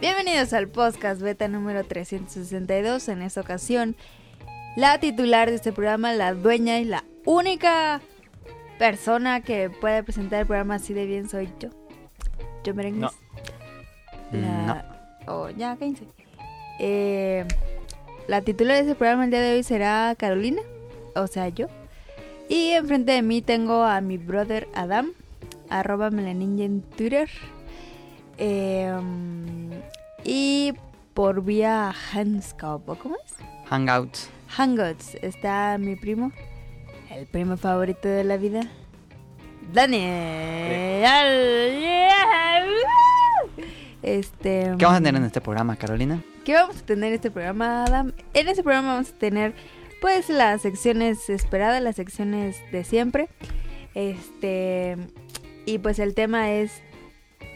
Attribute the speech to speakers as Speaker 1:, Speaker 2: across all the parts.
Speaker 1: Bienvenidos al podcast beta número 362. En esta ocasión, la titular de este programa, la dueña y la única persona que puede presentar el programa así de bien soy yo. Yo merengues. La... Oh, ya, cállense. Eh, la titular de este programa el día de hoy será Carolina, o sea, yo. Y enfrente de mí tengo a mi brother Adam, arroba melaninja en Twitter. Em, y por vía Handscope, ¿o ¿cómo es?
Speaker 2: Hangouts.
Speaker 1: Hangouts está mi primo, el primo favorito de la vida, Daniel. Este,
Speaker 2: ¿Qué vamos a tener en este programa, Carolina?
Speaker 1: ¿Qué vamos a tener en este programa, Adam? En este programa vamos a tener, pues, las secciones esperadas, las secciones de siempre. Este. Y pues el tema es.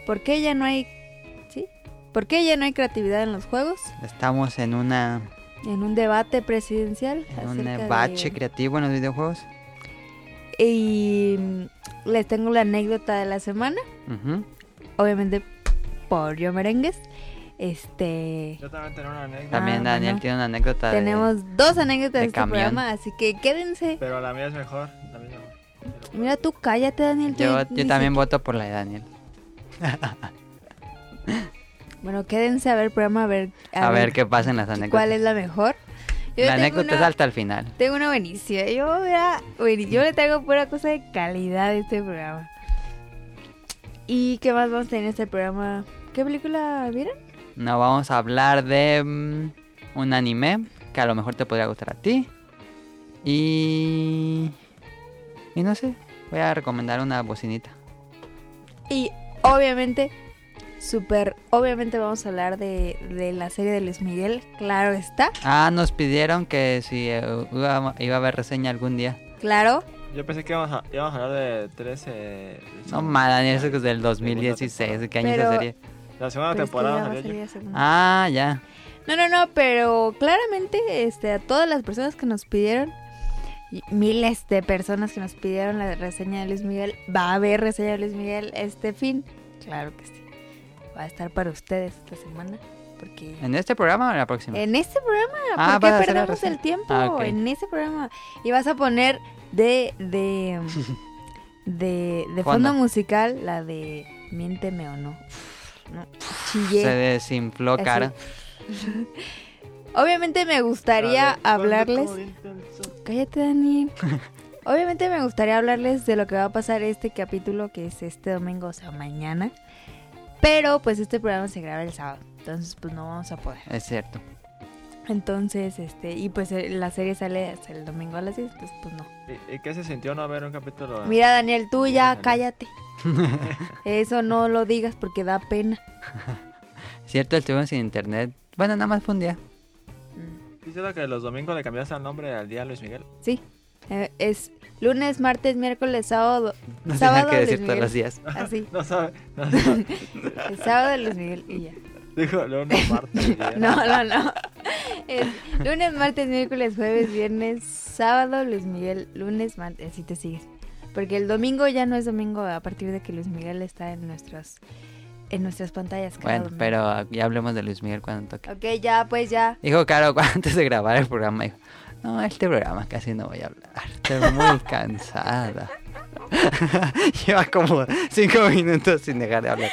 Speaker 1: ¿Por qué ya no hay. ¿Sí? ¿Por qué ya no hay creatividad en los juegos?
Speaker 2: Estamos en una
Speaker 1: En un debate presidencial.
Speaker 2: en un
Speaker 1: acerca
Speaker 2: eh, bache
Speaker 1: de-
Speaker 2: creativo en los videojuegos.
Speaker 1: Y. mm, Les tengo la anécdota de la semana.
Speaker 2: Ujú.
Speaker 1: Obviamente por yo merengues. Este.
Speaker 3: Yo también tengo una anécdota,
Speaker 2: También
Speaker 1: Ah,
Speaker 2: Daniel
Speaker 1: bueno.
Speaker 2: tiene una anécdota. de-
Speaker 1: Tenemos dos anécdotas
Speaker 2: de
Speaker 1: de este
Speaker 2: camión.
Speaker 1: programa, así que quédense.
Speaker 3: pero la mía es mejor. La mía es mejor. Pero-
Speaker 1: Mira, tú cállate, Daniel. tú
Speaker 2: Yo,
Speaker 1: ni
Speaker 2: yo también voto por la de Daniel.
Speaker 1: Bueno, quédense a ver el programa, a ver,
Speaker 2: A, ver qué pasa en las anécdotas.
Speaker 1: cuál es la mejor. Yo
Speaker 2: La
Speaker 1: tengo
Speaker 2: anécdota es
Speaker 1: una-
Speaker 2: hasta el final.
Speaker 1: Tengo una buenísima. Yo, mira, bueni- yo le traigo pura cosa de calidad a este programa. ¿Y qué más vamos a tener en este programa? ¿Qué película vieron?
Speaker 2: No vamos a hablar de mm, un anime que a lo mejor te podría gustar a ti. Y. Y no sé. Voy a recomendar una bocinita.
Speaker 1: Y obviamente, súper, obviamente vamos a hablar de, de la serie de Luis Miguel. Claro está,
Speaker 2: Ah, nos pidieron que si eh, iba, iba a haber reseña algún día.
Speaker 1: claro.
Speaker 3: Yo pensé que íbamos a, íbamos a hablar de 13.
Speaker 2: No mames, Daniel, eso es del 2016. ¿Qué año es
Speaker 1: Pero-
Speaker 2: esa serie?
Speaker 3: La segunda
Speaker 1: pero Pues es que
Speaker 3: temporada
Speaker 1: ya va a
Speaker 3: salió yo.
Speaker 1: salir la segunda.
Speaker 2: Ah, ya.
Speaker 1: No, no, no, pero claramente este, a todas las personas que nos pidieron, y miles de personas que nos pidieron la reseña de Luis Miguel, va a haber reseña de Luis Miguel este fin. Claro que sí. Va a estar para ustedes esta semana. Porque
Speaker 2: ¿En este programa o en la próxima?
Speaker 1: en este programa,
Speaker 2: Ah,
Speaker 1: ¿por
Speaker 2: vas a
Speaker 1: qué
Speaker 2: hacer la
Speaker 1: perdemos el
Speaker 2: reseña.
Speaker 1: tiempo?
Speaker 2: Ah, ok.
Speaker 1: En ese programa. Y vas a poner de, de, de, de fondo
Speaker 2: Fondo.
Speaker 1: musical la de Miénteme o no. No, chillé.
Speaker 2: Se desinfló
Speaker 1: Así.
Speaker 2: cara.
Speaker 1: Obviamente me gustaría
Speaker 3: Dale,
Speaker 1: hablarles.
Speaker 3: dale, como intenso.
Speaker 1: Cállate, Dani. Obviamente me gustaría hablarles de lo que va a pasar este capítulo, que es este domingo, o sea, mañana. Pero pues este programa se graba el sábado. Entonces, pues no vamos a poder.
Speaker 2: Es cierto.
Speaker 1: Entonces, este, y pues eh, la serie sale hasta el domingo a las 10, entonces pues no.
Speaker 3: ¿Y, y qué se sintió no ver un
Speaker 2: Ah.
Speaker 3: capítulo? de-
Speaker 1: Mira, Daniel, tú ya
Speaker 3: Daniel.
Speaker 1: cállate. Eso no lo digas porque da pena.
Speaker 2: Cierto, estuvimos sin internet. Bueno, nada más fue un día.
Speaker 1: Mm.
Speaker 3: ¿Viste lo que los domingos le cambiaste el nombre al día a Luis Miguel?
Speaker 1: Sí. Eh, es lunes, martes, miércoles, sábado.
Speaker 2: No
Speaker 1: Sábado,
Speaker 2: tenía que
Speaker 1: Luis
Speaker 2: decir todos
Speaker 1: Miguel.
Speaker 2: los días.
Speaker 1: Así.
Speaker 3: No sabe. No sabe.
Speaker 1: El sábado de Luis Miguel y ya.
Speaker 3: Dijo lunes, martes. Miguel.
Speaker 1: No, no, no. Es lunes, martes, miércoles, jueves, viernes, sábado, Luis Miguel, lunes, martes, si te sigues. Porque el domingo ya no es domingo a partir de que Luis Miguel está en nuestros en nuestras pantallas. cada
Speaker 2: Bueno,
Speaker 1: domingo.
Speaker 2: pero ya hablemos de Luis Miguel cuando toque.
Speaker 1: Ok, ya, pues ya.
Speaker 2: Dijo Caro antes de grabar el programa, dijo, no, este programa casi no voy a hablar. Estoy muy cansada. Lleva como cinco minutos sin dejar de hablar.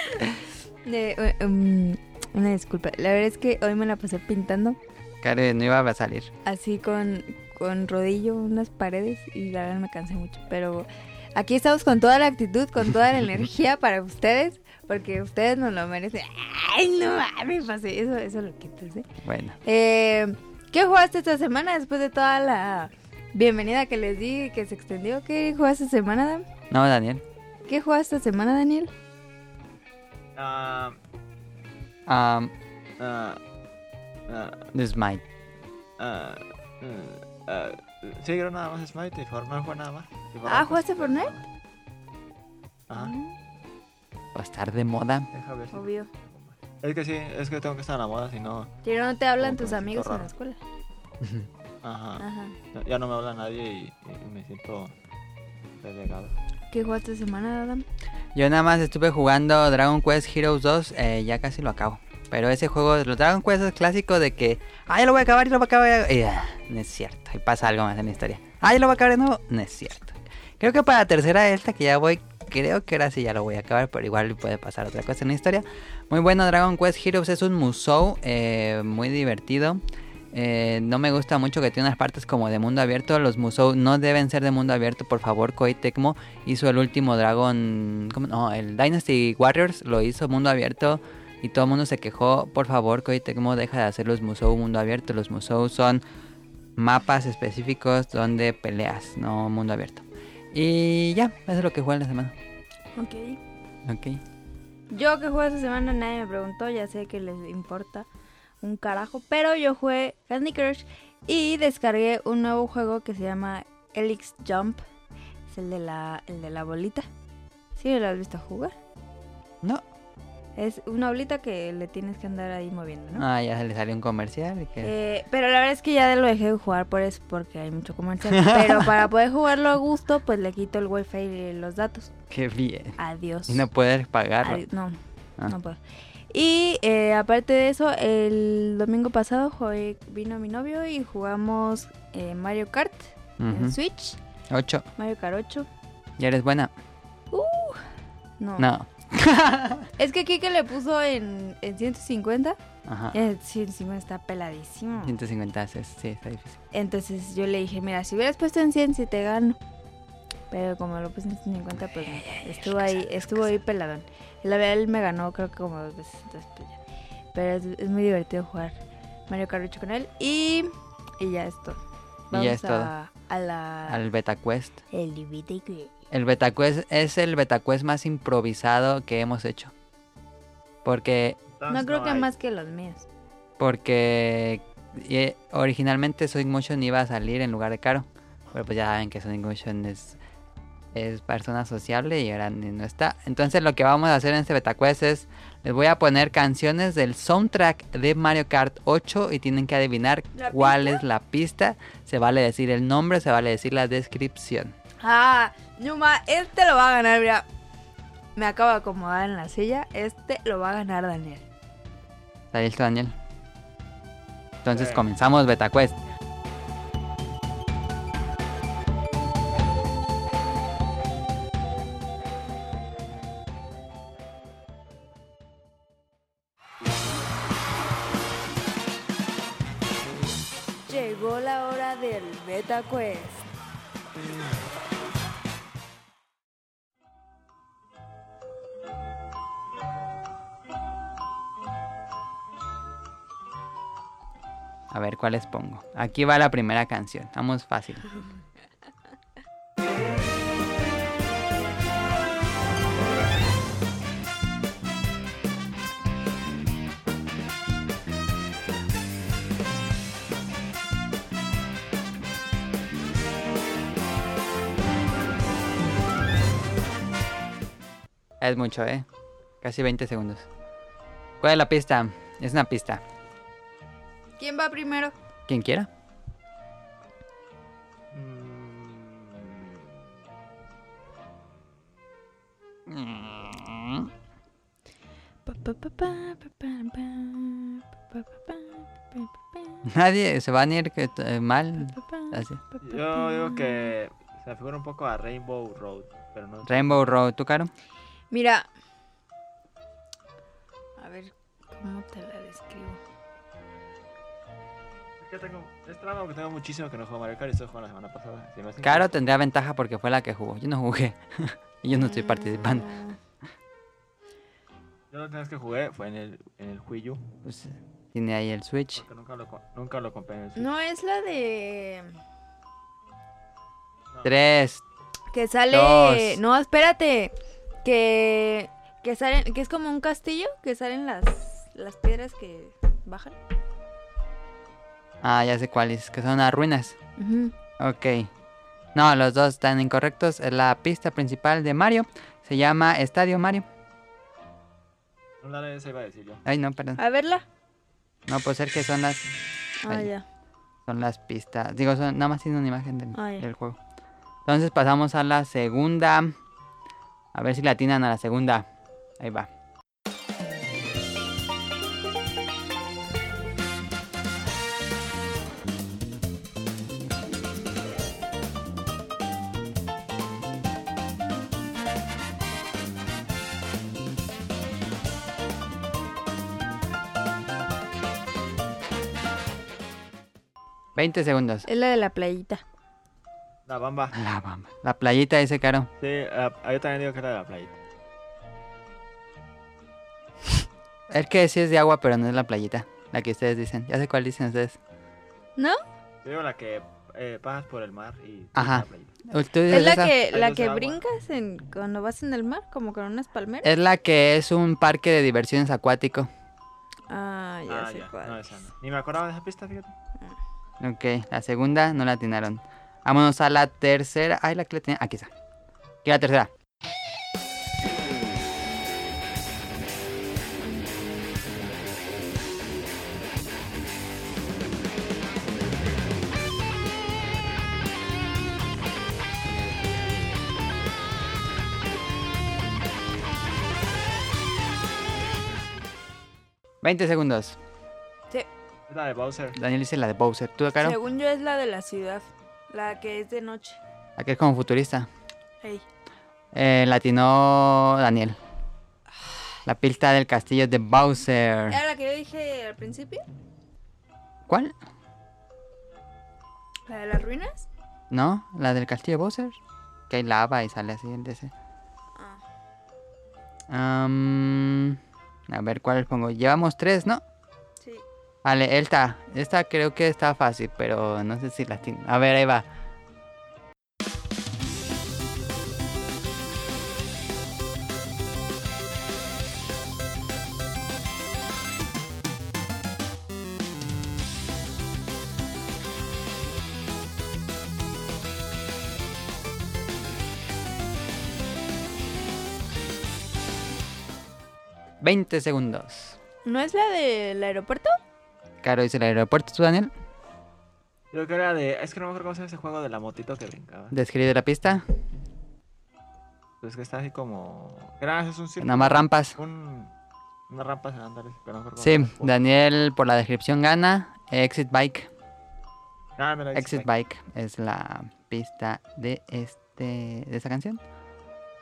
Speaker 1: Eh, um, una disculpa. La verdad es que hoy me la pasé pintando
Speaker 2: Caro no iba a salir.
Speaker 1: así con, con rodillo unas paredes y la verdad me cansé mucho. Pero aquí estamos con toda la actitud, con toda la energía para ustedes, porque ustedes nos lo merecen. ¡Ay, no mames! Pasé. Eso, eso lo quitas, ¿eh?
Speaker 2: Bueno,
Speaker 1: Eh, ¿Qué jugaste esta semana después de toda la bienvenida que les di que se extendió? ¿Qué jugaste esta semana, Dan?
Speaker 2: no, Daniel.
Speaker 1: ¿Qué jugaste esta semana, Daniel?
Speaker 3: Ah,
Speaker 2: Um,
Speaker 3: ah, ah,
Speaker 2: Luis Mike.
Speaker 3: ah, mm, ah, sí, creo nada más Smite y Fortnite no fue nada más. Y Fortnite,
Speaker 1: Ah,
Speaker 3: pues,
Speaker 1: ¿jugaste Fortnite?
Speaker 3: Ajá.
Speaker 2: Va a estar de moda.
Speaker 3: Deja ver si-
Speaker 1: Obvio.
Speaker 3: Es que sí, es que tengo que estar en la moda, si no.
Speaker 1: Si no, no te hablan
Speaker 3: Como que
Speaker 1: tus
Speaker 3: me siento
Speaker 1: amigos en la
Speaker 3: raro.
Speaker 1: escuela.
Speaker 3: Ajá.
Speaker 1: Ajá.
Speaker 3: no- Ya no me habla nadie y, y me siento relegado.
Speaker 1: ¿Qué jugaste esta semana, Adam?
Speaker 2: Yo nada más estuve jugando Dragon Quest Heroes 2, eh, ya casi lo acabo. Pero ese juego, los Dragon Quest es clásico de que, ah, ya lo voy a acabar y lo voy a acabar. Y, ah, no es cierto. Y pasa algo más en la historia. Ah, ya lo voy a acabar de nuevo. No es cierto. Creo que para la tercera de esta que ya voy, creo que ahora sí ya lo voy a acabar, pero igual puede pasar otra cosa en la historia. Muy bueno, Dragon Quest Heroes es un musou eh, muy divertido. Eh, no me gusta mucho que tiene unas partes como de mundo abierto. Los musou no deben ser de mundo abierto, por favor. Koei Tecmo hizo el último Dragon. ¿cómo? No, el Dynasty Warriors lo hizo mundo abierto. Y todo el mundo se quejó. Por favor, Koei Tecmo deja de hacer los musou mundo abierto. Los musou son mapas específicos donde peleas, no mundo abierto. Y ya, eso es lo que jugué en la semana.
Speaker 1: Ok.
Speaker 2: Ok.
Speaker 1: Yo que jugué esta semana nadie me preguntó, ya sé que les importa un carajo, pero yo jugué Candy Crush y descargué un nuevo juego que se llama Elix Jump, es el de la, el de la bolita. ¿Sí lo has visto jugar?
Speaker 2: No.
Speaker 1: Es una bolita que le tienes que andar ahí moviendo, ¿no?
Speaker 2: Ah, ya se le salió un comercial. y que-
Speaker 1: Eh, pero la verdad es que ya lo dejé de jugar por eso, porque hay mucho comercial. Pero para poder jugarlo a gusto, pues le quito el wifi y los datos.
Speaker 2: Qué bien.
Speaker 1: Adiós.
Speaker 2: Y no puedes pagarlo.
Speaker 1: Ay, no,
Speaker 2: Ah.
Speaker 1: no puedo. Y eh, aparte de eso, el domingo pasado jugué- vino mi novio y jugamos eh, Mario Kart
Speaker 2: Ujú.
Speaker 1: en Switch,
Speaker 2: Ocho.
Speaker 1: Mario Kart 8.
Speaker 2: ¿Ya eres buena?
Speaker 1: No.
Speaker 2: No.
Speaker 1: Es que Kike le puso en, en 150.
Speaker 2: Ajá.
Speaker 1: y el 150 está peladísimo.
Speaker 2: 150 es- sí, está difícil.
Speaker 1: Entonces yo le dije, mira, si hubieras puesto en 100, si te gano. Pero como lo puse en 150, pues no, estuvo ahí, estuvo ahí peladón. Y la verdad, él me ganó creo que como dos veces. entonces, pues, ya. Pero es, es muy divertido jugar Mario Kart 8 con él. Y, y ya es todo.
Speaker 2: Y
Speaker 1: Vamos
Speaker 2: ya es todo.
Speaker 1: a, a la...
Speaker 2: Al Beta Quest.
Speaker 1: El DVD que-
Speaker 2: El Beta Quest es el Beta Quest más improvisado que hemos hecho. Porque
Speaker 1: No creo que más que los míos.
Speaker 2: Porque eh, originalmente Sonic Motion iba a salir en lugar de Caro. Pero pues ya saben que Sonic Motion es, es persona sociable y ahora ni- no está. Entonces lo que vamos a hacer en este betacuest es... Les voy a poner canciones del soundtrack de Mario Kart 8 y tienen que adivinar
Speaker 1: ¿La
Speaker 2: cuál es la pista. Se vale decir el nombre, se vale decir la descripción.
Speaker 1: Ah, Numa, este lo va a ganar, mira. Me acabo de acomodar en la silla. Este lo va a ganar Daniel.
Speaker 2: ¿Está listo, Daniel? Entonces
Speaker 3: Sí.
Speaker 2: comenzamos betacuest.
Speaker 1: Llegó la hora del Beta Quest.
Speaker 2: A ver cuáles pongo. Aquí va la primera canción. Vamos fácil. Es mucho, ¿eh? Casi 20 segundos. ¿Cuál es la pista? Es una pista.
Speaker 1: ¿Quién va primero?
Speaker 2: Quien quiera.
Speaker 3: Mm,
Speaker 2: Mm. Nadie se va a ir que t- eh, mal. Así.
Speaker 3: Yo digo que se me figura un poco a Rainbow Road, pero no.
Speaker 2: Rainbow Road, ¿tú, Caro?
Speaker 1: Mira. A ver, ¿cómo te la describo?
Speaker 3: Es que tengo. Es trama porque tengo muchísimo que no juego Mario Kart y estoy jugando la semana pasada. Se me hace que-
Speaker 2: Caro tendría ventaja porque fue la que jugó. Yo no jugué. Y yo no estoy participando.
Speaker 1: Mm,
Speaker 3: Yo la última vez que jugué fue en el, en el Wii U,
Speaker 2: Pues, tiene ahí el Switch.
Speaker 3: porque nunca lo, co- nunca lo compré en el Switch.
Speaker 1: No es la de.
Speaker 2: Tres.
Speaker 1: Que sale.
Speaker 2: Dos.
Speaker 1: No, espérate. Que. Que salen. Que es como un castillo. Que salen las. Las piedras que bajan.
Speaker 2: Ah, ya sé cuáles. Que son las ruinas.
Speaker 1: Ujú.
Speaker 2: Ok. No, los dos están incorrectos. La pista principal de Mario se llama Estadio Mario.
Speaker 3: No la de esa iba a decir yo.
Speaker 2: Ay, no, perdón.
Speaker 1: A verla.
Speaker 2: No, puede ser que son las,
Speaker 1: Ah,
Speaker 2: Ahí.
Speaker 1: ya.
Speaker 2: son las pistas. Digo, son, nada más tiene una imagen del,
Speaker 1: Ah, ya.
Speaker 2: del juego. Entonces pasamos a la segunda. A ver si la atinan a la segunda. Ahí va. 20 segundos.
Speaker 1: Es la de la playita.
Speaker 3: La bamba.
Speaker 2: La bamba. La playita dice Caro.
Speaker 3: Sí, la- ah, yo también digo que era de la playita.
Speaker 2: Es que sí es de agua, pero no es la playita. La que ustedes dicen. Ya sé cuál dicen ustedes.
Speaker 1: ¿No?
Speaker 3: Yo digo la que eh, pasas por el mar y...
Speaker 2: Ajá.
Speaker 3: la playita.
Speaker 2: ¿Tú dices
Speaker 1: Es la
Speaker 2: esa?
Speaker 1: que,
Speaker 3: Ahí
Speaker 1: la
Speaker 3: no
Speaker 1: que
Speaker 3: se agua.
Speaker 1: brincas en, cuando vas en el mar, como con unas palmeras.
Speaker 2: Es la que es un parque de diversiones acuático.
Speaker 1: Ah, ya
Speaker 3: Ah,
Speaker 1: sé
Speaker 3: ya.
Speaker 1: cuál.
Speaker 3: No,
Speaker 1: es.
Speaker 3: esa no. Ni me acordaba de esa pista, fíjate.
Speaker 2: Ok, la segunda no la atinaron. Vámonos a la tercera. Ay, la que le tenía. Aquí está. Aquí la tercera. Veinte segundos.
Speaker 1: Sí,
Speaker 3: Es la de Bowser.
Speaker 2: Daniel dice la de Bowser. ¿Tú, Caro?
Speaker 1: Según yo es la de la ciudad, la que es de noche.
Speaker 2: Aquí es como futurista.
Speaker 1: Ey.
Speaker 2: Eh, latino Daniel. La pista del castillo de Bowser.
Speaker 1: ¿Era la que yo dije al principio?
Speaker 2: ¿Cuál?
Speaker 1: ¿La de las ruinas?
Speaker 2: ¿No? ¿La del castillo de Bowser? Que hay lava y sale así el DC.
Speaker 1: Ah.
Speaker 2: Am, a ver, ¿cuál les pongo? Llevamos tres, ¿no?
Speaker 1: Sí.
Speaker 2: Vale, esta. Esta creo que está fácil, pero no sé si la tiene. A ver, ahí va. ¡20 segundos!
Speaker 1: ¿No es la del aeropuerto?
Speaker 2: Caro dice el aeropuerto, ¿tú, Daniel?
Speaker 3: Creo que era de... Es que no me acuerdo cómo se llama ese juego de la motito que brincaba.
Speaker 2: Describe la pista.
Speaker 3: Pues que está así como... Era, es un círculo.
Speaker 2: Nada más rampas.
Speaker 3: Un... Una rampa de Andales, pero no me acuerdo cómo se
Speaker 2: Sí,
Speaker 3: llama el juego.
Speaker 2: Daniel por la descripción gana. Exit Bike.
Speaker 3: Ah, mira,
Speaker 2: Exit Bike es la pista de este de esta canción.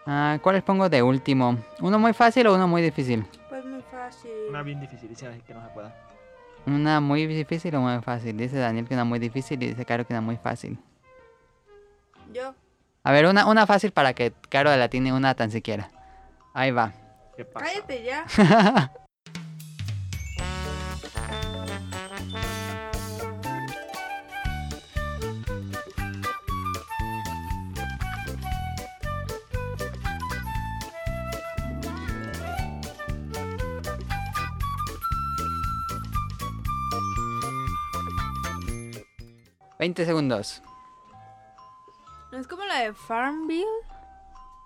Speaker 2: Ah, ¿Cuál les pongo de último? ¿Uno muy fácil o uno muy difícil?
Speaker 1: Pues muy fácil.
Speaker 3: Una bien dificilísima, así que no se pueda.
Speaker 2: Una muy difícil o muy fácil. Dice Daniel que una muy difícil y dice Caro que una muy fácil.
Speaker 1: Yo.
Speaker 2: A ver, una, una fácil para que Caro la tiene una tan siquiera. Ahí va.
Speaker 3: ¿Qué pasa?
Speaker 1: ya.
Speaker 2: ¿20 segundos?
Speaker 1: ¿No es como la de Farmville?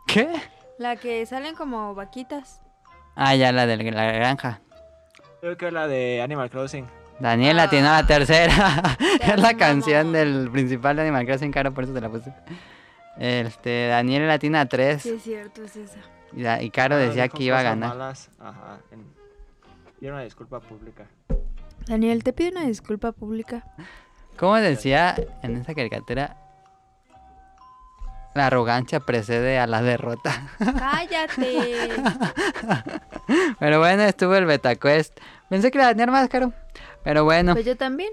Speaker 2: ¿Qué?
Speaker 1: La que salen como vaquitas.
Speaker 2: Ah, ya la de la granja.
Speaker 3: Creo que la de Animal Crossing.
Speaker 2: Daniel la tiene a la
Speaker 1: Ah.
Speaker 2: tercera. es la
Speaker 1: mamón.
Speaker 2: canción del principal de Animal Crossing, Caro, por eso te la puse. Este, Daniel la tiene a tres.
Speaker 1: Sí, es cierto, es esa.
Speaker 2: Y, da- y Caro
Speaker 3: Ah,
Speaker 2: decía
Speaker 3: dijo
Speaker 2: que iba a
Speaker 3: cosas
Speaker 2: ganar.
Speaker 3: malas, Ajá. en- Y era una disculpa pública.
Speaker 1: Daniel, te pido una disculpa pública.
Speaker 2: ¿Cómo decía en esa caricatura? La arrogancia precede a la derrota.
Speaker 1: ¡Cállate!
Speaker 2: Pero bueno, estuvo el BetaQuest. Pensé que iba a tener más, Caro. Pero bueno,
Speaker 1: Pues yo también.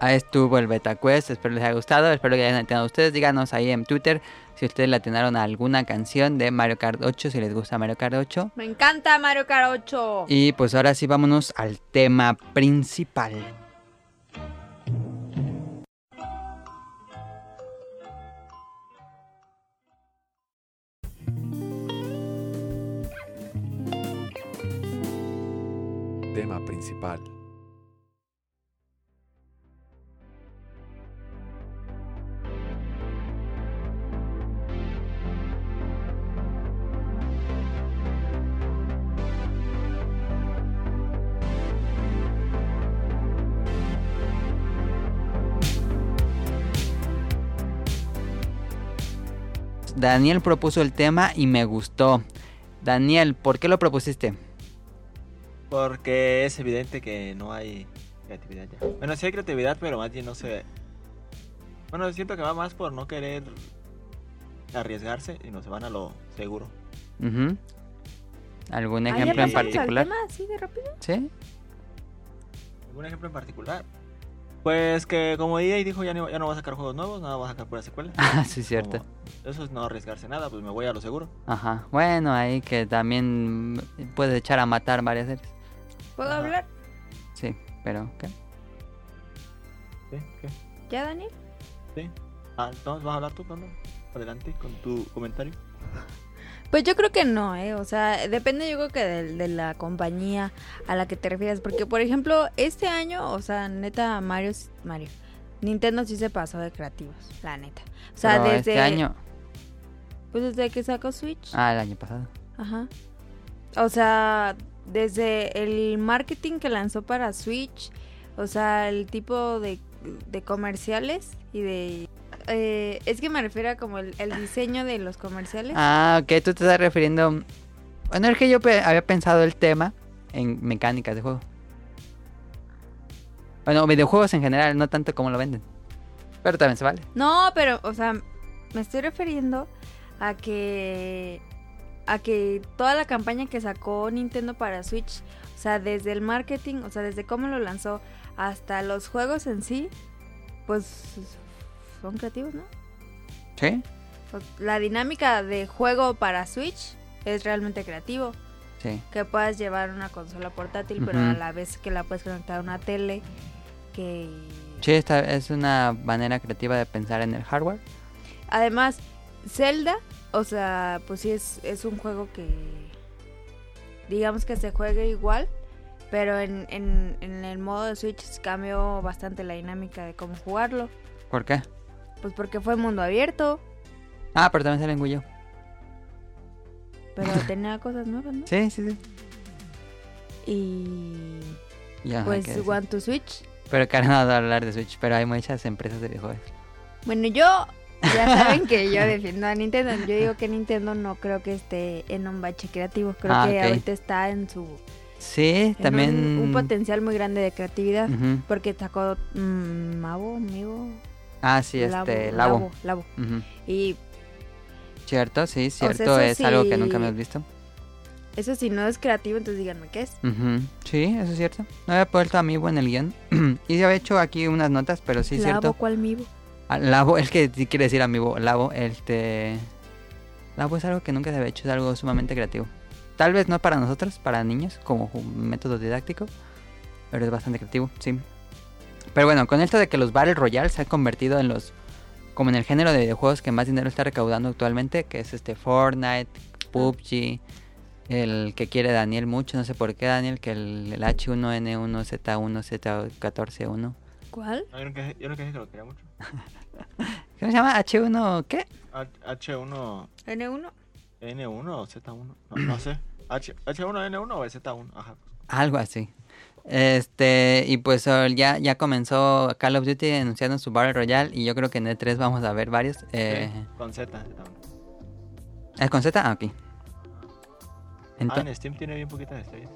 Speaker 2: ahí estuvo el BetaQuest. Espero les haya gustado. Espero que hayan atinado ustedes. Díganos ahí en Twitter si ustedes le atinaron a alguna canción de Mario Kart 8, si les gusta Mario Kart 8.
Speaker 1: Me encanta Mario Kart 8.
Speaker 2: Y pues ahora sí vámonos al tema principal.
Speaker 4: Tema principal.
Speaker 2: Daniel propuso el tema y me gustó. Daniel, ¿por qué lo propusiste?
Speaker 3: Porque es evidente que no hay creatividad ya. Bueno, sí hay creatividad, pero más bien no se... Bueno, siento que va más por no querer arriesgarse y no se van a lo seguro.
Speaker 2: Ujú. ¿Algún
Speaker 1: Ah, ya
Speaker 2: ejemplo en
Speaker 1: pasamos al
Speaker 2: particular?
Speaker 1: tema así de rápido?
Speaker 2: ¿Sí?
Speaker 3: ¿Algún ejemplo en particular? Pues que como EA dijo, ya no, ya no va a sacar juegos nuevos, nada va a sacar pura secuela.
Speaker 2: Ah, sí, cierto.
Speaker 3: Como eso es no arriesgarse nada, pues me voy a lo seguro.
Speaker 2: Ajá. Bueno, ahí que también puede echar a matar varias series.
Speaker 1: ¿Puedo
Speaker 2: Ah.
Speaker 3: Ajá.
Speaker 1: hablar?
Speaker 2: Sí, pero ¿qué?
Speaker 3: ¿Sí? ¿Qué?
Speaker 1: ¿Ya, Daniel?
Speaker 3: ¿Sí? Ah, entonces vas a hablar tú, Pablo. Adelante con tu comentario.
Speaker 1: Pues yo creo que no, ¿eh? O sea, depende yo creo que del- de, la compañía a la que te refieras. Porque, por ejemplo, este año, o sea, neta, Mario, s- Mario, Nintendo sí se pasó de creativos, la neta. O sea,
Speaker 2: Pero
Speaker 1: desde...
Speaker 2: este año.
Speaker 1: Pues desde que sacó Switch.
Speaker 2: Ah, el año pasado.
Speaker 1: Ajá. O sea, desde el marketing que lanzó para Switch, o sea, el tipo de, de comerciales y de... eh, es que me refiero a como el, el diseño de los comerciales.
Speaker 2: Ah, ok, tú te estás refiriendo. Bueno, es que yo pe- había pensado el tema en mecánicas de juego. Bueno, videojuegos en general, no tanto como lo venden. Pero también se vale.
Speaker 1: No, pero, o sea, me estoy refiriendo a que. a que toda la campaña que sacó Nintendo para Switch, o sea, desde el marketing, o sea, desde cómo lo lanzó hasta los juegos en sí, pues. son creativos, ¿no?
Speaker 2: ¿Sí?
Speaker 1: O- Pues, La dinámica de juego para Switch es realmente creativo.
Speaker 2: Sí.
Speaker 1: Que puedas llevar una consola portátil, pero a
Speaker 2: Ujú.
Speaker 1: la vez que la puedes conectar a una tele, que.
Speaker 2: Sí, esta es una manera creativa de pensar en el hardware.
Speaker 1: Además, Zelda, o sea, pues sí es, es un juego que digamos que se juega igual, pero en, en- en el modo de Switch cambió bastante la dinámica de cómo jugarlo.
Speaker 2: ¿Por qué?
Speaker 1: Pues porque fue mundo abierto,
Speaker 2: Ah, pero también sale en Wii U.
Speaker 1: pero tenía cosas nuevas, ¿no?
Speaker 2: Sí, sí, sí.
Speaker 1: Y
Speaker 2: Ya, hay
Speaker 1: pues
Speaker 2: que decir.
Speaker 1: One to Switch.
Speaker 2: Pero que ahora no va a hablar de Switch, pero hay muchas empresas de videojuegos.
Speaker 1: Bueno, yo ya saben que yo defiendo a Nintendo. Yo digo que Nintendo no creo que esté en un bache creativo. Creo
Speaker 2: Ah,
Speaker 1: que
Speaker 2: ok.
Speaker 1: ahorita está en su
Speaker 2: Sí,
Speaker 1: en
Speaker 2: también.
Speaker 1: un- un potencial muy grande de creatividad.
Speaker 2: Ujú.
Speaker 1: Porque sacó mm, Mavo, Mivo,
Speaker 2: Ah, sí, este, Labo.
Speaker 1: Labo, Labo.
Speaker 2: Ujú.
Speaker 1: Y
Speaker 2: Cierto, sí, cierto.
Speaker 1: eso
Speaker 2: es algo que
Speaker 1: sí.
Speaker 2: nunca hemos visto.
Speaker 1: eso si no es creativo, entonces díganme qué es.
Speaker 2: Ujú, Sí, eso es cierto. No había puesto a Mivo en el guión. y se había hecho aquí unas notas, pero sí es
Speaker 1: Labo,
Speaker 2: cierto.
Speaker 1: ¿cuál Mivo?
Speaker 2: Ah, Labo, es que sí quiere decir Amiibo. Labo, este. Labo es algo que nunca se había hecho, es algo sumamente creativo. Tal vez no para nosotros, para niños, como ju- método didáctico, pero es bastante creativo, sí. Pero bueno, con esto de que los Battle Royale se han convertido en los. como en el género de videojuegos que más dinero está recaudando actualmente, que es este Fortnite, PUBG, el que quiere Daniel mucho, no sé por qué Daniel, que el, el H1N1Z1, Z14-1.
Speaker 1: ¿Cuál?
Speaker 3: No, yo nunca, dije- yo nunca dije que lo quería mucho.
Speaker 2: ¿Qué se llama? ¿H1 qué?
Speaker 3: H1,
Speaker 1: N1.
Speaker 3: N1 o Z1. No, no sé. H, H1, N1 o Z1. Ajá.
Speaker 2: Algo así. Este, y pues oh, ya, ya comenzó Call of Duty anunciando su Battle Royale y yo creo que en E3 vamos a ver varios. Eh,
Speaker 3: Sí, con Z. Z1.
Speaker 2: ¿Es con Z? Ah, ok. Ento-
Speaker 3: Ah, en Steam tiene bien poquitas estrellas.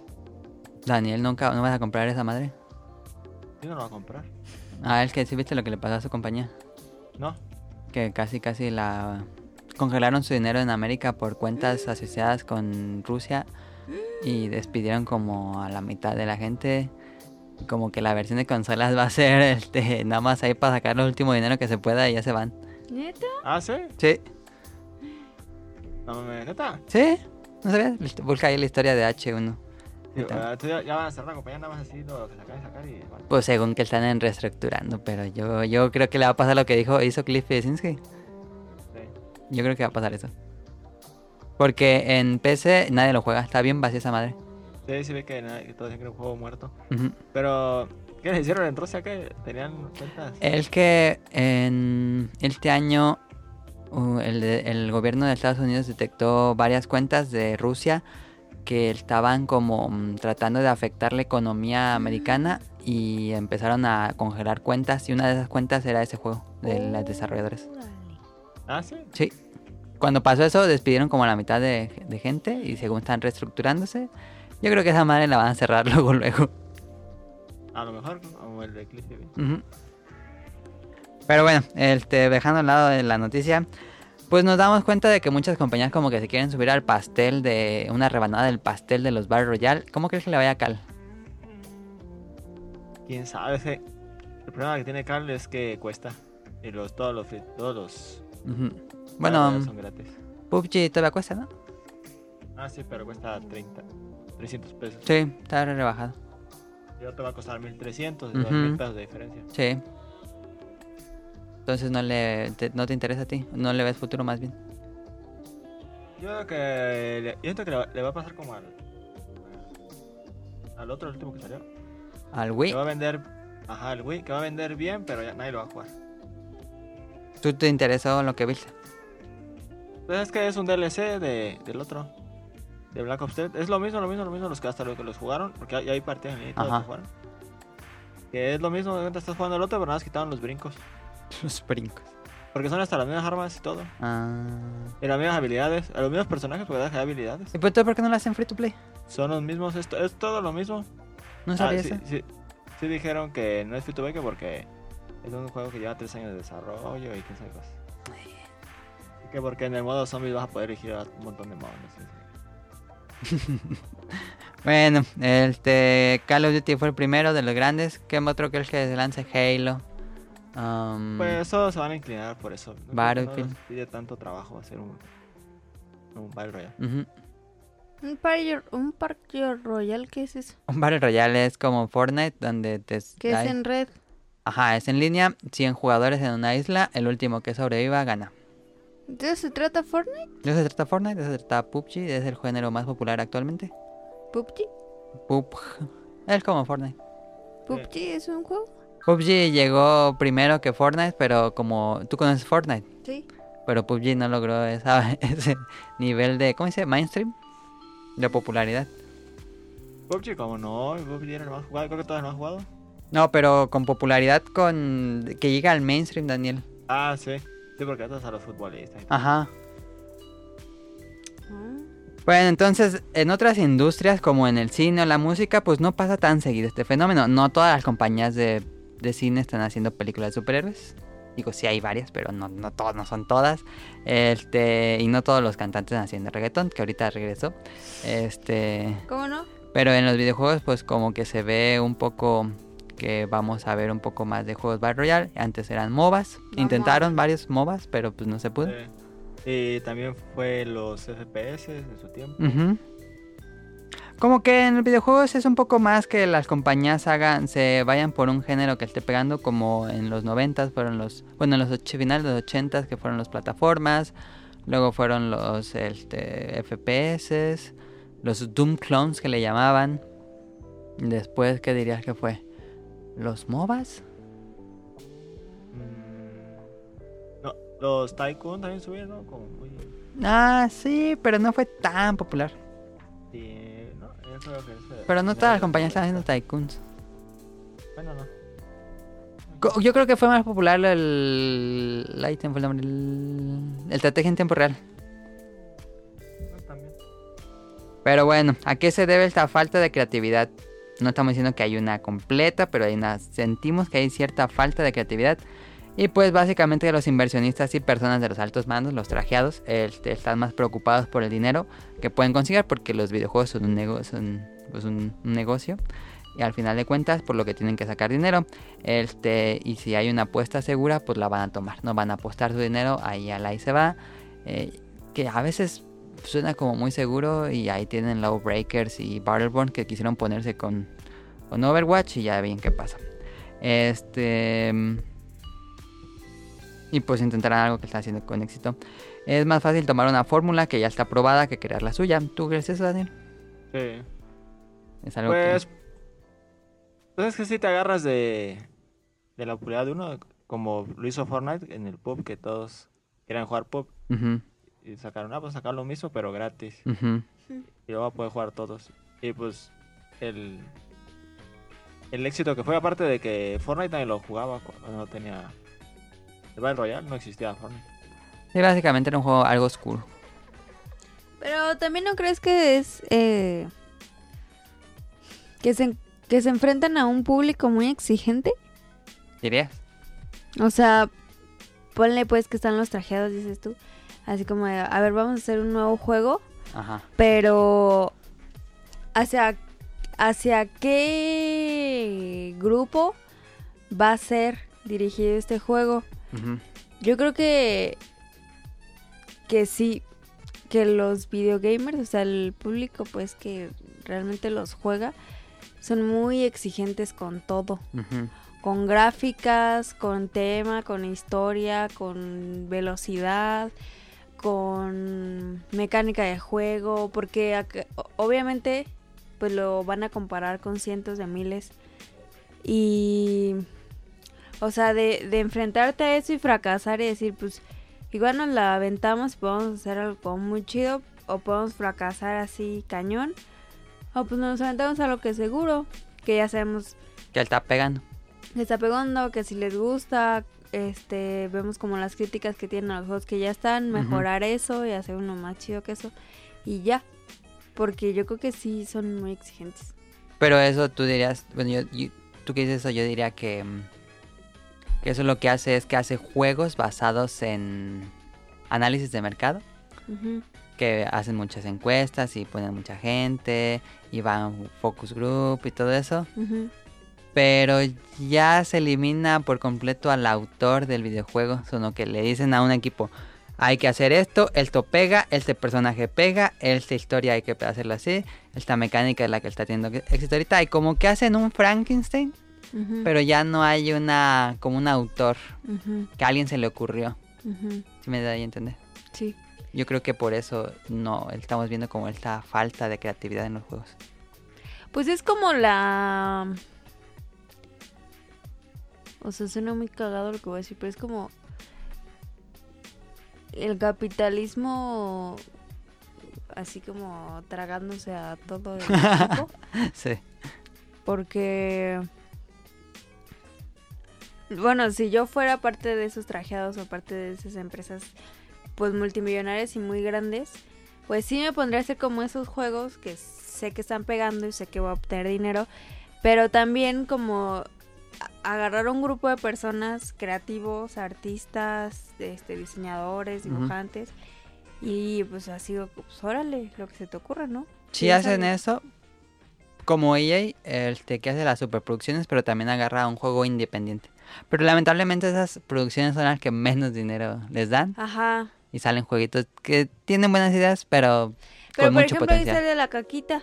Speaker 2: Daniel, ¿nunca no vas a comprar esa madre?
Speaker 3: Yo no lo voy a comprar.
Speaker 2: Ah, es que sí viste lo que le pasó a su compañía.
Speaker 3: No.
Speaker 2: Que casi, casi la... Congelaron su dinero en América por cuentas asociadas con Rusia y despidieron como a la mitad de la gente. Como que la versión de consolas va a ser este, nada más ahí para sacar el último dinero que se pueda y ya se van.
Speaker 1: ¿Neta?
Speaker 3: Ah, sí.
Speaker 2: Sí,
Speaker 3: No, me neta.
Speaker 2: sí. ¿No sabías? Listo, Busca ahí la historia de H1.
Speaker 3: Sí,
Speaker 2: Neta.
Speaker 3: ah, tú ya, ya van a cerrar la compañía, nada más así lo que sacan y sacar y bueno.
Speaker 2: Pues según que están en reestructurando, pero yo, yo creo que le va a pasar lo que dijo hizo Cliff Bleszinski.
Speaker 3: Sí.
Speaker 2: Yo creo que va a pasar eso. Porque en PC nadie lo juega, está bien vacía esa madre.
Speaker 3: Sí, sí ve que, nada, que todos dicen que era un juego muerto.
Speaker 2: Ujú.
Speaker 3: Pero, ¿qué les hicieron en Rusia? ¿Qué? ¿Tenían cuentas?
Speaker 2: El que en este año uh, el, de- el gobierno de Estados Unidos detectó varias cuentas de Rusia que estaban como mm, tratando de afectar la economía americana y empezaron a congelar cuentas y una de esas cuentas era ese juego de las desarrolladoras.
Speaker 1: Órale.
Speaker 3: Ah, sí.
Speaker 2: Sí. Cuando pasó eso despidieron como a la mitad de, de gente y según están reestructurándose, yo creo que esa madre la van a cerrar luego luego.
Speaker 3: A lo mejor, como el de Cliff Lee.
Speaker 2: Ujú. Pero bueno, este, dejando al lado de la noticia, pues nos damos cuenta de que muchas compañías como que se quieren subir al pastel de una rebanada del pastel de los Battle Royale. ¿Cómo crees que le vaya a Cal?
Speaker 3: ¿Quién sabe? Ese, El problema que tiene Carl es que cuesta. Y los, todos los, free- todos los
Speaker 2: Ujú.
Speaker 3: juegos
Speaker 2: Bueno,
Speaker 3: Ah, son gratis.
Speaker 2: PUBG todavía cuesta, ¿no?
Speaker 3: Ah, sí, pero cuesta 30, 300 pesos.
Speaker 2: Sí, está re rebajado.
Speaker 3: Y otro va a costar 1300,
Speaker 2: Ujú.
Speaker 3: 2000 pesos de diferencia.
Speaker 2: Sí. Entonces no le te- no te interesa a ti, no le ves futuro más bien.
Speaker 3: Yo creo que. le- Yo siento que le va, le va a pasar como al. Al otro, el último que salió.
Speaker 2: Al
Speaker 3: Que
Speaker 2: Wii,
Speaker 3: va a vender. Ajá, el Wii, que va a vender bien, pero ya nadie lo va a jugar.
Speaker 2: tú te interesó lo que viste.
Speaker 3: Pues es que es un DLC de, del otro. De Black Ops 3. Es lo mismo, lo mismo, lo mismo los que hasta los que los jugaron. Porque ya hay partidas en línea y todo
Speaker 2: Ajá.
Speaker 3: que jugaron. Que es lo mismo, de cuenta, estás jugando el otro, pero nada más quitaron los brincos.
Speaker 2: Los brincos.
Speaker 3: Porque son hasta las mismas armas y todo.
Speaker 2: Ah.
Speaker 3: Y las mismas habilidades. Los mismos personajes, porque dejan habilidades.
Speaker 2: ¿Y pues entonces por qué no lo hacen free to play?
Speaker 3: Son los mismos, es, to- es todo lo mismo.
Speaker 2: No
Speaker 3: Ah,
Speaker 2: sabía
Speaker 3: sí,
Speaker 2: eso.
Speaker 3: sí, sí dijeron que no es free to play que porque es un juego que lleva 3 años de desarrollo y quién sabe cosas. Y Que porque en el modo zombies vas a poder elegir a un montón de modos. no sé, sí.
Speaker 2: Bueno, este Call of Duty fue el primero de los grandes. ¿Qué otro que el que se lanza Halo? Um, Am,
Speaker 3: Pues todos se van a inclinar por eso. No creo que
Speaker 2: Mm. Battlefield.
Speaker 3: No les pide tanto trabajo hacer un, un Battle Royale.
Speaker 2: ujú.
Speaker 1: Un Parque, un parque Royal, ¿qué es eso?
Speaker 2: Un Battle Royale es como Fortnite donde te
Speaker 1: Que es
Speaker 2: hay-
Speaker 1: en red.
Speaker 2: Ajá, es en línea, 100 jugadores en una isla, el último que sobreviva gana.
Speaker 1: Entonces se trata Fortnite,
Speaker 2: De eso se trata Fortnite, de eso se trata PUBG, es el género más popular actualmente.
Speaker 1: PUBG.
Speaker 2: PUBG. Es como Fortnite.
Speaker 1: PUBG es un juego.
Speaker 2: PUBG llegó primero que Fortnite, pero como tú conoces Fortnite,
Speaker 1: Sí.
Speaker 2: pero PUBG no logró esa- ese nivel de, ¿cómo se dice? Mainstream. De popularidad.
Speaker 3: PUBG, como no, PUBG era el más jugado, creo que todos no han jugado.
Speaker 2: No, pero con popularidad con que llega al mainstream, Daniel.
Speaker 3: Ah, sí. Sí, porque atas a los futbolistas.
Speaker 2: Ajá.
Speaker 1: Ah.
Speaker 2: Bueno, entonces, en otras industrias como en el cine o la música, pues no pasa tan seguido este fenómeno. No todas las compañías de, de cine están haciendo películas de superhéroes. Digo, sí hay varias, pero no, no, todas, no son todas. Este, y no todos los cantantes están haciendo reggaetón, que ahorita regresó. Este,
Speaker 1: ¿Cómo no?
Speaker 2: pero en los videojuegos, pues como que se ve un poco que vamos a ver un poco más de juegos Battle Royale. Antes eran MOBAs.
Speaker 1: Vamos.
Speaker 2: Intentaron varios MOBAs, pero pues no se pudo.
Speaker 3: Sí. Y también fue los FPS en su tiempo.
Speaker 2: Ujú. Como que en los videojuegos es un poco más que las compañías hagan, se vayan por un género que esté pegando, como en los 90 fueron los, bueno, en los och- finales de los 80 que fueron las plataformas, luego fueron los este, FPS, los Doom Clones que le llamaban. Después, ¿qué dirías que fue? ¿Los MOBAs?
Speaker 3: Mm. No, los Tycoon también subieron, ¿no? Como muy.
Speaker 2: Ah, sí, pero no fue tan popular.
Speaker 3: Sí, no, yo creo que ese-
Speaker 2: Pero no
Speaker 3: ese
Speaker 2: todas
Speaker 3: era
Speaker 2: las compañías
Speaker 3: el-
Speaker 2: estaban haciendo Tycoons.
Speaker 3: Bueno, no.
Speaker 2: Co- Yo creo que fue más popular el. el- Ahí se me fue el nombre. El, el estrategia en tiempo real.
Speaker 3: no, también.
Speaker 2: Pero bueno, ¿a qué se debe esta falta de creatividad? No estamos diciendo que hay una completa, pero hay una. Sentimos que hay cierta falta de creatividad. Y pues básicamente los inversionistas y personas de los altos mandos, los trajeados, este, están más preocupados por el dinero que pueden conseguir porque los videojuegos son un negocio, son, pues, un, un negocio y al final de cuentas por lo que tienen que sacar dinero. Este, y si hay una apuesta segura, pues la van a tomar. No van a apostar su dinero, ahí al ahí se va. eh, que a veces suena como muy seguro y ahí tienen Low Breakers y Battleborn que quisieron ponerse con, con Overwatch y ya bien qué pasa. Este. Y pues intentarán algo que está haciendo con éxito. Es más fácil tomar una fórmula que ya está probada que crear la suya. ¿Tú crees eso, Daniel?
Speaker 3: Sí.
Speaker 2: Es algo que-
Speaker 3: Pues. Pues es que si te agarras de. De la popularidad de uno, como lo hizo Fortnite en el pub, que todos querían jugar pub.
Speaker 2: Ujú,
Speaker 3: Y sacaron, ah, pues sacaron lo mismo, pero gratis.
Speaker 2: ujú.
Speaker 3: Y luego pueden jugar todos. Y pues. El. El éxito que fue, aparte de que Fortnite también lo jugaba cuando no tenía. El Battle Royale no existía Fortnite.
Speaker 2: Sí, básicamente era un juego algo oscuro.
Speaker 1: Pero también no crees que es eh, que se que se enfrentan a un público muy exigente.
Speaker 2: ¿Dirías?
Speaker 1: O sea, ponle pues que están los trajeados, dices tú, así como de, a ver, vamos a hacer un nuevo juego,
Speaker 2: Ajá.
Speaker 1: pero hacia hacia qué grupo va a ser dirigido este juego.
Speaker 2: Ujú.
Speaker 1: Yo creo que que sí que los videogamers, o sea, el público pues que realmente los juega son muy exigentes con todo,
Speaker 2: Ujú.
Speaker 1: con gráficas, con tema, con historia, con velocidad, con mecánica de juego, porque ac- o- obviamente pues lo van a comparar con cientos de miles y o sea, de, de enfrentarte a eso y fracasar y decir, pues, igual nos la aventamos y podemos hacer algo muy chido, o podemos fracasar así cañón, o pues nos aventamos a lo que seguro, que ya sabemos
Speaker 2: Que está pegando.
Speaker 1: que está pegando, que si les gusta, este, vemos como las críticas que tienen a los juegos que ya están,
Speaker 2: Ujú.
Speaker 1: mejorar eso y hacer uno más chido que eso, y ya. Porque yo creo que sí son muy exigentes.
Speaker 2: Pero eso tú dirías, bueno, yo, yo- tú que dices eso, yo diría que, mm, que eso lo que hace es que hace juegos basados en análisis de mercado,
Speaker 1: Ujú.
Speaker 2: que hacen muchas encuestas y ponen mucha gente y van focus group y todo eso,
Speaker 1: Ujú.
Speaker 2: pero ya se elimina por completo al autor del videojuego, sino que le dicen a un equipo, hay que hacer esto, esto pega, este personaje pega, esta historia hay que hacerlo así, esta mecánica es la que está teniendo éxito ahorita, y como que hacen un Frankenstein
Speaker 1: Ujú.
Speaker 2: pero ya no hay una como un autor
Speaker 1: Ujú.
Speaker 2: que a alguien se le ocurrió.
Speaker 1: Ujú.
Speaker 2: Si me da a entender.
Speaker 1: Sí.
Speaker 2: Yo creo que por eso no estamos viendo como esta falta de creatividad en los juegos.
Speaker 1: Pues es como la. O sea, suena muy cagado lo que voy a decir, pero es como. El capitalismo. Así como tragándose a todo el equipo.
Speaker 2: sí.
Speaker 1: Porque. Bueno, si yo fuera parte de esos trajeados o parte de esas empresas, pues multimillonarias y muy grandes, pues sí me pondría a hacer como esos juegos que sé que están pegando y sé que voy a obtener dinero, pero también como a- agarrar a un grupo de personas creativos, artistas, este, diseñadores,
Speaker 2: Ujú.
Speaker 1: dibujantes, y pues así, pues órale, lo que se te ocurra, ¿no?
Speaker 2: Si hacen
Speaker 1: Piénsale.
Speaker 2: eso, como EA, este que hace las superproducciones, pero también agarra a un juego independiente. Pero lamentablemente esas producciones son las que menos dinero les dan
Speaker 1: Ajá.
Speaker 2: y salen jueguitos que tienen buenas ideas, pero,
Speaker 1: Pero
Speaker 2: con
Speaker 1: por
Speaker 2: mucho
Speaker 1: ejemplo, ahí
Speaker 2: potencial.
Speaker 1: sale la caquita.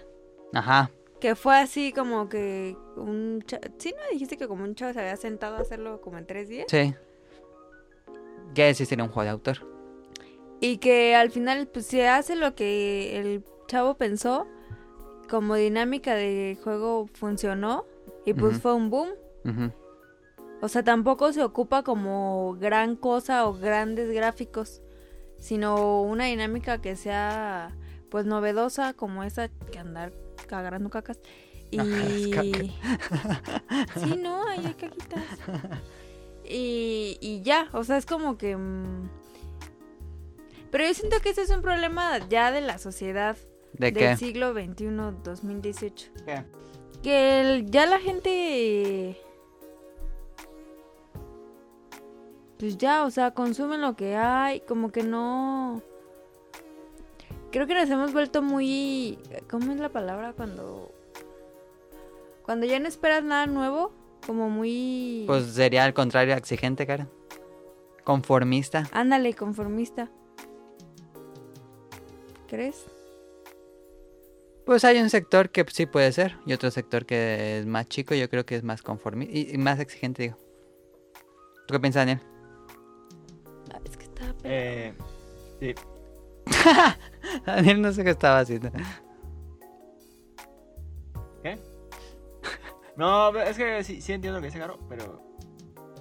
Speaker 2: Ajá.
Speaker 1: Que fue así como que un chavo... ¿Sí no dijiste que como un chavo se había sentado a hacerlo como en tres días?
Speaker 2: Sí. Que sí sería un juego de autor.
Speaker 1: Y que al final pues se hace lo que el chavo pensó, como dinámica de juego funcionó y pues
Speaker 2: Ujú.
Speaker 1: fue un boom.
Speaker 2: Ujú.
Speaker 1: O sea, tampoco se ocupa como gran cosa o grandes gráficos, sino una dinámica que sea pues novedosa como esa que andar cagando cacas. Y Sí, no, ahí hay caquitas. Y, y ya, o sea, es como que mm, pero yo siento que ese es un problema ya de la sociedad
Speaker 2: ¿De
Speaker 1: del
Speaker 2: qué?
Speaker 1: siglo XXI, 2018.
Speaker 2: ¿Qué?
Speaker 1: Que el- ya la gente... Pues ya, o sea, consumen lo que hay, como que no... Creo que nos hemos vuelto muy... ¿Cómo es la palabra? Cuando... Cuando ya no esperas nada nuevo, como muy...
Speaker 2: Pues sería al contrario, exigente, cara. Conformista.
Speaker 1: Ándale, conformista. ¿Crees?
Speaker 2: Pues hay un sector que sí puede ser y otro sector que es más chico, yo creo que es más conformista y, y más exigente, digo. ¿Tú qué piensas, Daniel?
Speaker 1: Ah, Es que estaba pe-
Speaker 3: Eh, sí,
Speaker 2: Daniel no sé qué estaba haciendo.
Speaker 3: ¿Qué? No, pero es que sí, sí entiendo lo que dice Caro, pero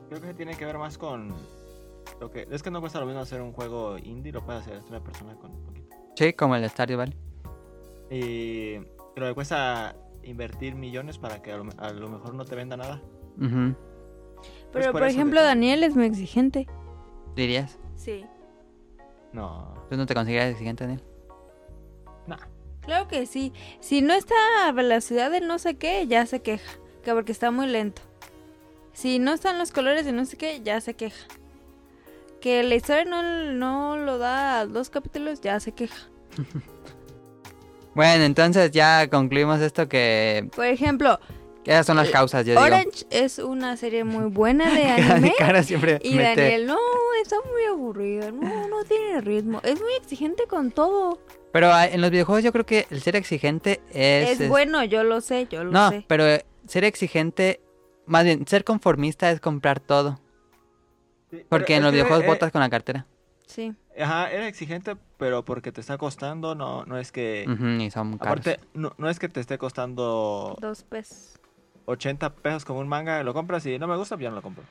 Speaker 3: creo que tiene que ver más con lo que es que no cuesta lo mismo hacer un juego indie, lo puede hacer hasta una persona con un poquito.
Speaker 2: Sí, como el Stardew Valley.
Speaker 3: Y pero le cuesta invertir millones para que a lo, a lo mejor no te venda nada.
Speaker 2: Ujú.
Speaker 1: Pero
Speaker 3: por
Speaker 1: por
Speaker 3: eso
Speaker 1: ejemplo,
Speaker 3: que-
Speaker 1: Daniel es muy exigente.
Speaker 2: ¿Dirías?
Speaker 1: Sí.
Speaker 3: No,
Speaker 2: ¿Tú no te consideras exigente, Daniel?
Speaker 3: nada.
Speaker 1: Claro que sí. Si no está a velocidad de no sé qué, ya se queja. Que porque está muy lento. Si no están los colores de no sé qué, ya se queja. Que la historia no, no lo da a dos capítulos, ya se queja.
Speaker 2: Bueno, entonces ya concluimos esto que...
Speaker 1: Por ejemplo,
Speaker 2: Esas son las causas, yo digo.
Speaker 1: Orange es una serie muy buena de anime.
Speaker 2: Mi cara siempre
Speaker 1: Y
Speaker 2: mete-
Speaker 1: Daniel, no, está muy aburrido. No, no tiene ritmo. Es muy exigente con todo.
Speaker 2: Pero ah, en los videojuegos yo creo que el ser exigente es...
Speaker 1: Es,
Speaker 2: es-
Speaker 1: bueno, yo lo sé, yo lo
Speaker 2: No,
Speaker 1: sé.
Speaker 2: pero eh, ser exigente, más bien, ser conformista es comprar todo.
Speaker 3: Sí, pero
Speaker 2: Porque en
Speaker 3: es
Speaker 2: los
Speaker 3: que,
Speaker 2: videojuegos
Speaker 3: eh,
Speaker 2: botas con la cartera.
Speaker 1: Sí.
Speaker 3: Ajá, era exigente, pero porque te está costando, no, no es que...
Speaker 2: Ujú, y son caros.
Speaker 3: Eh, Aparte, no, no es que te esté costando
Speaker 1: Dos pesos.
Speaker 3: 80 pesos como un manga, lo compras y no me gusta, pues ya no lo compro.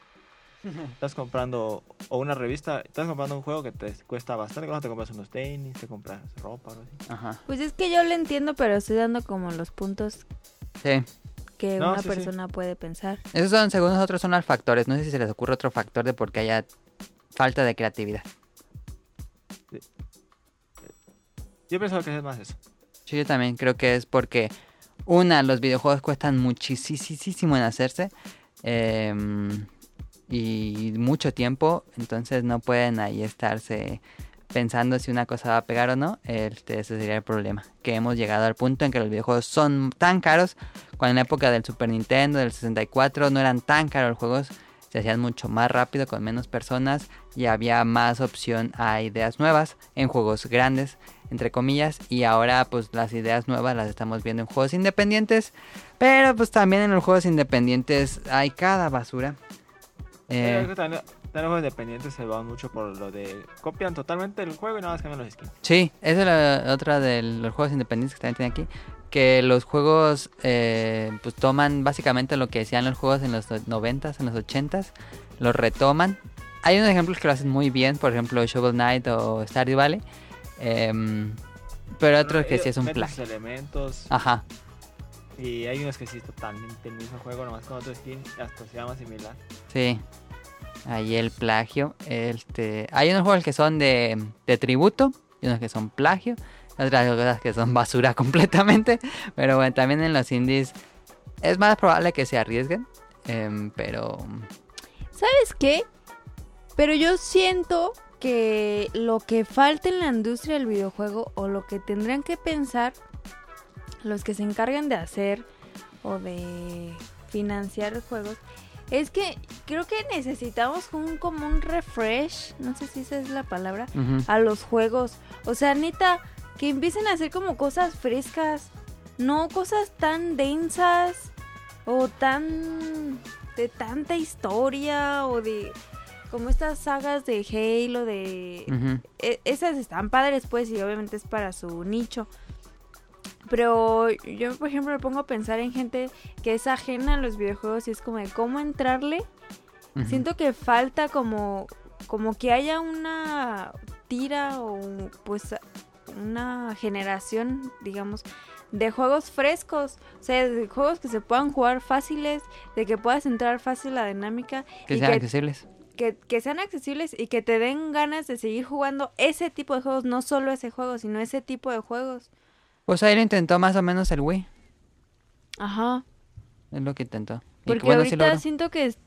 Speaker 3: Estás comprando o una revista, estás comprando un juego que te cuesta bastante, cosa, te compras unos tenis, te compras ropa, algo así.
Speaker 2: Ajá.
Speaker 1: Pues es que yo lo entiendo, pero estoy dando como los puntos
Speaker 2: Sí.
Speaker 1: que
Speaker 3: No,
Speaker 1: una
Speaker 3: sí, sí.
Speaker 1: persona puede pensar.
Speaker 2: Esos son, según nosotros, son los factores. No sé si se les ocurre otro factor de por qué haya falta de creatividad.
Speaker 3: Yo pensaba que es más eso.
Speaker 2: Sí, yo también creo que es porque, una, los videojuegos cuestan muchísimo en hacerse. em, y mucho tiempo, entonces no pueden ahí estarse pensando si una cosa va a pegar o no. Este, ese sería el problema. Que hemos llegado al punto en que los videojuegos son tan caros, cuando en la época del Super Nintendo, del 64, no eran tan caros los juegos. Se hacían mucho más rápido con menos personas y había más opción a ideas nuevas en juegos grandes entre comillas, y ahora pues las ideas nuevas las estamos viendo en juegos independientes, pero pues también en los juegos independientes hay cada basura. Eh,
Speaker 3: Pero creo que también, también los juegos independientes se van mucho por lo de copian totalmente el juego y nada más cambian los skins.
Speaker 2: sí, esa es la otra de los juegos independientes que también tiene aquí, que los juegos eh, pues toman básicamente lo que decían los juegos en los 90s, en los 80s, los retoman. Hay unos ejemplos que lo hacen muy bien, por ejemplo Shovel Knight o Stardew Valley, em, pero otros que sí es un Ah.
Speaker 3: Meten
Speaker 2: plagio.
Speaker 3: sus elementos
Speaker 2: Ajá.
Speaker 3: y hay unos que sí es totalmente el mismo juego, nomás con otro skin, hasta se llama similar.
Speaker 2: Sí. Ahí el plagio. Este, hay unos juegos que son de, de tributo y unos que son plagio. Otras cosas que son basura completamente. Pero bueno, también en los indies es más probable que se arriesguen. em, pero
Speaker 1: ¿Sabes qué? Pero yo siento que lo que falta en la industria del videojuego o lo que tendrían que pensar los que se encargan de hacer o de financiar juegos es que creo que necesitamos un, como un refresh, no sé si esa es la palabra,
Speaker 2: ujú,
Speaker 1: a los juegos. O sea, neta, que empiecen a hacer como cosas frescas, no cosas tan densas o tan de tanta historia o de como estas sagas de Halo de
Speaker 2: ujú.
Speaker 1: e- esas están padres pues y obviamente es para su nicho. Pero yo por ejemplo me pongo a pensar en gente que es ajena a los videojuegos y es como de cómo entrarle
Speaker 2: Ujú.
Speaker 1: Siento que falta como, como que haya una tira o un- pues una generación, digamos, de juegos frescos, o sea, de juegos que se puedan jugar fáciles, de que puedas entrar fácil a la dinámica
Speaker 2: que
Speaker 1: y
Speaker 2: sean
Speaker 1: que-
Speaker 2: accesibles.
Speaker 1: que, que sean accesibles y que te den ganas de seguir jugando ese tipo de juegos, no solo ese juego, sino ese tipo de juegos.
Speaker 2: Pues ahí lo intentó más o menos el Wii.
Speaker 1: Ajá.
Speaker 2: Es lo que intentó. Y
Speaker 1: Porque
Speaker 2: que, bueno, sí
Speaker 1: ahorita
Speaker 2: logró.
Speaker 1: siento que, es-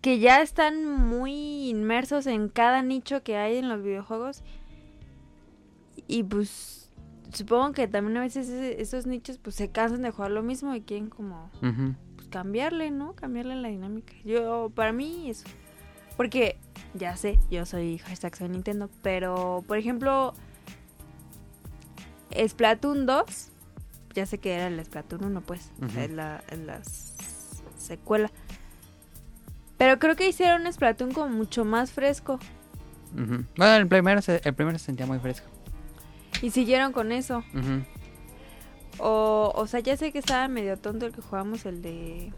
Speaker 1: que ya están muy inmersos en cada nicho que hay en los videojuegos. Y pues supongo que también a veces ese- esos nichos pues se cansan de jugar lo mismo y quieren como
Speaker 2: Ujú.
Speaker 1: pues, cambiarle, ¿no? Cambiarle la dinámica. Yo, para mí eso. Porque ya sé, yo soy hashtag soy Nintendo, pero por ejemplo Splatoon 2 ya sé que era el Splatoon 1, pues,
Speaker 2: Ujú.
Speaker 1: es, la, es la s- secuela. Pero creo que hicieron un Splatoon como mucho más fresco
Speaker 2: Ujú. Bueno, el primero, se, el primero se sentía muy fresco.
Speaker 1: y siguieron con eso.
Speaker 2: Ujú.
Speaker 1: O, o sea, ya sé que estaba medio tonto el que jugamos, el de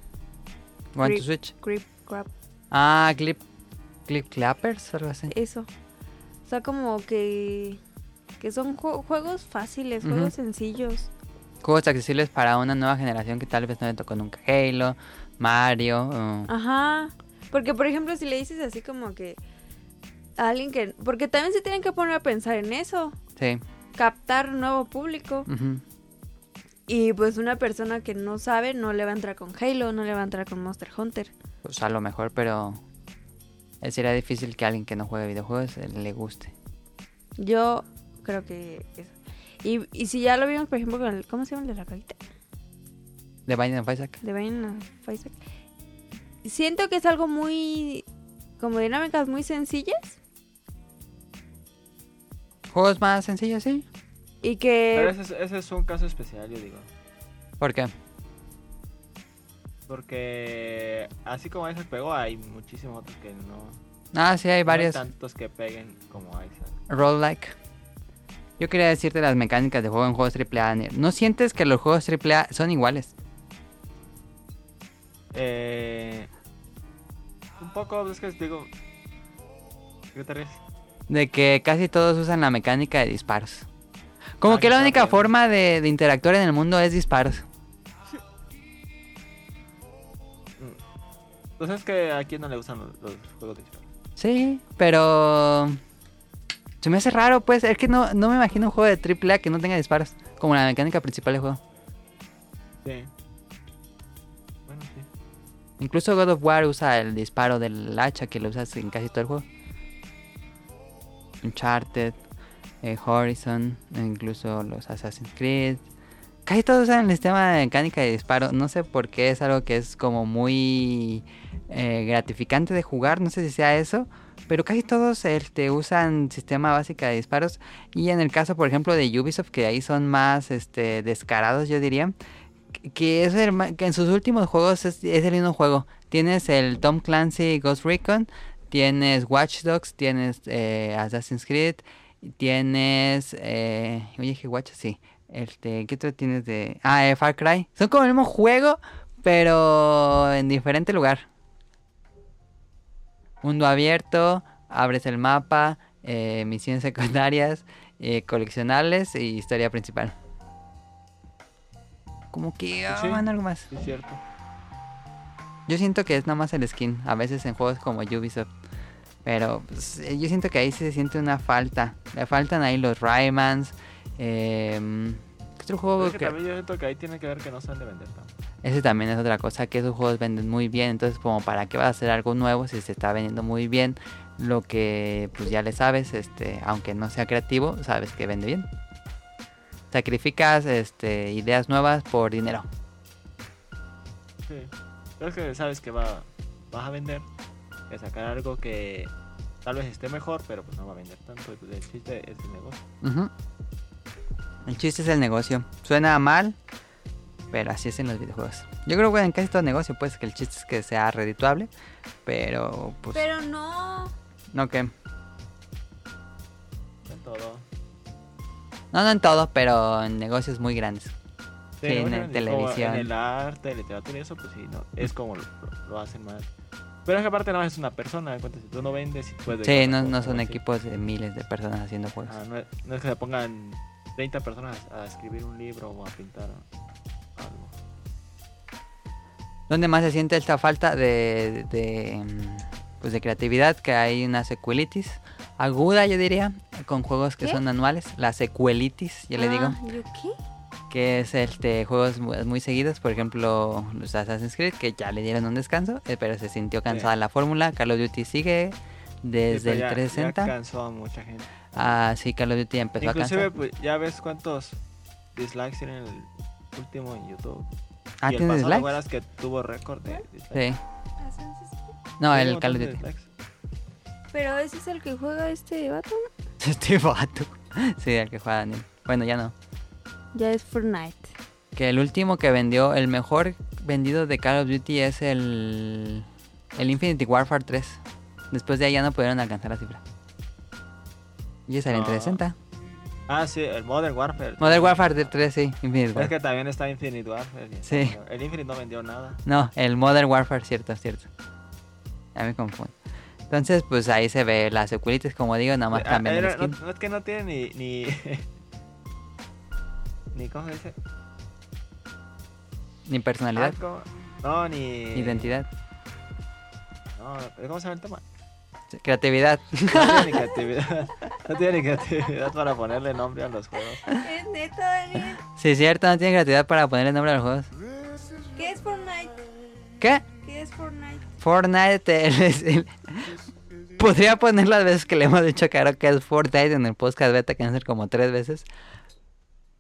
Speaker 2: One to
Speaker 1: Creep.
Speaker 2: Switch.
Speaker 1: Creep Crap,
Speaker 2: Ah, Clip, Clip Clappers, algo así.
Speaker 1: eso. O sea, como que, que son ju- juegos fáciles,
Speaker 2: Ujú.
Speaker 1: juegos sencillos.
Speaker 2: Juegos accesibles para una nueva generación que tal vez no le tocó nunca. Halo, Mario. uh,
Speaker 3: Ah.
Speaker 1: Ajá. Porque, por ejemplo, si le dices así como que a alguien que... Porque también se tienen que poner a pensar en eso,
Speaker 2: Sí.
Speaker 1: captar nuevo público.
Speaker 2: ujú.
Speaker 1: Y pues una persona que no sabe no le va a entrar con Halo, no le va a entrar con Monster Hunter.
Speaker 2: Pues a lo mejor, pero. eh, Sería difícil que alguien que no juegue videojuegos eh, le guste.
Speaker 1: Yo creo que eso. Y, y si ya lo vimos, por ejemplo, con el... ¿Cómo se llama el de la cajita?
Speaker 2: ¿De De Binding of Isaac.
Speaker 1: de Binding of Isaac. Siento que es algo muy. como dinámicas muy sencillas.
Speaker 2: Juegos más sencillos, sí.
Speaker 1: Y
Speaker 3: Pero
Speaker 2: Eh,
Speaker 1: que.
Speaker 3: ese es, ese es un caso especial, yo digo.
Speaker 2: ¿Por qué?
Speaker 3: Porque así como Isaac pegó, hay muchísimos otros que no.
Speaker 2: Ah, sí, hay
Speaker 3: no hay
Speaker 2: varios.
Speaker 3: tantos que peguen como Isaac.
Speaker 2: Roguelike. Yo quería decirte las mecánicas de juego en juegos AAA. Daniel. ¿No sientes que los juegos AAA son iguales?
Speaker 3: Eh, un poco, es que digo. ¿Qué te ríes?
Speaker 2: De que casi todos usan la mecánica de disparos. Como
Speaker 3: Ah,
Speaker 2: que la
Speaker 3: quizá,
Speaker 2: única
Speaker 3: pero-
Speaker 2: forma de, de interactuar en el mundo es disparos.
Speaker 3: Tú sabes Pues que a quién no le gustan los, los juegos de disparos.
Speaker 2: Sí, pero... Se me hace raro, pues. Es que no, no me imagino un juego de AAA que no tenga disparos. Como la mecánica principal del juego.
Speaker 3: Sí. Bueno, sí.
Speaker 2: Incluso God of War usa el disparo del hacha que lo usas en casi todo el juego. Uncharted, eh, Horizon, e incluso los Assassin's Creed. Casi todos usan el sistema de mecánica de disparo. No sé por qué es algo que es como muy eh, gratificante de jugar. No sé si sea eso. Pero casi todos este, usan sistema básica de disparos. Y en el caso, por ejemplo, de Ubisoft, que ahí son más este, descarados, yo diría que es el ma- que en sus últimos juegos es, es el mismo juego. Tienes el Tom Clancy Ghost Recon, tienes Watch Dogs, tienes eh, Assassin's Creed, tienes... Eh, oye, dije Watch, sí. Este, ¿Qué otro tienes de...? Ah, eh, Far Cry. Son como el mismo juego, pero en diferente lugar. Mundo abierto, abres el mapa, eh, misiones secundarias, eh, coleccionables y historia principal. Como que ah,
Speaker 3: Sí.
Speaker 2: van algo más.
Speaker 3: Sí, es cierto.
Speaker 2: Yo siento que es nada más el skin, a veces en juegos como Ubisoft. Pero pues, eh, yo siento que ahí sí se siente una falta. Le faltan ahí los Raymans. Eh, ¿qué otro
Speaker 3: Pero
Speaker 2: juego
Speaker 3: es que
Speaker 2: que-
Speaker 3: también yo siento que ahí tiene que ver que no saben de vender tanto.
Speaker 2: Ese también es otra cosa, que esos juegos venden muy bien. Entonces, como para qué vas a hacer algo nuevo si se está vendiendo muy bien lo que pues ya le sabes, este, aunque no sea creativo, sabes que vende bien. Sacrificas este, ideas nuevas por dinero.
Speaker 3: Sí. Pero es que sabes que va, vas a vender, que sacar algo que tal vez esté mejor, pero pues no va a vender tanto. Y pues el chiste es el negocio.
Speaker 2: Ujú. El chiste es el negocio. Suena mal, pero así es en los videojuegos. Yo creo que en casi todo negocio, pues, que el chiste es que sea redituable, pero pues
Speaker 1: Pero no.
Speaker 2: no que
Speaker 3: En todo.
Speaker 2: no no en todo, pero en negocios muy grandes. Sí, en
Speaker 3: bueno,
Speaker 2: el
Speaker 3: y como
Speaker 2: televisión.
Speaker 3: En el arte, literatura y eso, pues sí, no, es como lo, lo hacen más. Pero es que aparte nada más es una persona, de cuenta, si tú no vendes, si puedes...
Speaker 2: Sí, no, no son equipos de miles de personas haciendo juegos.
Speaker 3: no, es, no es que se pongan 30 personas a escribir un libro o a pintar algo.
Speaker 2: ¿Dónde más se siente esta falta de, de, mm, pues de creatividad? Que hay una secuelitis aguda, yo diría, con juegos que
Speaker 1: ¿Qué?
Speaker 2: son anuales. La secuelitis, yo le digo,
Speaker 1: Ah, ¿yo qué?
Speaker 2: que es este juegos mu- muy, seguidos. Por ejemplo, los Assassin's Creed, que ya le dieron un descanso, eh, pero se sintió cansada la fórmula. Call of Duty sigue
Speaker 3: Sí,
Speaker 2: desde
Speaker 3: pero ya-
Speaker 2: el
Speaker 3: Ya
Speaker 2: 360.
Speaker 3: cansó a mucha gente.
Speaker 2: Ah, sí, Call of Duty empezó a
Speaker 3: Inclusive,
Speaker 2: cansar.
Speaker 3: pues ya ves cuántos dislikes tiene el último en YouTube.
Speaker 2: Ah,
Speaker 3: y el
Speaker 2: ¿tienes
Speaker 3: pasado, ¿te
Speaker 2: dislikes?
Speaker 3: acuerdas que tuvo récord de dislikes?
Speaker 2: Sí.
Speaker 1: Ah,
Speaker 2: No,
Speaker 3: Tiene
Speaker 2: el
Speaker 3: un
Speaker 2: Call of
Speaker 3: montón de
Speaker 2: Duty.
Speaker 3: dislikes.
Speaker 1: Pero ese es el que juega este vato.
Speaker 2: Este vato. Sí, el que juega Daniel. Bueno, ya no.
Speaker 1: Ya es Fortnite.
Speaker 2: Que el último que vendió, el mejor vendido de Call of Duty es el. El Infinity Warfare 3. Después de ahí ya no pudieron alcanzar la cifra. Y es el
Speaker 3: Ah.
Speaker 2: 360.
Speaker 3: Ah, sí, el Modern Warfare.
Speaker 2: Modern Warfare 3, sí. Infinity
Speaker 3: Es
Speaker 2: Warfare.
Speaker 3: que también está Infinite Warfare. y
Speaker 2: Sí.
Speaker 3: está- El Infinite no vendió nada.
Speaker 2: No, el Modern Warfare, cierto, cierto. Ya me confundo. Entonces, pues ahí se ve las secuelitis, como digo, nada más
Speaker 3: Ah,
Speaker 2: cambian el
Speaker 3: era- no,
Speaker 2: skin.
Speaker 3: no, es que no tiene ni. Ni, ni ¿Cómo se dice?
Speaker 2: Ni
Speaker 3: Ah,
Speaker 2: personalidad,
Speaker 3: ¿cómo? No, ni.
Speaker 2: ni identidad.
Speaker 3: No, ¿cómo se llama el tema?
Speaker 2: Creatividad.
Speaker 3: No tiene ni creatividad. No tiene ni creatividad para ponerle nombre a los juegos.
Speaker 1: Es neta, Daniel.
Speaker 2: sí, cierto, no tienen creatividad para ponerle nombre a los juegos.
Speaker 1: ¿Qué es Fortnite?
Speaker 2: ¿Qué?
Speaker 1: ¿Qué es Fortnite?
Speaker 2: Fortnite el- es el- Podría poner las veces que le hemos dicho a Caro que es Fortnite en el podcast beta, que van a ser como tres veces.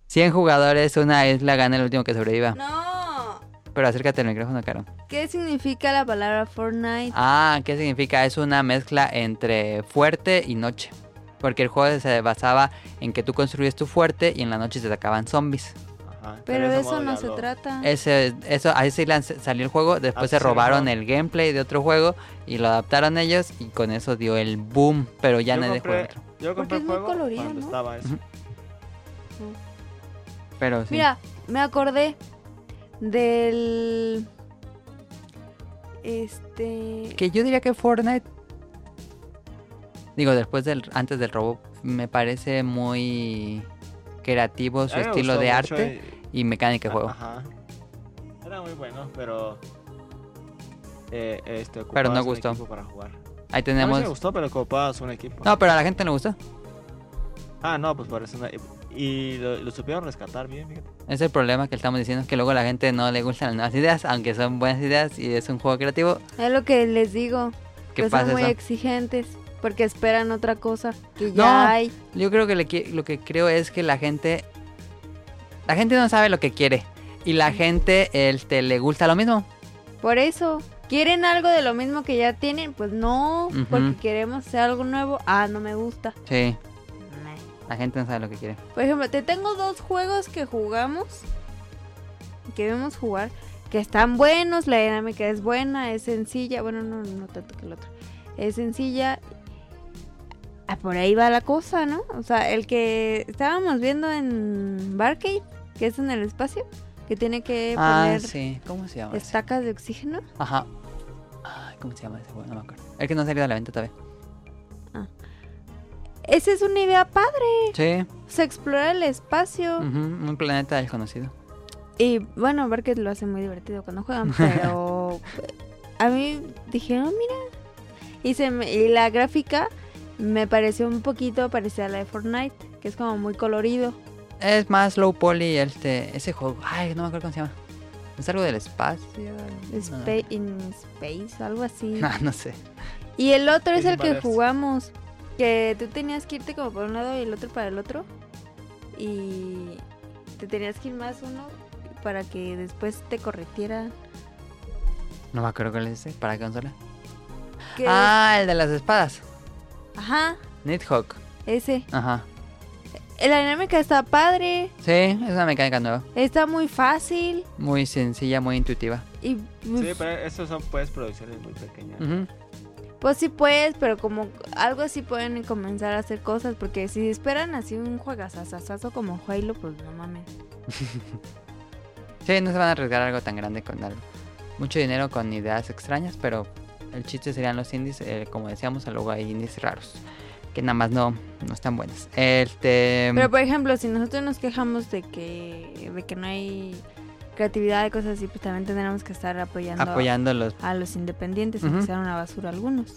Speaker 2: 100 jugadores, una isla gana el último que sobreviva.
Speaker 1: No.
Speaker 2: Pero acércate al micrófono, Caro.
Speaker 1: ¿Qué significa la palabra Fortnite?
Speaker 2: Ah, ¿qué significa? Es una mezcla entre fuerte y noche. Porque el juego se basaba en que tú construyes tu fuerte y en la noche se te acaban zombies.
Speaker 3: Ajá,
Speaker 1: Pero
Speaker 3: ese
Speaker 1: eso
Speaker 3: modo
Speaker 1: no
Speaker 3: ya
Speaker 1: se
Speaker 3: lo-
Speaker 1: trata.
Speaker 2: Ese, eso, ahí sí lanz- salió el juego, después
Speaker 3: Ah,
Speaker 2: se
Speaker 3: sí,
Speaker 2: robaron
Speaker 3: ¿no?
Speaker 2: el gameplay de otro juego y lo adaptaron ellos y con eso dio el boom, pero ya
Speaker 3: Yo
Speaker 2: nadie
Speaker 3: compré-
Speaker 2: juega otro.
Speaker 3: Yo compré
Speaker 1: es
Speaker 3: el
Speaker 1: muy
Speaker 3: juego
Speaker 1: colorido,
Speaker 3: cuando
Speaker 1: ¿no?
Speaker 3: estaba eso.
Speaker 2: Pero sí.
Speaker 1: Mira, me acordé del... Este...
Speaker 2: Que yo diría que Fortnite. Digo, después del. antes del robo. Me parece muy creativo su
Speaker 3: A mí me
Speaker 2: estilo
Speaker 3: gustó
Speaker 2: de
Speaker 3: mucho
Speaker 2: arte
Speaker 3: y-
Speaker 2: y, mecánica de juego.
Speaker 3: Ajá. Era muy bueno, pero... Eh, este,
Speaker 2: Pero no
Speaker 3: ocupabas un
Speaker 2: gustó.
Speaker 3: equipo Para jugar.
Speaker 2: Ahí
Speaker 3: A mí
Speaker 2: tenemos.
Speaker 3: sí me gustó, pero ocupabas un equipo.
Speaker 2: no, pero a la gente le gusta.
Speaker 3: Ah, no, pues por eso... no- Y lo, lo supieron rescatar bien, fíjate.
Speaker 2: Es el problema que estamos diciendo. Que luego a la gente no le gustan las nuevas ideas. Aunque son buenas ideas y es un juego creativo.
Speaker 1: Es lo que les digo.
Speaker 2: ¿Qué
Speaker 1: que
Speaker 2: pasa
Speaker 1: son muy
Speaker 2: eso?
Speaker 1: exigentes porque esperan otra cosa que ya
Speaker 2: No.
Speaker 1: hay.
Speaker 2: Yo creo que le qui- lo que creo es que la gente. La gente no sabe lo que quiere. Y la gente este, le gusta lo mismo.
Speaker 1: Por eso, ¿quieren algo de lo mismo que ya tienen? Pues no,
Speaker 2: Ujú.
Speaker 1: porque queremos hacer algo nuevo. Ah, no me gusta.
Speaker 2: Sí, la gente no sabe lo que quiere.
Speaker 1: Por ejemplo, te tengo dos juegos que jugamos, que debemos jugar, que están buenos, la dinámica es buena, es sencilla. Bueno, no, no tanto que el otro. Es sencilla. Ah, por ahí va la cosa, ¿no? O sea, el que estábamos viendo en Barcade, que es en el espacio, que tiene que
Speaker 2: Ah,
Speaker 1: poner
Speaker 2: sí. ¿Cómo se llama? ese?
Speaker 1: estacas de oxígeno.
Speaker 2: Ajá. Ay, ¿Cómo se llama ese juego? No me acuerdo. El que no ha salido a la venta todavía.
Speaker 1: Esa es una idea padre.
Speaker 2: Sí.
Speaker 1: O sea, explorar el espacio.
Speaker 2: ujú, Un planeta desconocido.
Speaker 1: Y bueno, Barket lo hace muy divertido cuando juegan, pero a mí dije, oh, mira. Y, se me- y la gráfica me pareció un poquito parecida a la de Fortnite, que es como muy colorido.
Speaker 2: Es más low poly este, ese juego. Ay, no me acuerdo cómo se llama. ¿Es algo del espacio?
Speaker 1: Spa- in Space, algo así.
Speaker 2: No, Ah, no sé.
Speaker 1: Y el otro es
Speaker 3: Space
Speaker 1: el que
Speaker 3: Invaders.
Speaker 1: jugamos, que tú tenías que irte como por un lado y el otro para el otro. Y te tenías que ir más uno para que después te corretieran.
Speaker 2: No me acuerdo cuál es ese. ¿Para qué consola?
Speaker 1: Que-
Speaker 2: Ah, el de las espadas.
Speaker 1: Ajá,
Speaker 2: Nidhogg.
Speaker 1: ese.
Speaker 2: Ajá.
Speaker 1: La dinámica está padre.
Speaker 2: Sí, es una mecánica nueva.
Speaker 1: Está muy fácil
Speaker 2: Muy sencilla, muy intuitiva.
Speaker 1: y
Speaker 3: Sí, pero estos son, pues, producciones muy pequeñas.
Speaker 2: Ujú.
Speaker 1: pues sí puedes, pero como algo así pueden comenzar a hacer cosas porque si esperan así un juegazazazazo como Halo, pues no mames.
Speaker 2: Sí, no se van a arriesgar algo tan grande con algo. Mucho dinero con ideas extrañas, pero el chiste serían los indies, eh, como decíamos, luego hay indies raros. Que nada más no, no están buenos. Este.
Speaker 3: Em.
Speaker 1: Pero por ejemplo, si nosotros nos quejamos de que de que no hay creatividad y cosas así, pues también tendríamos que estar apoyando,
Speaker 2: apoyando los.
Speaker 1: a los independientes,
Speaker 2: Ujú.
Speaker 1: aunque sean una basura algunos.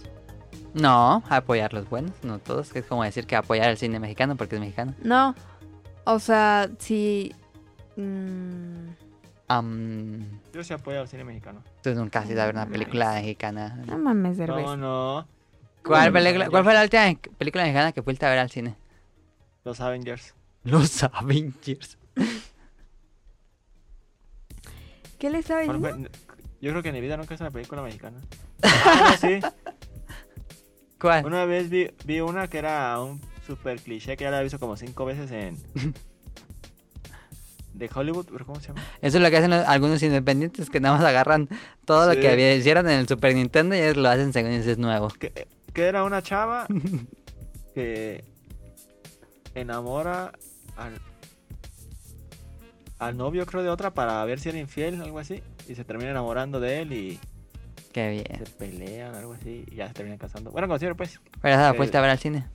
Speaker 2: No, apoyar los buenos, no todos. Que es como decir que apoyar el cine mexicano porque es mexicano.
Speaker 1: No. O sea, si mm,
Speaker 2: Am,
Speaker 3: Yo sí apoyo al cine mexicano.
Speaker 2: tú nunca has ido a ver una película mexicana.
Speaker 1: no mames,
Speaker 3: ¿Cómo
Speaker 1: cerveza.
Speaker 3: no?
Speaker 2: ¿Cuál,
Speaker 3: Los
Speaker 2: película- cuál
Speaker 3: Avengers.
Speaker 2: fue la última película mexicana que fuiste a ver al cine?
Speaker 3: Los Avengers.
Speaker 2: Los Avengers.
Speaker 1: ¿Qué le estaba
Speaker 3: ¿Cuál
Speaker 1: diciendo?
Speaker 3: fue? Yo creo que en mi vida nunca he visto una película mexicana. Ah, no, sí.
Speaker 2: ¿Cuál?
Speaker 3: Una vez vi, vi una que era un super cliché que ya la he visto como cinco veces en. De Hollywood, pero ¿cómo se llama?
Speaker 2: Eso es lo que hacen los- algunos independientes que nada más agarran todo lo
Speaker 3: Sí.
Speaker 2: que había- hicieron en el Super Nintendo y ellos lo hacen según es nuevo.
Speaker 3: Que, que era una chava que enamora al, al novio, creo, de otra para ver si era infiel, algo así. Y se termina enamorando de él y
Speaker 2: Qué bien.
Speaker 3: se pelean, algo así. Y ya se terminan casando. Bueno, como siempre, pues.
Speaker 2: Pero esa la
Speaker 3: Sí.
Speaker 2: fuiste a ver al cine.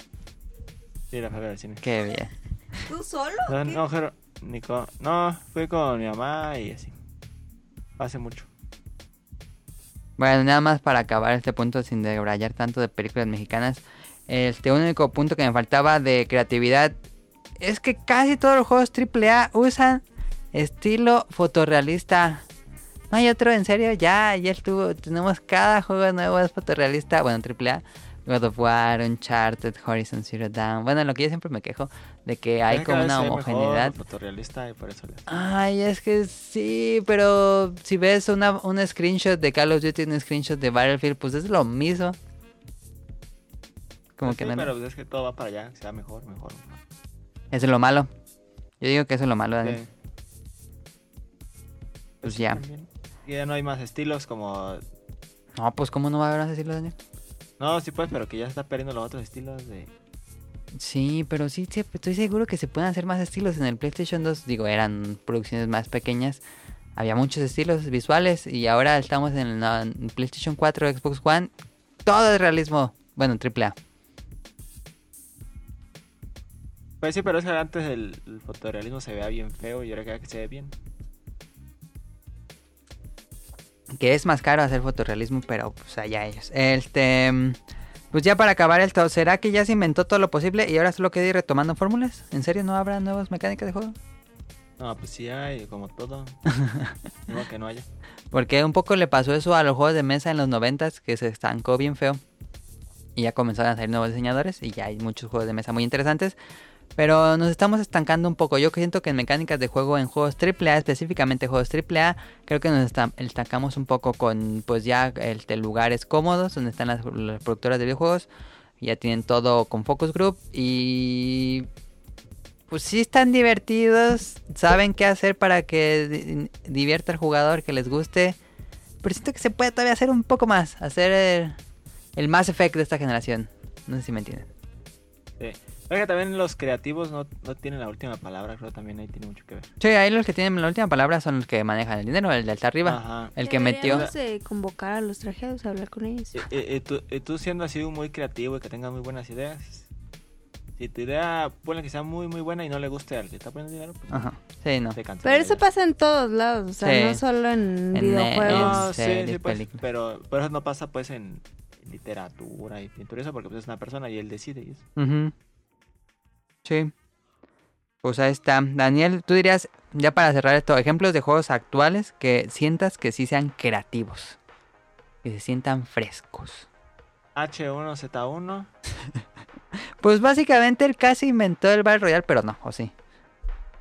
Speaker 3: Sí, la fui a ver al cine.
Speaker 2: Qué bien.
Speaker 1: ¿Tú solo?
Speaker 3: No, no, pero- ni con- no, fui con mi mamá y así. Hace mucho.
Speaker 2: Bueno, nada más para acabar este punto sin debrayar tanto de películas mexicanas. Este único punto que me faltaba de creatividad es que casi todos los juegos AAA usan estilo fotorrealista. No hay otro, en serio, ya, ya estuvo. Tenemos cada juego nuevo es fotorrealista, bueno, AAA, God of War, Uncharted, Horizon Zero Dawn. Bueno, lo que yo siempre me quejo de que hay
Speaker 3: Cada
Speaker 2: como
Speaker 3: vez
Speaker 2: una
Speaker 3: se ve mejor,
Speaker 2: homogeneidad.
Speaker 3: fotorrealista y por eso le-
Speaker 2: Ay, es que sí, pero si ves una, un screenshot de Call of Duty, un screenshot de Battlefield, pues es lo mismo. Como
Speaker 3: Pues
Speaker 2: que
Speaker 3: sí,
Speaker 2: no,
Speaker 3: Pero pues, es que todo va para allá, que sea mejor, mejor. mejor.
Speaker 2: Eso es lo malo. Yo digo que eso es lo malo, Daniel.
Speaker 3: Sí.
Speaker 2: Pues ya.
Speaker 3: También. Y ya no hay más estilos como...
Speaker 2: No, pues ¿cómo no va a haber decirlo, Daniel?
Speaker 3: No, sí pues, pero que ya está perdiendo los otros estilos de...
Speaker 2: Sí, pero sí, sí, estoy seguro que se pueden hacer más estilos en el PlayStation 2. Digo, eran producciones más pequeñas. Había muchos estilos visuales y ahora estamos en, la- en PlayStation 4, Xbox One. Todo es realismo. Bueno, triple A.
Speaker 3: Pues sí, pero es que antes el, el fotorealismo se vea bien feo y ahora que se ve bien.
Speaker 2: Que es más caro hacer fotorrealismo, pero pues allá ellos. Este. mm, Pues ya para acabar el todo, ¿será que ya se inventó todo lo posible y ahora solo queda ir retomando fórmulas? ¿En serio no habrá nuevas mecánicas de juego?
Speaker 3: No, pues sí hay, como todo. Digo que no haya.
Speaker 2: Porque un poco le pasó eso a los juegos de mesa en los 90 que se estancó bien feo. Y ya comenzaron a salir nuevos diseñadores y ya hay muchos juegos de mesa muy interesantes. Pero nos estamos estancando un poco. Yo que siento que en mecánicas de juego, en juegos AAA, específicamente juegos AAA, creo que nos esta- estancamos un poco con pues ya este, lugares cómodos donde están las, las productoras de videojuegos. Ya tienen todo con focus group y pues sí están divertidos, saben qué hacer para que di- divierta al jugador, que les guste. Pero siento que se puede todavía hacer un poco más, hacer el, el Mass Effect de esta generación. No sé si me entienden.
Speaker 3: Sí. Oiga, también los creativos no, no tienen la última palabra, creo también ahí tiene mucho que ver.
Speaker 2: Sí, ahí los que tienen la última palabra son los que manejan el dinero, el de alta arriba,
Speaker 3: Ajá.
Speaker 2: el que metió.
Speaker 3: Deberíamos-
Speaker 1: de convocar a los trajeados a hablar con ellos.
Speaker 3: Y, y- y Eh, tú, y tú siendo así muy creativo y que tengas muy buenas ideas, si tu idea, ponle que sea muy muy buena y no le guste al que está poniendo dinero, pues
Speaker 2: Ajá, sí, no.
Speaker 3: te cancela
Speaker 1: Pero eso
Speaker 3: ya.
Speaker 1: pasa en todos lados, o sea,
Speaker 2: Sí.
Speaker 1: no solo en,
Speaker 2: En-
Speaker 1: videojuegos.
Speaker 3: No,
Speaker 2: en
Speaker 3: sí,
Speaker 2: series,
Speaker 3: sí, pues,
Speaker 2: películas.
Speaker 3: pero, pero eso no pasa pues en literatura y pintura, eso porque pues, es una persona y él decide. y eso.
Speaker 2: Ujú. Sí. Pues ahí está. Daniel, tú dirías, ya para cerrar esto, ejemplos de juegos actuales que sientas que sí sean creativos, que se sientan frescos.
Speaker 3: H1Z1,
Speaker 2: Pues básicamente él casi inventó el Battle Royale, pero no, o sí.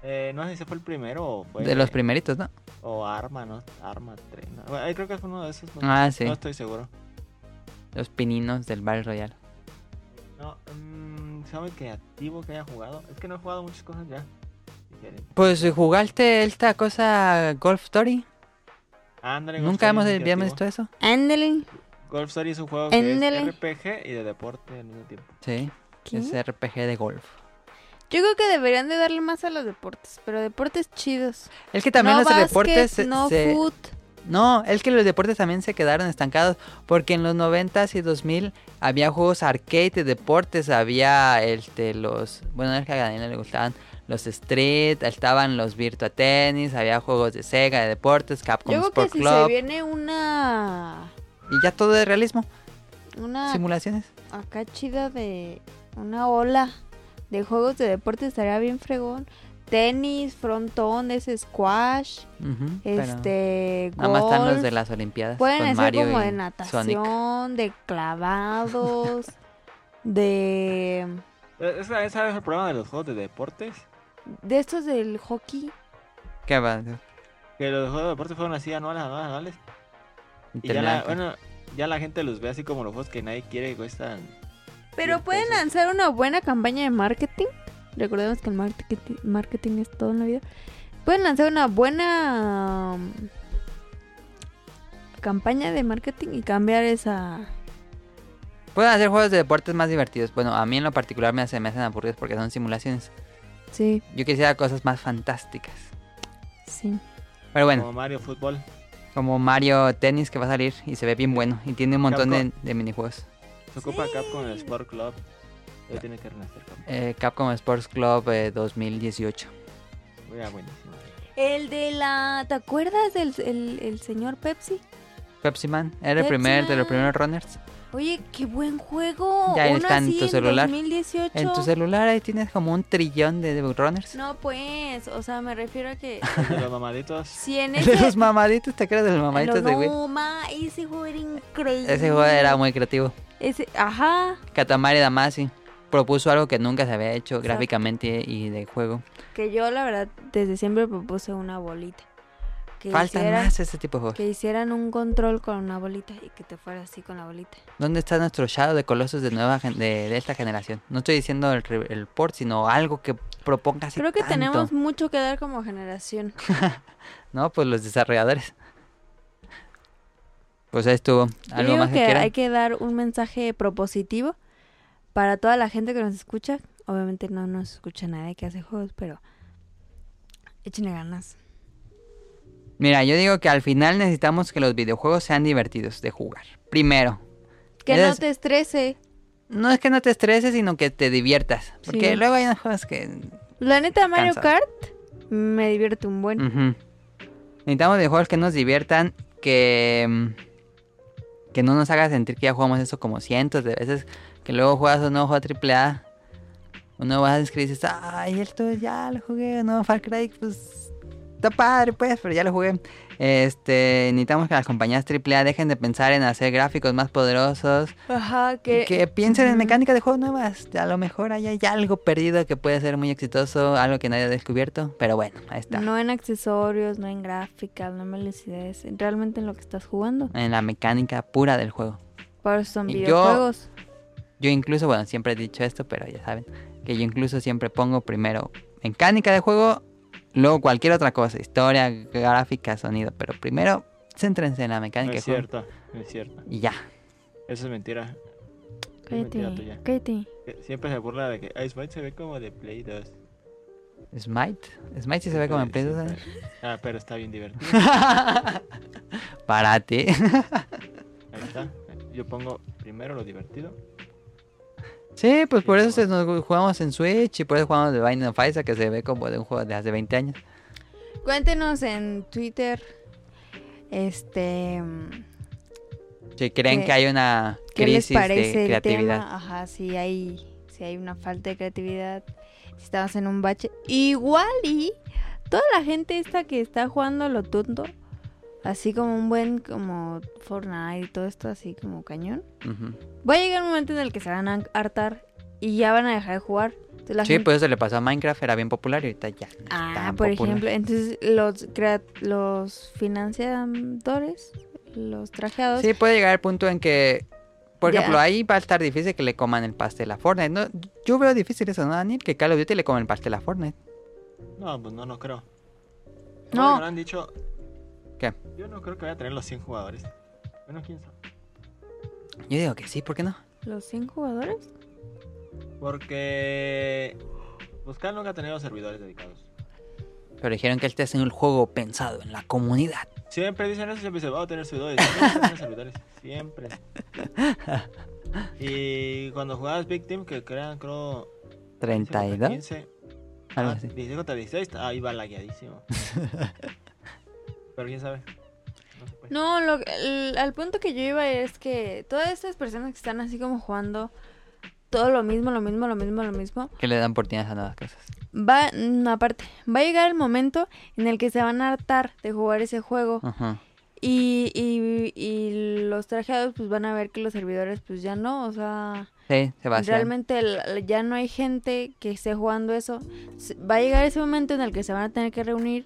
Speaker 3: eh, no sé si fue el primero o fue...
Speaker 2: de los primeritos, ¿no?
Speaker 3: O Arma, ¿no? Arma 3. ¿no? Bueno, ahí creo que fue uno de esos. No,
Speaker 2: Ah, sí.
Speaker 3: no estoy seguro.
Speaker 2: Los pininos del Battle Royale.
Speaker 3: No, mm, se llama el creativo que haya jugado. Es que no he jugado muchas cosas ya. Diferente.
Speaker 2: Pues jugaste esta cosa Golf Story.
Speaker 3: Ándale, Golf
Speaker 2: Nunca
Speaker 3: Story
Speaker 2: hemos
Speaker 3: es muy
Speaker 2: habíamos visto
Speaker 3: creativo.
Speaker 2: eso.
Speaker 1: Ándale.
Speaker 3: Golf Story es un juego que
Speaker 1: Ándale.
Speaker 3: es RPG y de deporte al mismo tiempo.
Speaker 2: Sí.
Speaker 1: ¿Qué?
Speaker 2: Es RPG de golf.
Speaker 1: Yo creo que deberían de darle más a los deportes, pero deportes chidos.
Speaker 2: Es que también
Speaker 1: no
Speaker 2: los deportes eh, se-
Speaker 1: básquet, no
Speaker 2: se-
Speaker 1: foot.
Speaker 2: No, es que los deportes también se quedaron estancados porque en los 90s y 2000 había juegos arcade de deportes, había este los, bueno, es que a Daniel le gustaban los street, estaban los Virtua Tennis, había juegos de Sega de deportes, Capcom
Speaker 1: Yo creo que
Speaker 2: Sport
Speaker 1: si
Speaker 2: Club
Speaker 1: se viene una
Speaker 2: y ya todo de realismo,
Speaker 1: una
Speaker 2: simulaciones.
Speaker 1: acá chida de una ola de juegos de deporte estaría bien fregón. Tenis, frontones, squash,
Speaker 2: Ujú, pero
Speaker 1: este,
Speaker 2: nada más están los
Speaker 1: golf.
Speaker 2: de las Olimpiadas
Speaker 1: Pueden
Speaker 2: con
Speaker 1: hacer
Speaker 2: Mario
Speaker 1: como
Speaker 2: y
Speaker 1: de
Speaker 2: Sonic.
Speaker 1: natación, de clavados, de
Speaker 3: Eh, Es, que, ¿Sabes el problema de los juegos de deportes?
Speaker 1: de estos del hockey.
Speaker 2: ¿Qué va?
Speaker 3: Que los juegos de deportes fueron así anuales, anuales, anuales. Y ya la,
Speaker 2: Internet.
Speaker 3: bueno, ya la gente los ve así como los juegos que nadie quiere que cuestan.
Speaker 1: Pero
Speaker 3: Sí,
Speaker 1: pueden
Speaker 3: pues,
Speaker 1: lanzar una buena campaña de marketing. Recordemos que el marketing, marketing es todo en la vida. Pueden lanzar una buena mm, campaña de marketing y cambiar esa...
Speaker 2: Pueden hacer juegos de deportes más divertidos. Bueno, a mí en lo particular me, hace, me hacen aburridos porque son simulaciones.
Speaker 1: Sí,
Speaker 2: Yo quisiera cosas más fantásticas.
Speaker 1: sí.
Speaker 2: Pero bueno,
Speaker 3: Como Mario Fútbol.
Speaker 2: como Mario Tennis que va a salir y se ve bien bueno y tiene un montón de, de minijuegos.
Speaker 3: Se ocupa Capcom el Sport Club. Ya tiene que renacer Capcom.
Speaker 2: Eh, Capcom Sports Club eh, 2018.
Speaker 3: Mira, buenísimo.
Speaker 1: El de la... ¿Te acuerdas del el, el señor Pepsi?
Speaker 2: Pepsi Man era pues, el
Speaker 1: Pepsi
Speaker 2: primer de los
Speaker 1: Man.
Speaker 2: primeros runners.
Speaker 1: Oye, qué buen juego.
Speaker 2: Ya
Speaker 1: Uno
Speaker 2: está en
Speaker 1: así
Speaker 2: tu celular.
Speaker 1: 2018.
Speaker 2: En tu celular ahí tienes como un trillón de, de runners.
Speaker 1: no, pues, o sea, me refiero a que
Speaker 3: El de los mamaditos.
Speaker 1: si en ese...
Speaker 2: De los mamaditos, ¿te acuerdas de los mamaditos
Speaker 1: no,
Speaker 2: de Wii?
Speaker 1: ma, ese juego era increíble.
Speaker 2: Ese juego era muy creativo.
Speaker 1: Ese, ajá,
Speaker 2: Katamari Damacy propuso algo que nunca se había hecho
Speaker 1: Exacto.
Speaker 2: gráficamente y de juego.
Speaker 1: que yo la verdad desde siempre propuse una bolita. Que
Speaker 2: Faltan
Speaker 1: hicieran-
Speaker 2: más este tipo de juegos.
Speaker 1: Que hicieran un control con una bolita y que te fuera así con la bolita.
Speaker 2: ¿Dónde está nuestro Shadow de Colossus de nueva gen- de, de esta generación? No estoy diciendo el, re- el port, sino algo que proponga así
Speaker 1: Creo que
Speaker 2: tanto.
Speaker 1: tenemos mucho que dar como generación.
Speaker 2: No, pues los desarrolladores. Pues ahí estuvo.
Speaker 1: Yo
Speaker 2: ¿Algo
Speaker 1: digo
Speaker 2: más que,
Speaker 1: que
Speaker 2: quieran?
Speaker 1: hay que dar un mensaje propositivo para toda la gente que nos escucha. Obviamente no nos escucha nadie que hace juegos, pero échenle ganas.
Speaker 2: Mira, yo digo que al final necesitamos que los videojuegos sean divertidos de jugar. Primero.
Speaker 1: Que no
Speaker 2: Eres-
Speaker 1: te estrese.
Speaker 2: No es que no te estreses, sino que te diviertas. Porque
Speaker 1: Sí.
Speaker 2: luego hay unos juegos que...
Speaker 1: La neta, Mario
Speaker 2: Cansado. Mm.
Speaker 1: Kart me divierte un buen.
Speaker 2: Ujú. Necesitamos videojuegos que nos diviertan, que... mm, Que no nos haga sentir que ya jugamos eso como cientos de veces. Que luego juegas un nuevo juego AAA. Un nuevo Assassin's Creed y dices, ay, esto ya lo jugué. No, Far Cry, pues... Está padre, pues, pero ya lo jugué. Este, necesitamos que las compañías AAA dejen de pensar en hacer gráficos más poderosos.
Speaker 1: Ajá,
Speaker 2: que,
Speaker 1: que...
Speaker 2: piensen en
Speaker 1: Ujú.
Speaker 2: mecánicas de juego nuevas. A lo mejor ahí hay algo perdido que puede ser muy exitoso, algo que nadie ha descubierto. Pero bueno, ahí está.
Speaker 1: No en accesorios, no en gráficas, no en velocidades. Realmente en lo que estás jugando.
Speaker 2: En la mecánica pura del juego.
Speaker 1: Por eso son
Speaker 2: Y yo-
Speaker 1: videojuegos.
Speaker 2: Yo incluso, bueno, siempre he dicho esto, pero ya saben, que yo incluso siempre pongo primero mecánica de juego, luego cualquier otra cosa, historia, gráfica, sonido. Pero primero, céntrense en la
Speaker 3: No
Speaker 2: mecánica de
Speaker 3: es
Speaker 2: juego.
Speaker 3: cierto, no es cierto.
Speaker 2: Y ya.
Speaker 3: Eso es mentira. Es mentira
Speaker 1: Cállate,
Speaker 3: tuya.
Speaker 1: cállate.
Speaker 3: Que Siempre se burla de que Ice Bite se ve como de Play 2.
Speaker 2: Smite. Smite sí se ve como en Play
Speaker 3: Sí,
Speaker 2: 2, ¿eh?
Speaker 3: pero- Ah, pero está bien divertido.
Speaker 2: Para ti.
Speaker 3: Ahí está. Yo pongo primero lo divertido.
Speaker 2: Sí, pues
Speaker 3: Sí,
Speaker 2: por eso
Speaker 3: no.
Speaker 2: se nos jugamos en Switch y por eso jugamos de Binding of Isaac, que se ve como de un juego de hace 20 años.
Speaker 1: Cuéntenos en Twitter. Este. mm,
Speaker 2: Si creen
Speaker 1: ¿Qué-
Speaker 2: que hay una
Speaker 1: ¿Qué les
Speaker 2: crisis
Speaker 1: parece
Speaker 2: de
Speaker 1: el
Speaker 2: creatividad.
Speaker 1: tema? Ajá, si hay, si hay una falta de creatividad. Si estamos en un bache. Igual y toda la gente esta que está jugando a lo tonto. Así como un buen como Fortnite y todo esto así como cañón.
Speaker 2: Ujú.
Speaker 1: Va a llegar un momento en el que se van a hartar y ya van a dejar de jugar. Entonces, la
Speaker 2: Sí,
Speaker 1: gente-
Speaker 2: pues eso le pasó a Minecraft, era bien popular y ahorita ya. no es
Speaker 1: Ah,
Speaker 2: tan
Speaker 1: por
Speaker 2: popular.
Speaker 1: ejemplo, entonces los crea- los financiadores, los trajeados,
Speaker 2: Sí, puede llegar el punto en que, por
Speaker 1: Ya.
Speaker 2: ejemplo, ahí va a estar difícil que le coman el pastel a Fortnite. No, yo veo difícil eso, ¿no, Daniel? Que Call of Duty le coman el pastel a Fortnite.
Speaker 3: No, pues no, no creo.
Speaker 1: No.
Speaker 3: Como habrán dicho.
Speaker 2: ¿Qué?
Speaker 3: Yo no creo que vaya a tener los 100 jugadores. Bueno, quién sabe.
Speaker 2: Yo digo que sí, ¿por qué no?
Speaker 1: los 100 jugadores.
Speaker 3: Porque. Buscar nunca ha tenido servidores dedicados.
Speaker 2: Pero dijeron que este es un juego pensado en la comunidad.
Speaker 3: Siempre dicen eso, siempre dicen, va a tener servidores. Siempre va a tener servidores. Siempre. Y cuando jugabas Big Team, que crean, creo.
Speaker 2: 32,
Speaker 3: 15,
Speaker 2: algo
Speaker 3: ah,
Speaker 2: así.
Speaker 3: 16 contra 16. Ah, iba lagueadísimo. Pero quién sabe. No se puede.
Speaker 1: No, lo, el- al punto que yo iba es que todas estas personas que están así como jugando todo lo mismo, lo mismo, lo mismo, lo mismo,
Speaker 2: Que le dan oportunidades a nuevas cosas.
Speaker 1: va, no, aparte, va a llegar el momento en el que se van a hartar de jugar ese juego
Speaker 2: Ajá.
Speaker 1: y, y, y los trajeados pues van a ver que los servidores pues ya no, o sea...
Speaker 2: Sí, se va a hacer.
Speaker 1: Realmente el- el- ya no hay gente que esté jugando eso. Se- Va a llegar ese momento en el que se van a tener que reunir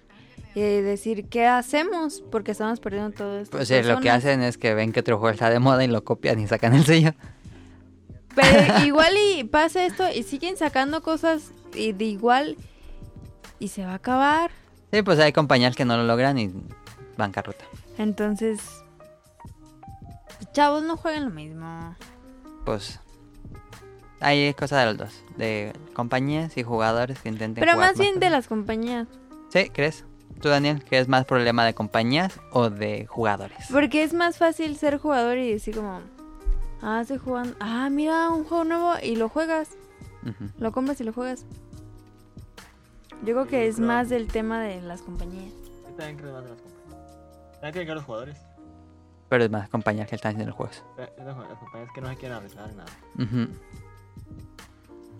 Speaker 1: y decir qué hacemos porque estamos perdiendo todo esto.
Speaker 2: Pues sí, lo que hacen es que ven que otro juego está de moda y lo copian y sacan el sello.
Speaker 1: Pero igual y pasa esto y siguen sacando cosas y de igual y se va a acabar.
Speaker 2: Sí, pues hay compañías que no lo logran y bancarrota.
Speaker 1: Entonces, chavos, no jueguen lo mismo.
Speaker 2: Pues hay cosa de los dos, de compañías y jugadores que intenten
Speaker 1: Pero
Speaker 2: jugar
Speaker 1: más bien de
Speaker 2: cosas.
Speaker 1: las compañías.
Speaker 2: Sí, ¿crees? Tú, Daniel, ¿crees más problema de compañías o de jugadores?
Speaker 1: Porque es más fácil ser jugador y decir como, ah, estoy jugando, ah, mira un juego nuevo y lo juegas.
Speaker 2: Ujú.
Speaker 1: Lo compras y lo juegas. Yo creo que es
Speaker 3: Claro.
Speaker 1: más del tema de las compañías.
Speaker 3: Yo también creo que van a tener las compañías. También tienen que ver los jugadores.
Speaker 2: Pero es más compañías que están haciendo los juegos.
Speaker 3: Eh, Las las compañías que no se quieren arriesgar en nada.
Speaker 2: Ujú.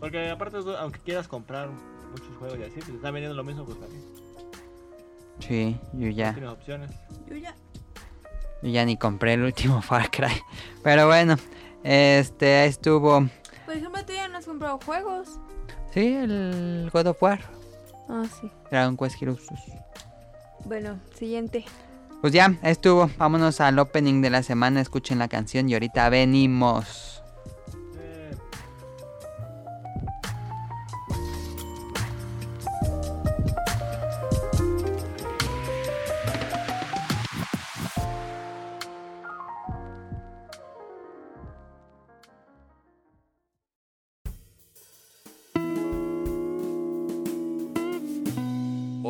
Speaker 3: Porque aparte, tú, aunque quieras comprar muchos juegos y así, si te están vendiendo lo mismo, pues aquí.
Speaker 2: Sí, yo ya,
Speaker 3: Tienes opciones.
Speaker 1: Yo ya.
Speaker 2: yo ya ni compré el último Far Cry. Pero bueno, Este, ahí estuvo.
Speaker 1: Por ejemplo, tú ya no has comprado juegos.
Speaker 2: Sí, el God of War.
Speaker 1: Ah, sí.
Speaker 2: Dragon Quest Heroes.
Speaker 1: Bueno, siguiente.
Speaker 2: Pues ya, ahí estuvo. Vámonos al opening de la semana. Escuchen la canción y ahorita venimos.
Speaker 3: Eh,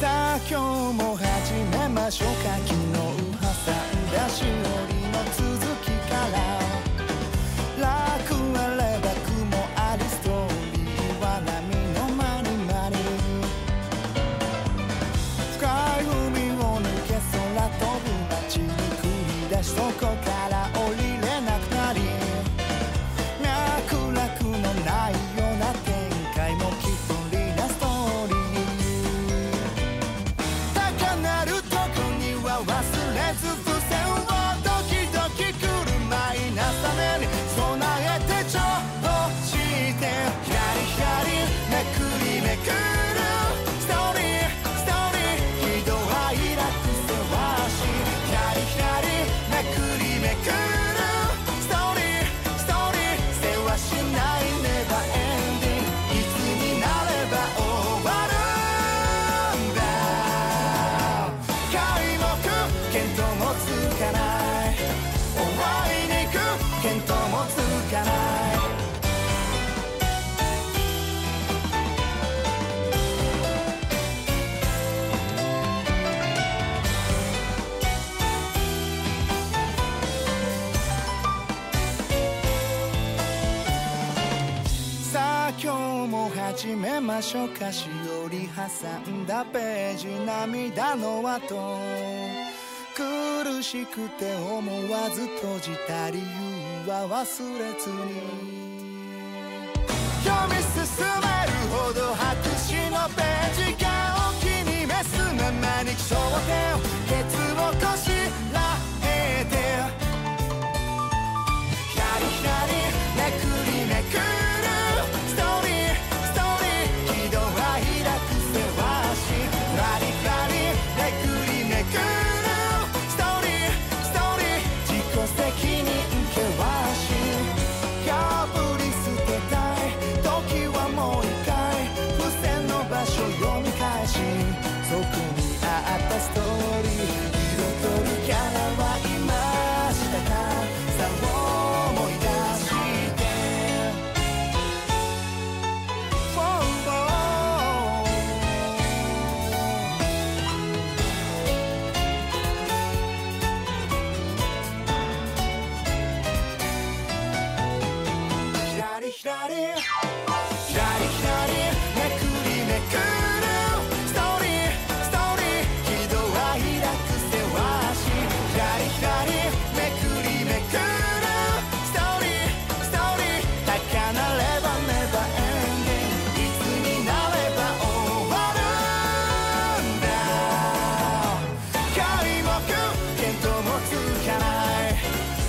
Speaker 5: さあ今日も始めましょうか昨日挟んだしおりの続きから楽あれば雲ありストーリーは波のまりまり深い海を抜け空飛ぶ街に繰り出しそこから降りれなくなり脈絡のないような展開も一人なストーリー高鳴るとこには忘れず付箋をドキドキ来るマイナスために備えてちょっとしてヒヤリヒヤリめくりめくるストーリーストーリー喜怒哀楽せわしヒヤリヒヤリめくりめくるストーリーストーリーせわしないネバーエンディングいつになれば終わるんだ開幕見当もつかない終わりに行く見当もつかないさあ今日も始めましょうかしおり挟んだページ涙の後苦しくて思わず閉じた理由は忘れずに読み進めるほど白紙のページがお気に召すままに焦点をケツをこしらえてヒャリヒャリめくりめくるストーリーストーリー喜怒哀楽せわしラリラリめくりめくるストーリーストーリー自己責任険しい破り捨てたい時はもう一回付箋の場所読み返しそこにあったストーリー彩るキャラはいましたかさあ思い出して「フォーフォー」ひらりひらりひらりひらりめくりめくるストーリーストーリー喜怒哀楽せわしひらりひらりめくりめくるストーリーストーリー高鳴ればネバーエンディングいつになれば終わるんだ開幕見当もつかない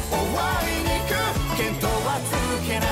Speaker 5: 終わりに行く見当はつけない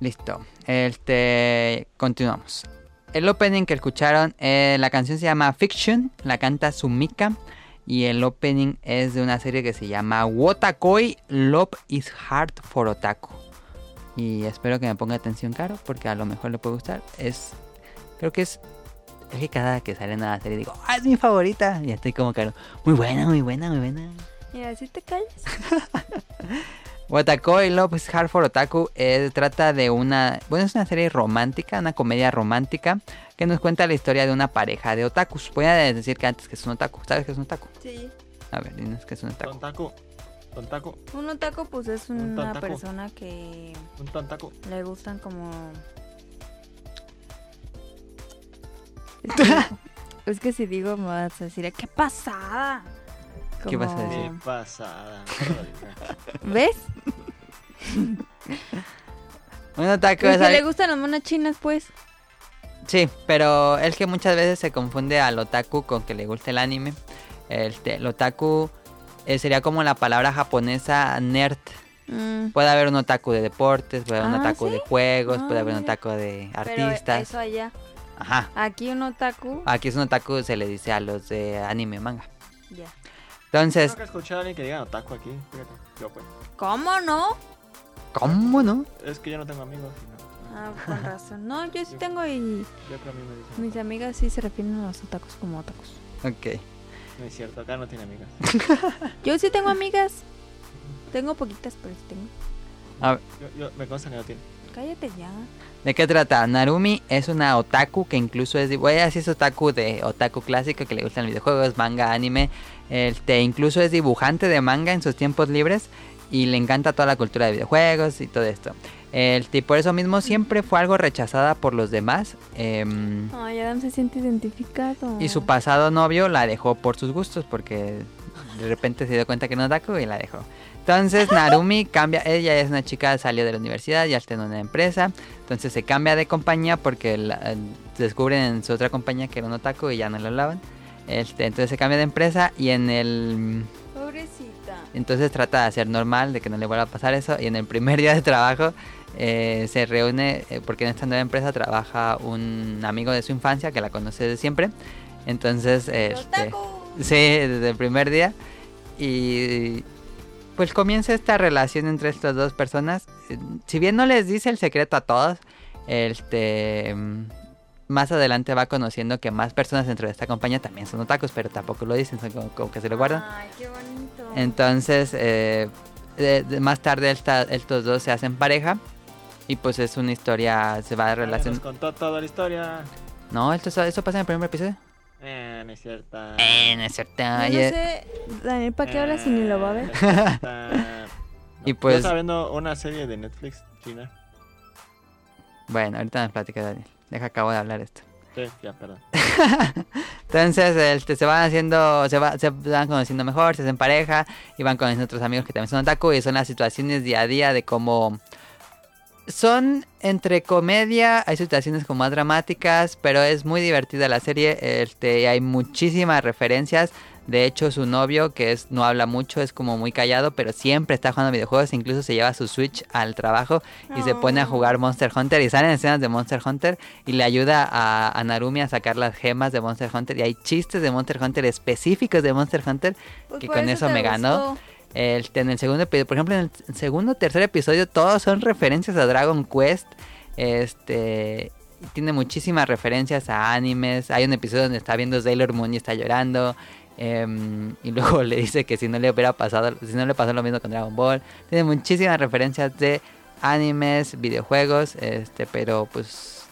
Speaker 2: Listo. Este, continuamos. El opening que escucharon, eh, la canción se llama Fiction, la canta Sumika. Y el opening es de una serie que se llama Wotakoi Love is Hard for Otaku. Y espero que me ponga atención, Caro, porque a lo mejor le puede gustar. Es. Creo que es. Es que cada que sale una serie digo, ¡ah, es mi favorita! Y estoy como, Caro, muy buena, muy buena, muy buena.
Speaker 1: Mira, así te callas.
Speaker 2: Watakoi Love is Hard for Otaku eh, trata de una. Bueno, es una serie romántica, una comedia romántica que nos cuenta la historia de una pareja de otakus. Voy a decir que antes que es un otaku. ¿Sabes que es un otaku?
Speaker 1: Sí.
Speaker 2: A ver, dinos que es un otaku.
Speaker 3: Don Taco. Don Taco.
Speaker 1: Un otaku pues es
Speaker 3: Un
Speaker 1: una
Speaker 3: otaku.
Speaker 1: persona que
Speaker 3: Un Don Taco.
Speaker 1: le gustan como... Es que si digo me vas a decir, ¡qué pasada!
Speaker 2: ¿Qué vas a
Speaker 1: Como-
Speaker 2: decir?
Speaker 3: Qué pasada.
Speaker 1: ¿Ves?
Speaker 2: Un otaku
Speaker 1: Pues
Speaker 2: es
Speaker 1: que le
Speaker 2: alguien-
Speaker 1: gustan las monas chinas pues.
Speaker 2: Sí, pero es que muchas veces se confunde al otaku con que le guste el anime. Este, el otaku eh, sería como la palabra japonesa nerd.
Speaker 1: Mm,
Speaker 2: Puede haber un otaku de deportes, puede haber
Speaker 1: Ah,
Speaker 2: un otaku
Speaker 1: ¿sí?
Speaker 2: de juegos, puede
Speaker 1: Ah,
Speaker 2: haber un
Speaker 1: mira.
Speaker 2: otaku de
Speaker 1: pero
Speaker 2: artistas. Ah.
Speaker 1: eso allá.
Speaker 2: Ajá.
Speaker 1: Aquí un otaku.
Speaker 2: Aquí es un otaku, se le dice a los de anime manga.
Speaker 1: Ya.
Speaker 2: Entonces,
Speaker 3: Nunca he escuchado a alguien que diga otaku aquí. Fíjate. Yo, pues.
Speaker 1: ¿Cómo no?
Speaker 2: ¿cómo no?
Speaker 3: Es que yo no tengo amigos. y no.
Speaker 1: Ah, con razón. No, yo sí tengo y
Speaker 3: Yo creo que a mí me dicen.
Speaker 1: mis amigas sí se refieren a los otakus como otakus.
Speaker 2: Ok.
Speaker 3: No es cierto, acá no tiene amigas.
Speaker 1: Yo sí tengo amigas. Tengo poquitas, pero sí tengo.
Speaker 3: Yo, yo- me consta que no tiene.
Speaker 1: Cállate ya.
Speaker 2: ¿De qué trata? Narumi es una otaku que incluso es... Voy a decir es otaku de otaku clásico que le gustan los videojuegos, manga, anime. Este, incluso es dibujante de manga en sus tiempos libres y le encanta toda la cultura de videojuegos y todo esto. Este, y por eso mismo siempre fue algo rechazada por los demás. em,
Speaker 1: Ay, Adam se siente identificado.
Speaker 2: y su pasado novio la dejó por sus gustos porque de repente se dio cuenta que no otaku y la dejó. Entonces Narumi cambia, ella es una chica, salió de la universidad, ya está en una empresa, entonces se cambia de compañía porque la- eh, descubren en su otra compañía que era un otaku y ya no lo hablaban. Este, entonces se cambia de empresa y en el
Speaker 1: Pobrecita.
Speaker 2: entonces trata de hacer normal, de que no le vuelva a pasar eso. Y en el primer día de trabajo eh, se reúne, eh, porque en esta nueva empresa trabaja un amigo de su infancia que la conoce de siempre. Entonces, este, sí, desde el primer día. Y pues comienza esta relación entre estas dos personas. Eh, Si bien no les dice el secreto a todos, este mm, más adelante va conociendo que más personas dentro de esta compañía también son otakus, pero tampoco lo dicen, son como, como que se lo guardan.
Speaker 1: Ay, qué bonito.
Speaker 2: Entonces, eh, de- de- más tarde esta- estos dos se hacen pareja. Y pues es una historia, se va a
Speaker 3: Relación. Ah, Nos
Speaker 2: relación.
Speaker 3: contó toda la historia.
Speaker 2: No, esto, eso pasa en el primer episodio.
Speaker 3: Eh, no es cierto.
Speaker 2: Eh, no es cierto.
Speaker 1: Yo
Speaker 2: y,
Speaker 1: no
Speaker 2: eh,
Speaker 1: sé, Daniel, ¿para qué hablas si ni lo va a ver?
Speaker 2: Y pues-
Speaker 3: Yo estaba viendo una serie de Netflix china.
Speaker 2: Bueno, ahorita nos platica Daniel. Deja, acabo de hablar esto.
Speaker 3: Sí, ya, perdón.
Speaker 2: Entonces, este, se van haciendo, se, va- se van conociendo mejor, se hacen pareja y van conociendo otros amigos que también son otaku y son las situaciones día a día de cómo son entre comedia, hay situaciones como más dramáticas, pero es muy divertida la serie, este, y hay muchísimas referencias. De hecho, su novio, que es no habla mucho, es como muy callado, pero siempre está jugando videojuegos, incluso se lleva su Switch al trabajo y se pone a
Speaker 1: Oh.
Speaker 2: jugar Monster Hunter y salen escenas de Monster Hunter y le ayuda a, a Narumi a sacar las gemas de Monster Hunter y hay chistes de Monster Hunter específicos de Monster Hunter
Speaker 1: Pues
Speaker 2: que
Speaker 1: por
Speaker 2: con eso
Speaker 1: te
Speaker 2: me ganó.
Speaker 1: gustó.
Speaker 2: El- este, en el segundo episodio, por ejemplo, en el segundo tercer episodio todos son referencias a Dragon Quest. Este y tiene muchísimas referencias a animes. Hay un episodio donde está viendo Sailor Moon y está llorando. em, y luego le dice que si no le hubiera pasado, si no le pasó lo mismo con Dragon Ball. Tiene muchísimas referencias de animes, videojuegos, este, pero pues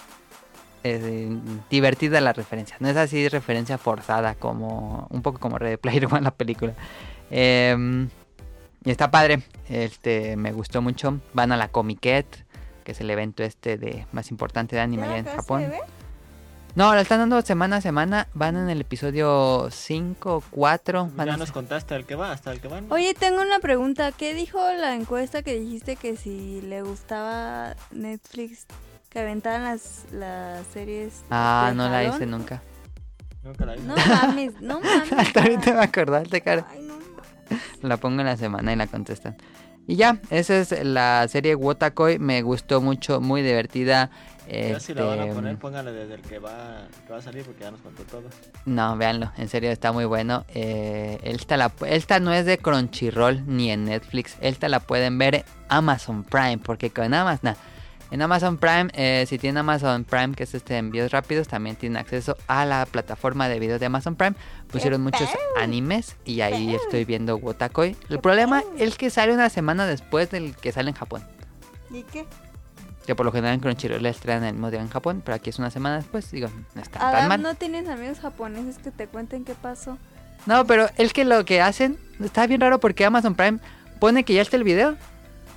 Speaker 2: es eh, divertida la referencia. No es así referencia forzada como un poco como Red Player One la película. Em, y está padre. Este, me gustó mucho. Van a la Comiquet, que es el evento este de más importante de anime
Speaker 1: ¿Ya
Speaker 2: allá en
Speaker 1: acabaste
Speaker 2: Japón.
Speaker 1: de ver?
Speaker 2: No, lo están dando semana a semana. Van en el episodio 5 o 4. Van
Speaker 3: Ya
Speaker 2: a-
Speaker 3: nos contaste al que va, hasta el que va. ¿no?
Speaker 1: Oye, tengo una pregunta. ¿Qué dijo la encuesta que dijiste que si le gustaba Netflix que aventaran las, las series?
Speaker 2: Ah,
Speaker 1: de
Speaker 2: no la
Speaker 1: jalón?
Speaker 2: hice nunca.
Speaker 3: Nunca la vi.
Speaker 1: No mames, no mames.
Speaker 2: Hasta ahorita me acordaste, cara.
Speaker 1: Ay, no.
Speaker 2: La pongo en la semana y la contestan. Y ya, esa es la serie Wotakoi. Me gustó mucho, muy divertida.
Speaker 3: Ya si la van a
Speaker 2: Este,
Speaker 3: poner, pónganle desde el que va, que va a salir porque ya nos contó todo.
Speaker 2: No, véanlo, en serio está muy bueno. Eh, esta, la, pu- esta no es de Crunchyroll ni en Netflix. Esta la pueden ver en Amazon Prime, porque con Amazon, en Amazon Prime, eh, si tienen Amazon Prime, que es este de envíos rápidos, también tienen acceso a la plataforma de videos de Amazon Prime. Pusieron muchos animes y ahí estoy viendo Wotakoi. El problema es que sale una semana después del que sale en Japón.
Speaker 6: ¿Y qué?
Speaker 2: Que por lo general en Crunchyroll la estrenan el mismo día en Japón, pero aquí es una semana después. Digo, no está tan mal.
Speaker 6: Adam, ¿no tienes amigos japoneses que te cuenten qué pasó?
Speaker 2: No, pero es que lo que hacen está bien raro porque Amazon Prime pone que ya está el video,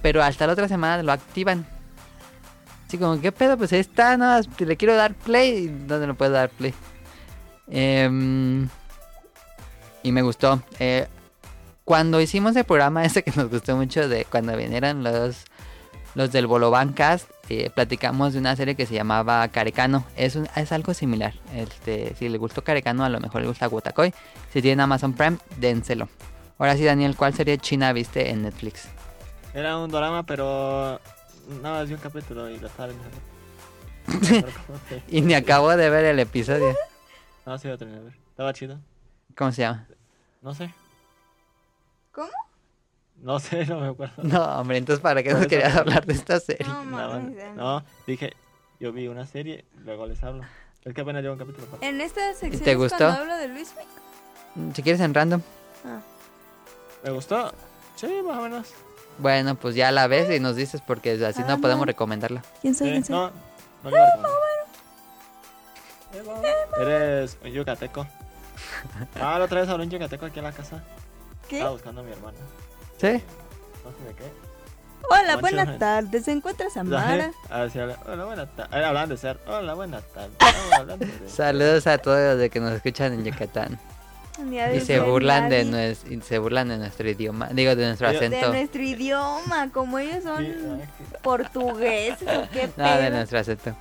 Speaker 2: pero hasta la otra semana lo activan. Así como, ¿qué pedo? Pues ahí está, no, le quiero dar play. ¿y ¿Dónde lo puedo dar play? Em, y me gustó. Eh, cuando hicimos el programa ese que nos gustó mucho de cuando vinieron los, los del Bolovan Cast, eh, platicamos de una serie que se llamaba Carecano. Es, un- es algo similar. Este, si le gustó Carecano, a lo mejor le gusta Wotakoi. Si tienen Amazon Prime, dénselo. Ahora sí, Daniel, ¿cuál serie china viste en Netflix?
Speaker 3: Era un drama, pero nada más vi un capítulo y lo estaba viendo.
Speaker 2: Y ni acabo de ver el episodio.
Speaker 3: no, sí lo terminé de ver. Estaba chido.
Speaker 2: ¿Cómo se llama?
Speaker 3: No sé.
Speaker 6: ¿Cómo?
Speaker 3: No sé, no me acuerdo.
Speaker 2: No, hombre, entonces ¿para qué nos querías hablar de esta serie?
Speaker 6: No,
Speaker 3: Nada
Speaker 6: mames,
Speaker 3: más-
Speaker 6: Dan.
Speaker 3: no, dije, yo vi una serie, luego les hablo. Es que apenas llevo un capítulo. pa-
Speaker 6: En esta sección
Speaker 2: te
Speaker 6: es
Speaker 2: gustó?
Speaker 6: cuando hablo de Luis Miguel.
Speaker 2: Si quieres en random.
Speaker 3: ¿Me gustó? Sí, más o menos.
Speaker 2: Bueno, pues ya la ves y nos dices porque así no podemos recomendarla.
Speaker 6: ¿Quién soy?
Speaker 3: Sí,
Speaker 6: ¿Quién soy?
Speaker 3: Eh, no, no le iba a recomendar. Eres un yucateco. Ah, la otra vez habló un yucateco aquí en la casa.
Speaker 6: ¿Qué?
Speaker 3: Estaba buscando a mi hermana.
Speaker 2: ¿Sí?
Speaker 3: No sé de qué.
Speaker 6: Hola,
Speaker 3: Mancha,
Speaker 6: buenas
Speaker 3: ajá.
Speaker 6: tardes. ¿Se encuentra Samara?
Speaker 3: A ver si Ah, habla. Hola, buenas tardes. Hablando de ser. Hola, buenas tardes. Estamos hablando de-
Speaker 2: Saludos a todos los de que nos escuchan en Yucatán.
Speaker 6: Mira,
Speaker 2: Y
Speaker 6: desde
Speaker 2: se burlan de
Speaker 6: Navi,
Speaker 2: nues- y se burlan de nuestro idioma, digo de nuestro
Speaker 3: De
Speaker 6: de
Speaker 2: acento.
Speaker 6: nuestro idioma, como ellos
Speaker 3: Sí,
Speaker 6: son
Speaker 3: ay, que-
Speaker 6: portugueses o qué
Speaker 2: No, de
Speaker 6: pedo.
Speaker 2: nuestro acento.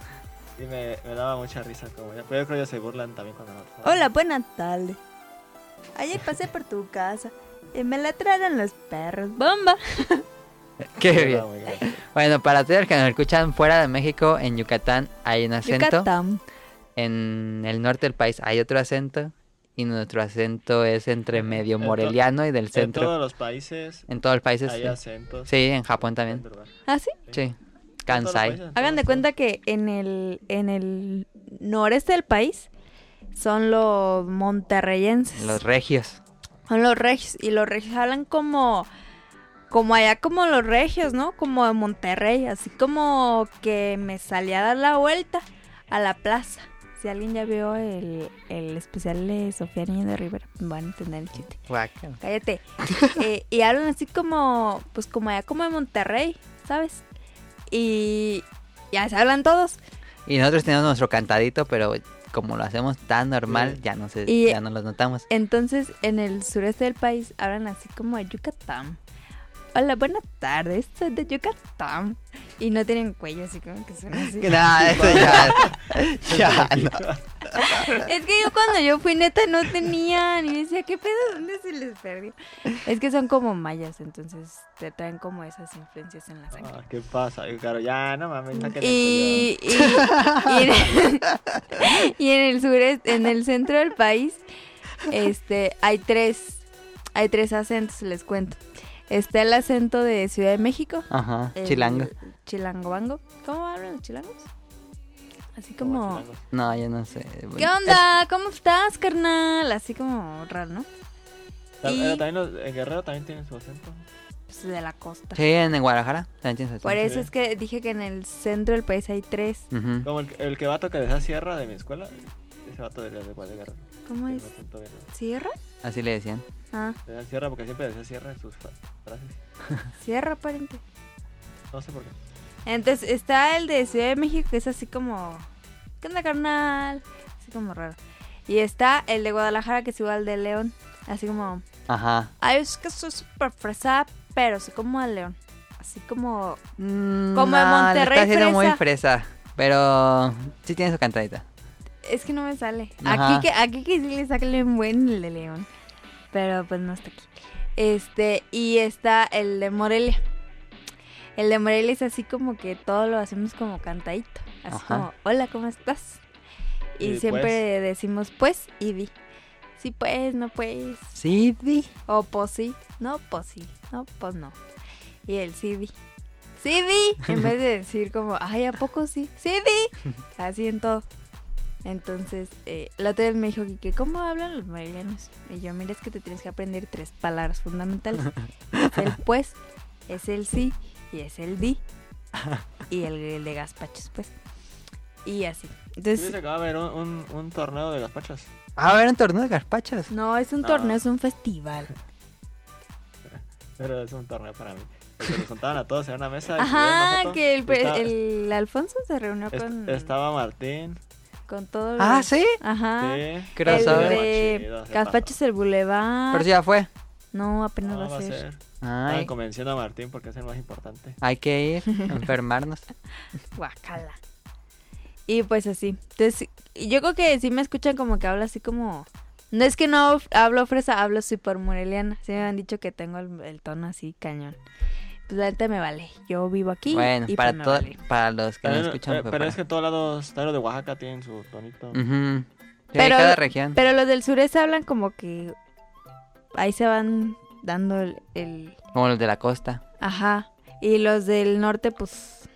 Speaker 3: Y me, me daba mucha risa como ya. Pero yo creo que se burlan también cuando no.
Speaker 6: Hola, buenas tardes. Ayer pasé por tu casa y me latraron los perros. ¡Bomba!
Speaker 2: Qué
Speaker 3: Hola,
Speaker 2: bien.
Speaker 3: muy gracioso.
Speaker 2: Bueno, para ustedes que nos escuchan fuera de México, en Yucatán hay un acento.
Speaker 6: Yucatán.
Speaker 2: En el norte del país hay otro acento. Y nuestro acento es entre medio
Speaker 3: En to-
Speaker 2: moreliano y del
Speaker 3: En
Speaker 2: centro.
Speaker 3: todos los países
Speaker 2: En todos los países.
Speaker 3: hay
Speaker 2: sí.
Speaker 3: acentos.
Speaker 2: Sí, en Japón
Speaker 3: en
Speaker 2: también.
Speaker 3: todo lugar. En
Speaker 1: ¿Ah, sí?
Speaker 2: Sí.
Speaker 3: todos los
Speaker 2: Kansai.
Speaker 3: países, en
Speaker 1: Hagan
Speaker 3: todos
Speaker 1: de
Speaker 3: los
Speaker 1: cuenta que en el, en el noreste del país son los monterreyenses.
Speaker 2: Los regios.
Speaker 1: Son los regios. Y los regios hablan como. Como allá, como los regios, ¿no? Como de Monterrey. Así como que me salí a dar la vuelta a la plaza. Si alguien ya vio el, el especial de Sofía Niño de Rivera, van a entender el chiste.
Speaker 2: Guácala.
Speaker 1: Cállate. Eh, y hablan así como. Pues como allá, como de Monterrey, ¿sabes? Y. Ya se hablan todos.
Speaker 2: Y nosotros tenemos nuestro cantadito, pero como lo hacemos tan normal,
Speaker 3: Sí.
Speaker 2: ya no se,
Speaker 1: Y-
Speaker 2: ya no lo notamos.
Speaker 1: Entonces, en el sureste del país hablan así como de Yucatán. Hola, buenas tardes, soy de Yucatán. Y no tienen cuello, así como que son así.
Speaker 2: Que nada, esto ya. ya
Speaker 3: Ah,
Speaker 2: no.
Speaker 1: es que yo cuando yo fui neta no tenían. Y yo decía, ¿qué pedo? ¿Dónde se les perdió? Es que son como mayas, entonces te traen como esas influencias en la sangre.
Speaker 3: Ah, ¿Qué pasa? Ay, Claro, ya, no mames, saquen el
Speaker 1: y, y, y en, y en el sureste, en el centro del país, este, hay tres, hay tres acentos, les cuento. Está el acento de Ciudad de México,
Speaker 2: Ajá,
Speaker 1: el
Speaker 2: chilango.
Speaker 1: Chilangobango. ¿Cómo hablan los chilangos? Así
Speaker 3: cuello.
Speaker 1: como,
Speaker 2: No, yo no sé.
Speaker 1: ¿qué onda? ¿Cómo estás, carnal? Así como raro, ¿no?
Speaker 3: Ta-
Speaker 1: Y-
Speaker 3: pero también los- en Guerrero también tienen su acento.
Speaker 1: Pues de la costa.
Speaker 2: Eh, Sí, en Guadalajara también tienes acento.
Speaker 1: Por eso es que dije que en el centro del país hay tres.
Speaker 2: Ujú.
Speaker 3: Como el, el que vato que les da sierra de mi escuela. Ese vato de, de, de Guerrero.
Speaker 1: ¿Cómo
Speaker 3: Tiene
Speaker 1: es?
Speaker 3: un acento bien-
Speaker 1: ¿Sierra?
Speaker 2: Así le decían.
Speaker 1: Ah,
Speaker 3: Le dan sierra porque siempre les da sierra en sus fra- frases.
Speaker 1: sierra, pariente.
Speaker 3: No sé por qué.
Speaker 1: Entonces está el de Ciudad de México, que es así como, ¿qué onda, carnal? Así como raro. Y está el de Guadalajara, que es igual de León. Así como,
Speaker 2: Ajá.
Speaker 1: ay, es que soy súper fresada, pero soy como de León. Así como,
Speaker 2: Mm,
Speaker 1: Como en
Speaker 2: no, le
Speaker 1: Monterrey,
Speaker 2: Está siendo muy
Speaker 1: fresa.
Speaker 2: fresa. Pero sí tiene su cantadita.
Speaker 1: es que no me sale.
Speaker 2: Ajá.
Speaker 1: Aquí que, aquí que sí le saquenle un buen el de León. Pero pues no está aquí. Este, y está el de Morelia, El de Morelia es así como que todo lo hacemos como cantadito. Así
Speaker 2: Ajá.
Speaker 1: como, hola, ¿cómo estás? Y
Speaker 3: Sí,
Speaker 1: siempre
Speaker 3: pues.
Speaker 1: decimos pues y di. Sí, pues, no pues.
Speaker 2: Sí, di.
Speaker 1: O pues sí. No, pues sí. No, pues no. Y el sí di. Sí di. En vez de decir como, ay, ¿a poco sí? Sí di. Así en todo. Entonces, eh, la otra vez me dijo que ¿cómo hablan los marianos? Y yo, mira, es que te tienes que aprender tres palabras fundamentales. Es el pues, es el sí y es el di. Y el, el de gazpachos, pues. Y así.
Speaker 3: Sí,
Speaker 1: Entonces,
Speaker 3: se acaba de ver un, un- un torneo de gazpachas.
Speaker 2: Ah, a ver, un torneo de gazpachas.
Speaker 1: no, es un
Speaker 3: No.
Speaker 1: torneo, es un festival.
Speaker 3: Pero es un torneo para mí. Porque nos juntaban a todos en una mesa. y subían una
Speaker 1: Ajá,
Speaker 3: foto.
Speaker 1: que el,
Speaker 3: Está-
Speaker 1: el Alfonso se reunió
Speaker 3: est-
Speaker 1: con...
Speaker 3: Estaba Martín.
Speaker 1: Con todo.
Speaker 2: Ah,
Speaker 1: lo-
Speaker 2: sí.
Speaker 1: Ajá.
Speaker 3: sí.
Speaker 2: Qué
Speaker 1: Ah, El
Speaker 2: grosado.
Speaker 1: de Gazpachos el Boulevard.
Speaker 2: Pero si ya fue.
Speaker 1: No, apenas
Speaker 3: No,
Speaker 1: va a ser.
Speaker 2: Ay,
Speaker 3: Estaban convenciendo a Martín porque es el más importante.
Speaker 2: hay que ir, enfermarnos.
Speaker 1: Guacala. Y pues así. Entonces, yo creo que sí me escuchan como que hablo así como. No es que no hablo fresa, hablo super moreliana. Sí me han dicho que tengo el, el tono así cañón. Pues la neta me vale. Yo vivo aquí.
Speaker 2: bueno,
Speaker 1: y pues
Speaker 2: para,
Speaker 1: me
Speaker 2: todo-
Speaker 1: vale.
Speaker 2: para los que no
Speaker 3: Pero,
Speaker 2: escuchan.
Speaker 3: eh,
Speaker 2: fue
Speaker 3: pero
Speaker 2: para-
Speaker 3: es que todos lados, todos los de Oaxaca tienen su tonito.
Speaker 2: Ujú. Sí,
Speaker 1: Pero-
Speaker 2: cada región.
Speaker 1: Pero los del sureste hablan como que. Ahí se van dando el- el
Speaker 2: Como los de la costa.
Speaker 1: Ajá. Y los del norte, pues.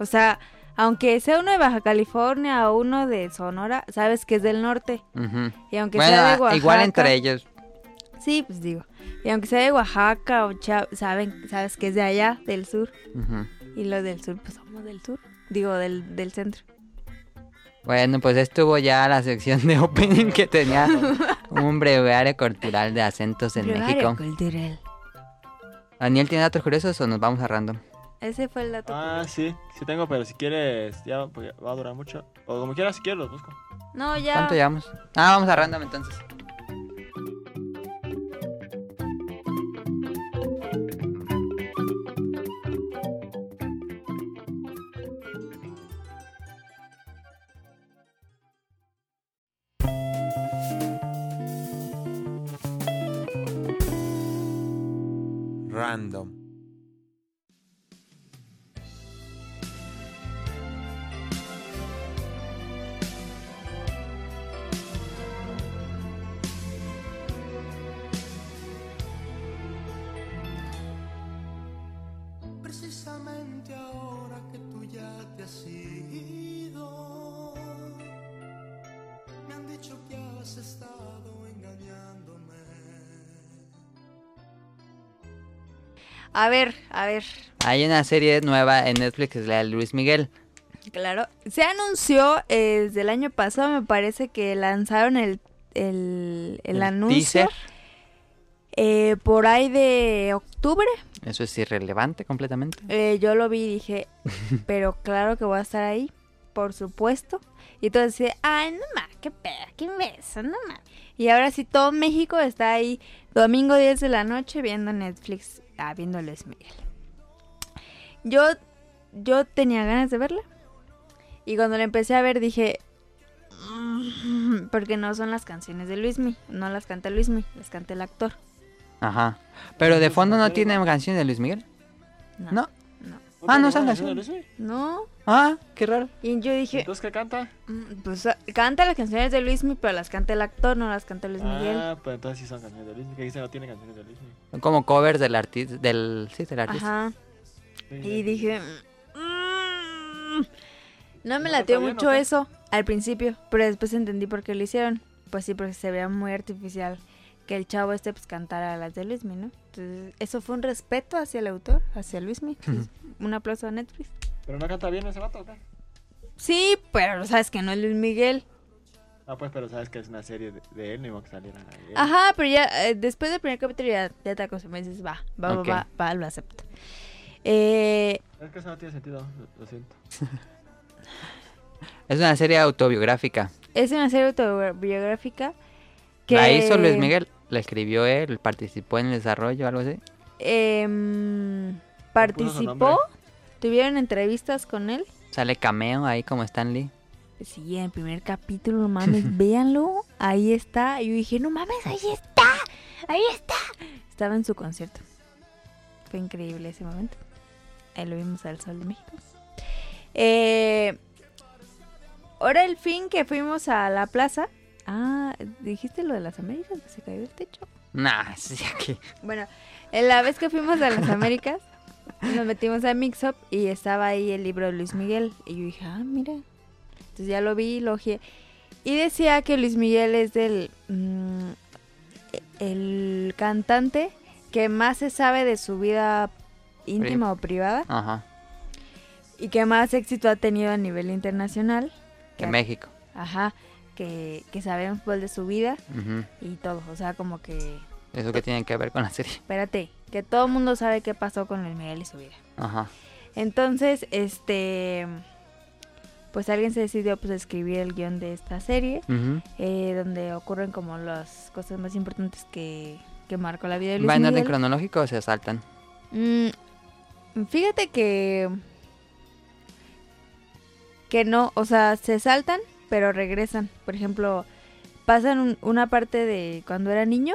Speaker 1: O sea, aunque sea uno de Baja California o uno de Sonora, sabes que es del norte.
Speaker 2: Ujú.
Speaker 1: Y aunque sea de
Speaker 2: Bueno, ah,
Speaker 1: Oaxaca.
Speaker 2: igual entre ellos.
Speaker 1: Sí, pues digo. Y aunque sea de Oaxaca o Cha- saben, sabes que es de allá, del sur.
Speaker 2: Ujú.
Speaker 1: Y los del sur, pues somos del sur. Digo, del, del centro.
Speaker 2: Bueno, pues estuvo ya la sección de opening que tenía un breviario cultural de acentos en
Speaker 1: Brevario
Speaker 2: México.
Speaker 1: cultural.
Speaker 2: Daniel, ¿tiene datos curiosos o nos vamos a random?
Speaker 1: Ese fue el dato.
Speaker 3: Ah, sí, sí tengo, pero si quieres, ya porque va a durar mucho. O como quieras, si quieres, los busco.
Speaker 1: No, ya.
Speaker 2: ¿Cuánto llevamos? Ah, vamos a random entonces.
Speaker 7: Random.
Speaker 5: Precisamente ahora que tú ya te has ido, me han dicho que has estado engañándome.
Speaker 1: A ver, a ver.
Speaker 2: Hay una serie nueva en Netflix, es la de Luis Miguel.
Speaker 1: Claro. Se anunció eh, desde el año pasado, me parece que lanzaron el, el, el anuncio.
Speaker 2: teaser.
Speaker 1: Eh, por ahí de octubre
Speaker 2: Eso es irrelevante completamente.
Speaker 1: eh, yo lo vi y dije, pero claro que voy a estar ahí, por supuesto. Y entonces decía, ay, no mames, qué pedo, qué beso, no mames. Y ahora sí, todo México está ahí, domingo 10 de la noche, viendo Netflix, ah, viendo Luis Miguel. Yo, yo tenía ganas de verla. Y cuando la empecé a ver, dije, "Mm", porque no son las canciones de Luis Miguel, no las canta Luis Miguel, las canta el actor.
Speaker 2: Ajá. Pero de
Speaker 3: Entonces,
Speaker 2: fondo no
Speaker 3: ¿no?
Speaker 2: tiene canción de Luis Miguel.
Speaker 1: No.
Speaker 2: No.
Speaker 3: pero
Speaker 2: no
Speaker 3: van
Speaker 2: son
Speaker 3: a
Speaker 2: las-
Speaker 3: hacer Luis, güey.
Speaker 1: No.
Speaker 2: Ah, qué raro.
Speaker 1: Y yo dije,
Speaker 3: ¿Entonces qué canta?
Speaker 1: Mm, Pues ah, canta las canciones de Luis Miguel, pero las canta el actor, no las canta Luis Miguel.
Speaker 3: Ah, pues entonces sí son canciones de Luis. Miguel, Que dice no tiene canciones de Luis. Miguel.
Speaker 2: Son como covers del artista, del sí, del artista.
Speaker 1: Ajá.
Speaker 3: Sí,
Speaker 1: Y
Speaker 3: sí.
Speaker 1: dije, "Mm, no me latió
Speaker 3: ¿No canta bien
Speaker 1: mucho
Speaker 3: o qué?
Speaker 1: eso al principio, pero después entendí por qué lo hicieron. Pues sí, porque se veía muy artificial que el chavo este pues cantara las de Luis Miguel, ¿no? Entonces, eso fue un respeto hacia el autor, hacia Luis Miguel. Entonces, un aplauso a Netflix.
Speaker 3: ¿Pero no canta bien ese vato o qué?
Speaker 1: Sí, pero sabes que no es Luis Miguel.
Speaker 3: Ah, pues, pero sabes que es una serie de, de él, ni modo que saliera. él.
Speaker 1: Ajá, pero ya eh, después del primer capítulo ya, ya te acostumbras y dices, va, va,
Speaker 2: Ok.
Speaker 1: va, va, va, lo acepto. Eh,
Speaker 3: Es que eso no tiene sentido, lo- lo siento.
Speaker 2: Es una serie autobiográfica.
Speaker 1: es una serie autobiográfica que...
Speaker 2: La hizo Luis Miguel, la escribió él, participó en el desarrollo, algo así.
Speaker 1: em,
Speaker 3: nombre.
Speaker 1: participó, tuvieron entrevistas con él.
Speaker 2: Sale cameo ahí como Stanley.
Speaker 1: Sí, en el primer capítulo, no mames, véanlo. Ahí está. Yo dije, no mames, ahí está. Ahí está. Estaba en su concierto. Fue increíble ese momento. Ahí lo vimos al Sol de México. Eh, ahora el fin que fuimos a la plaza. Ah, dijiste lo de las Américas, que se cayó el techo.
Speaker 2: Nah, sí, aquí.
Speaker 1: Bueno, en la vez que fuimos a las Américas, nos metimos a Mix Up y estaba ahí el libro de Luis Miguel. Y yo dije, ah, mira. Entonces ya lo vi, lo ojeé. Y decía que Luis Miguel es del. mm, el cantante que más se sabe de su vida íntima o privada
Speaker 2: Ajá.
Speaker 1: y que más éxito ha tenido a nivel internacional.
Speaker 2: Que México.
Speaker 1: Ajá, que, que sabemos pues de su vida
Speaker 2: Ujú.
Speaker 1: y todo. O sea, como que,
Speaker 2: Eso que tiene que ver con la serie.
Speaker 1: espérate, que todo el mundo sabe qué pasó con Luis Miguel y su vida.
Speaker 2: Ajá.
Speaker 1: Entonces, este, pues alguien se decidió pues a escribir el guión de esta serie,
Speaker 2: Ujú.
Speaker 1: eh, donde ocurren como las cosas más importantes que, que marcó la vida de Luis
Speaker 2: ¿Va en orden
Speaker 1: Miguel.
Speaker 2: cronológico o se saltan?
Speaker 1: Mm, fíjate que. Que no, o sea, se saltan, pero regresan. Por ejemplo, pasan un- una parte de cuando era niño.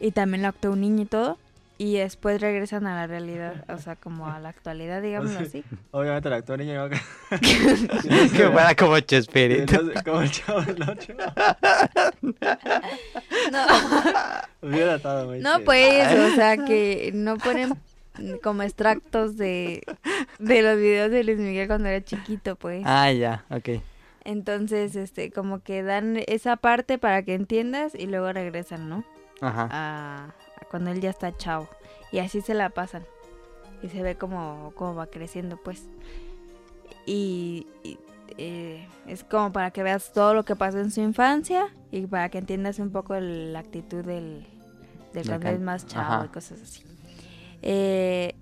Speaker 1: Y también lo actuó un niño y todo. Y después regresan a la realidad, o sea, como a la actualidad, digámoslo así.
Speaker 3: Obviamente el actor niño llegó acá.
Speaker 2: que fuera como Chespirito.
Speaker 3: Entonces, Como el chavo del ocho.
Speaker 1: No,
Speaker 3: Hubiera estado muy
Speaker 1: no
Speaker 3: chido.
Speaker 1: pues, o sea, que no ponen como extractos de, de los videos de Luis Miguel cuando era chiquito, pues.
Speaker 2: Ah, ya, ok.
Speaker 1: Entonces, este, como que dan esa parte para que entiendas y luego regresan, ¿no?
Speaker 2: Ajá.
Speaker 1: A, a cuando él ya está chavo. Y así se la pasan. Y se ve como, como va creciendo, pues. Y, y, eh, es como para que veas todo lo que pasó en su infancia y para que entiendas un poco el- la actitud del, del
Speaker 2: Del
Speaker 1: cuando
Speaker 2: can-
Speaker 1: es más chavo
Speaker 2: ajá.
Speaker 1: y cosas así. Eh,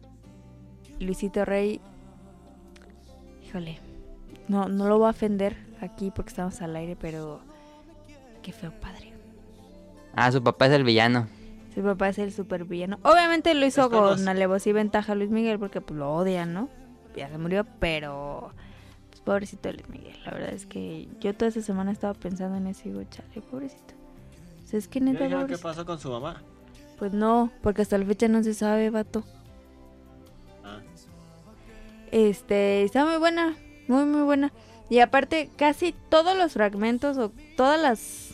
Speaker 1: Luisito Rey, híjole, no, no lo voy a ofender aquí porque estamos al aire, pero qué feo padre.
Speaker 2: Ah, su papá es el villano.
Speaker 1: Su papá es el supervillano. Obviamente lo hizo
Speaker 3: Estamos-
Speaker 1: con alevosía y ventaja Luis Miguel porque pues, lo odian, ¿no? Ya se murió, pero pues, pobrecito de Luis Miguel. La verdad es que yo toda esta semana estaba pensando en eso y digo, chale, pobrecito. O sea, es que
Speaker 3: Ya
Speaker 1: neta,
Speaker 3: dijeron ¿Qué
Speaker 1: pobrecito.
Speaker 3: pasó con su mamá?
Speaker 1: Pues no, porque hasta la fecha no se sabe, vato.
Speaker 3: Ah.
Speaker 1: Este, está muy buena, muy, muy buena. Y aparte, casi todos los fragmentos o todas las...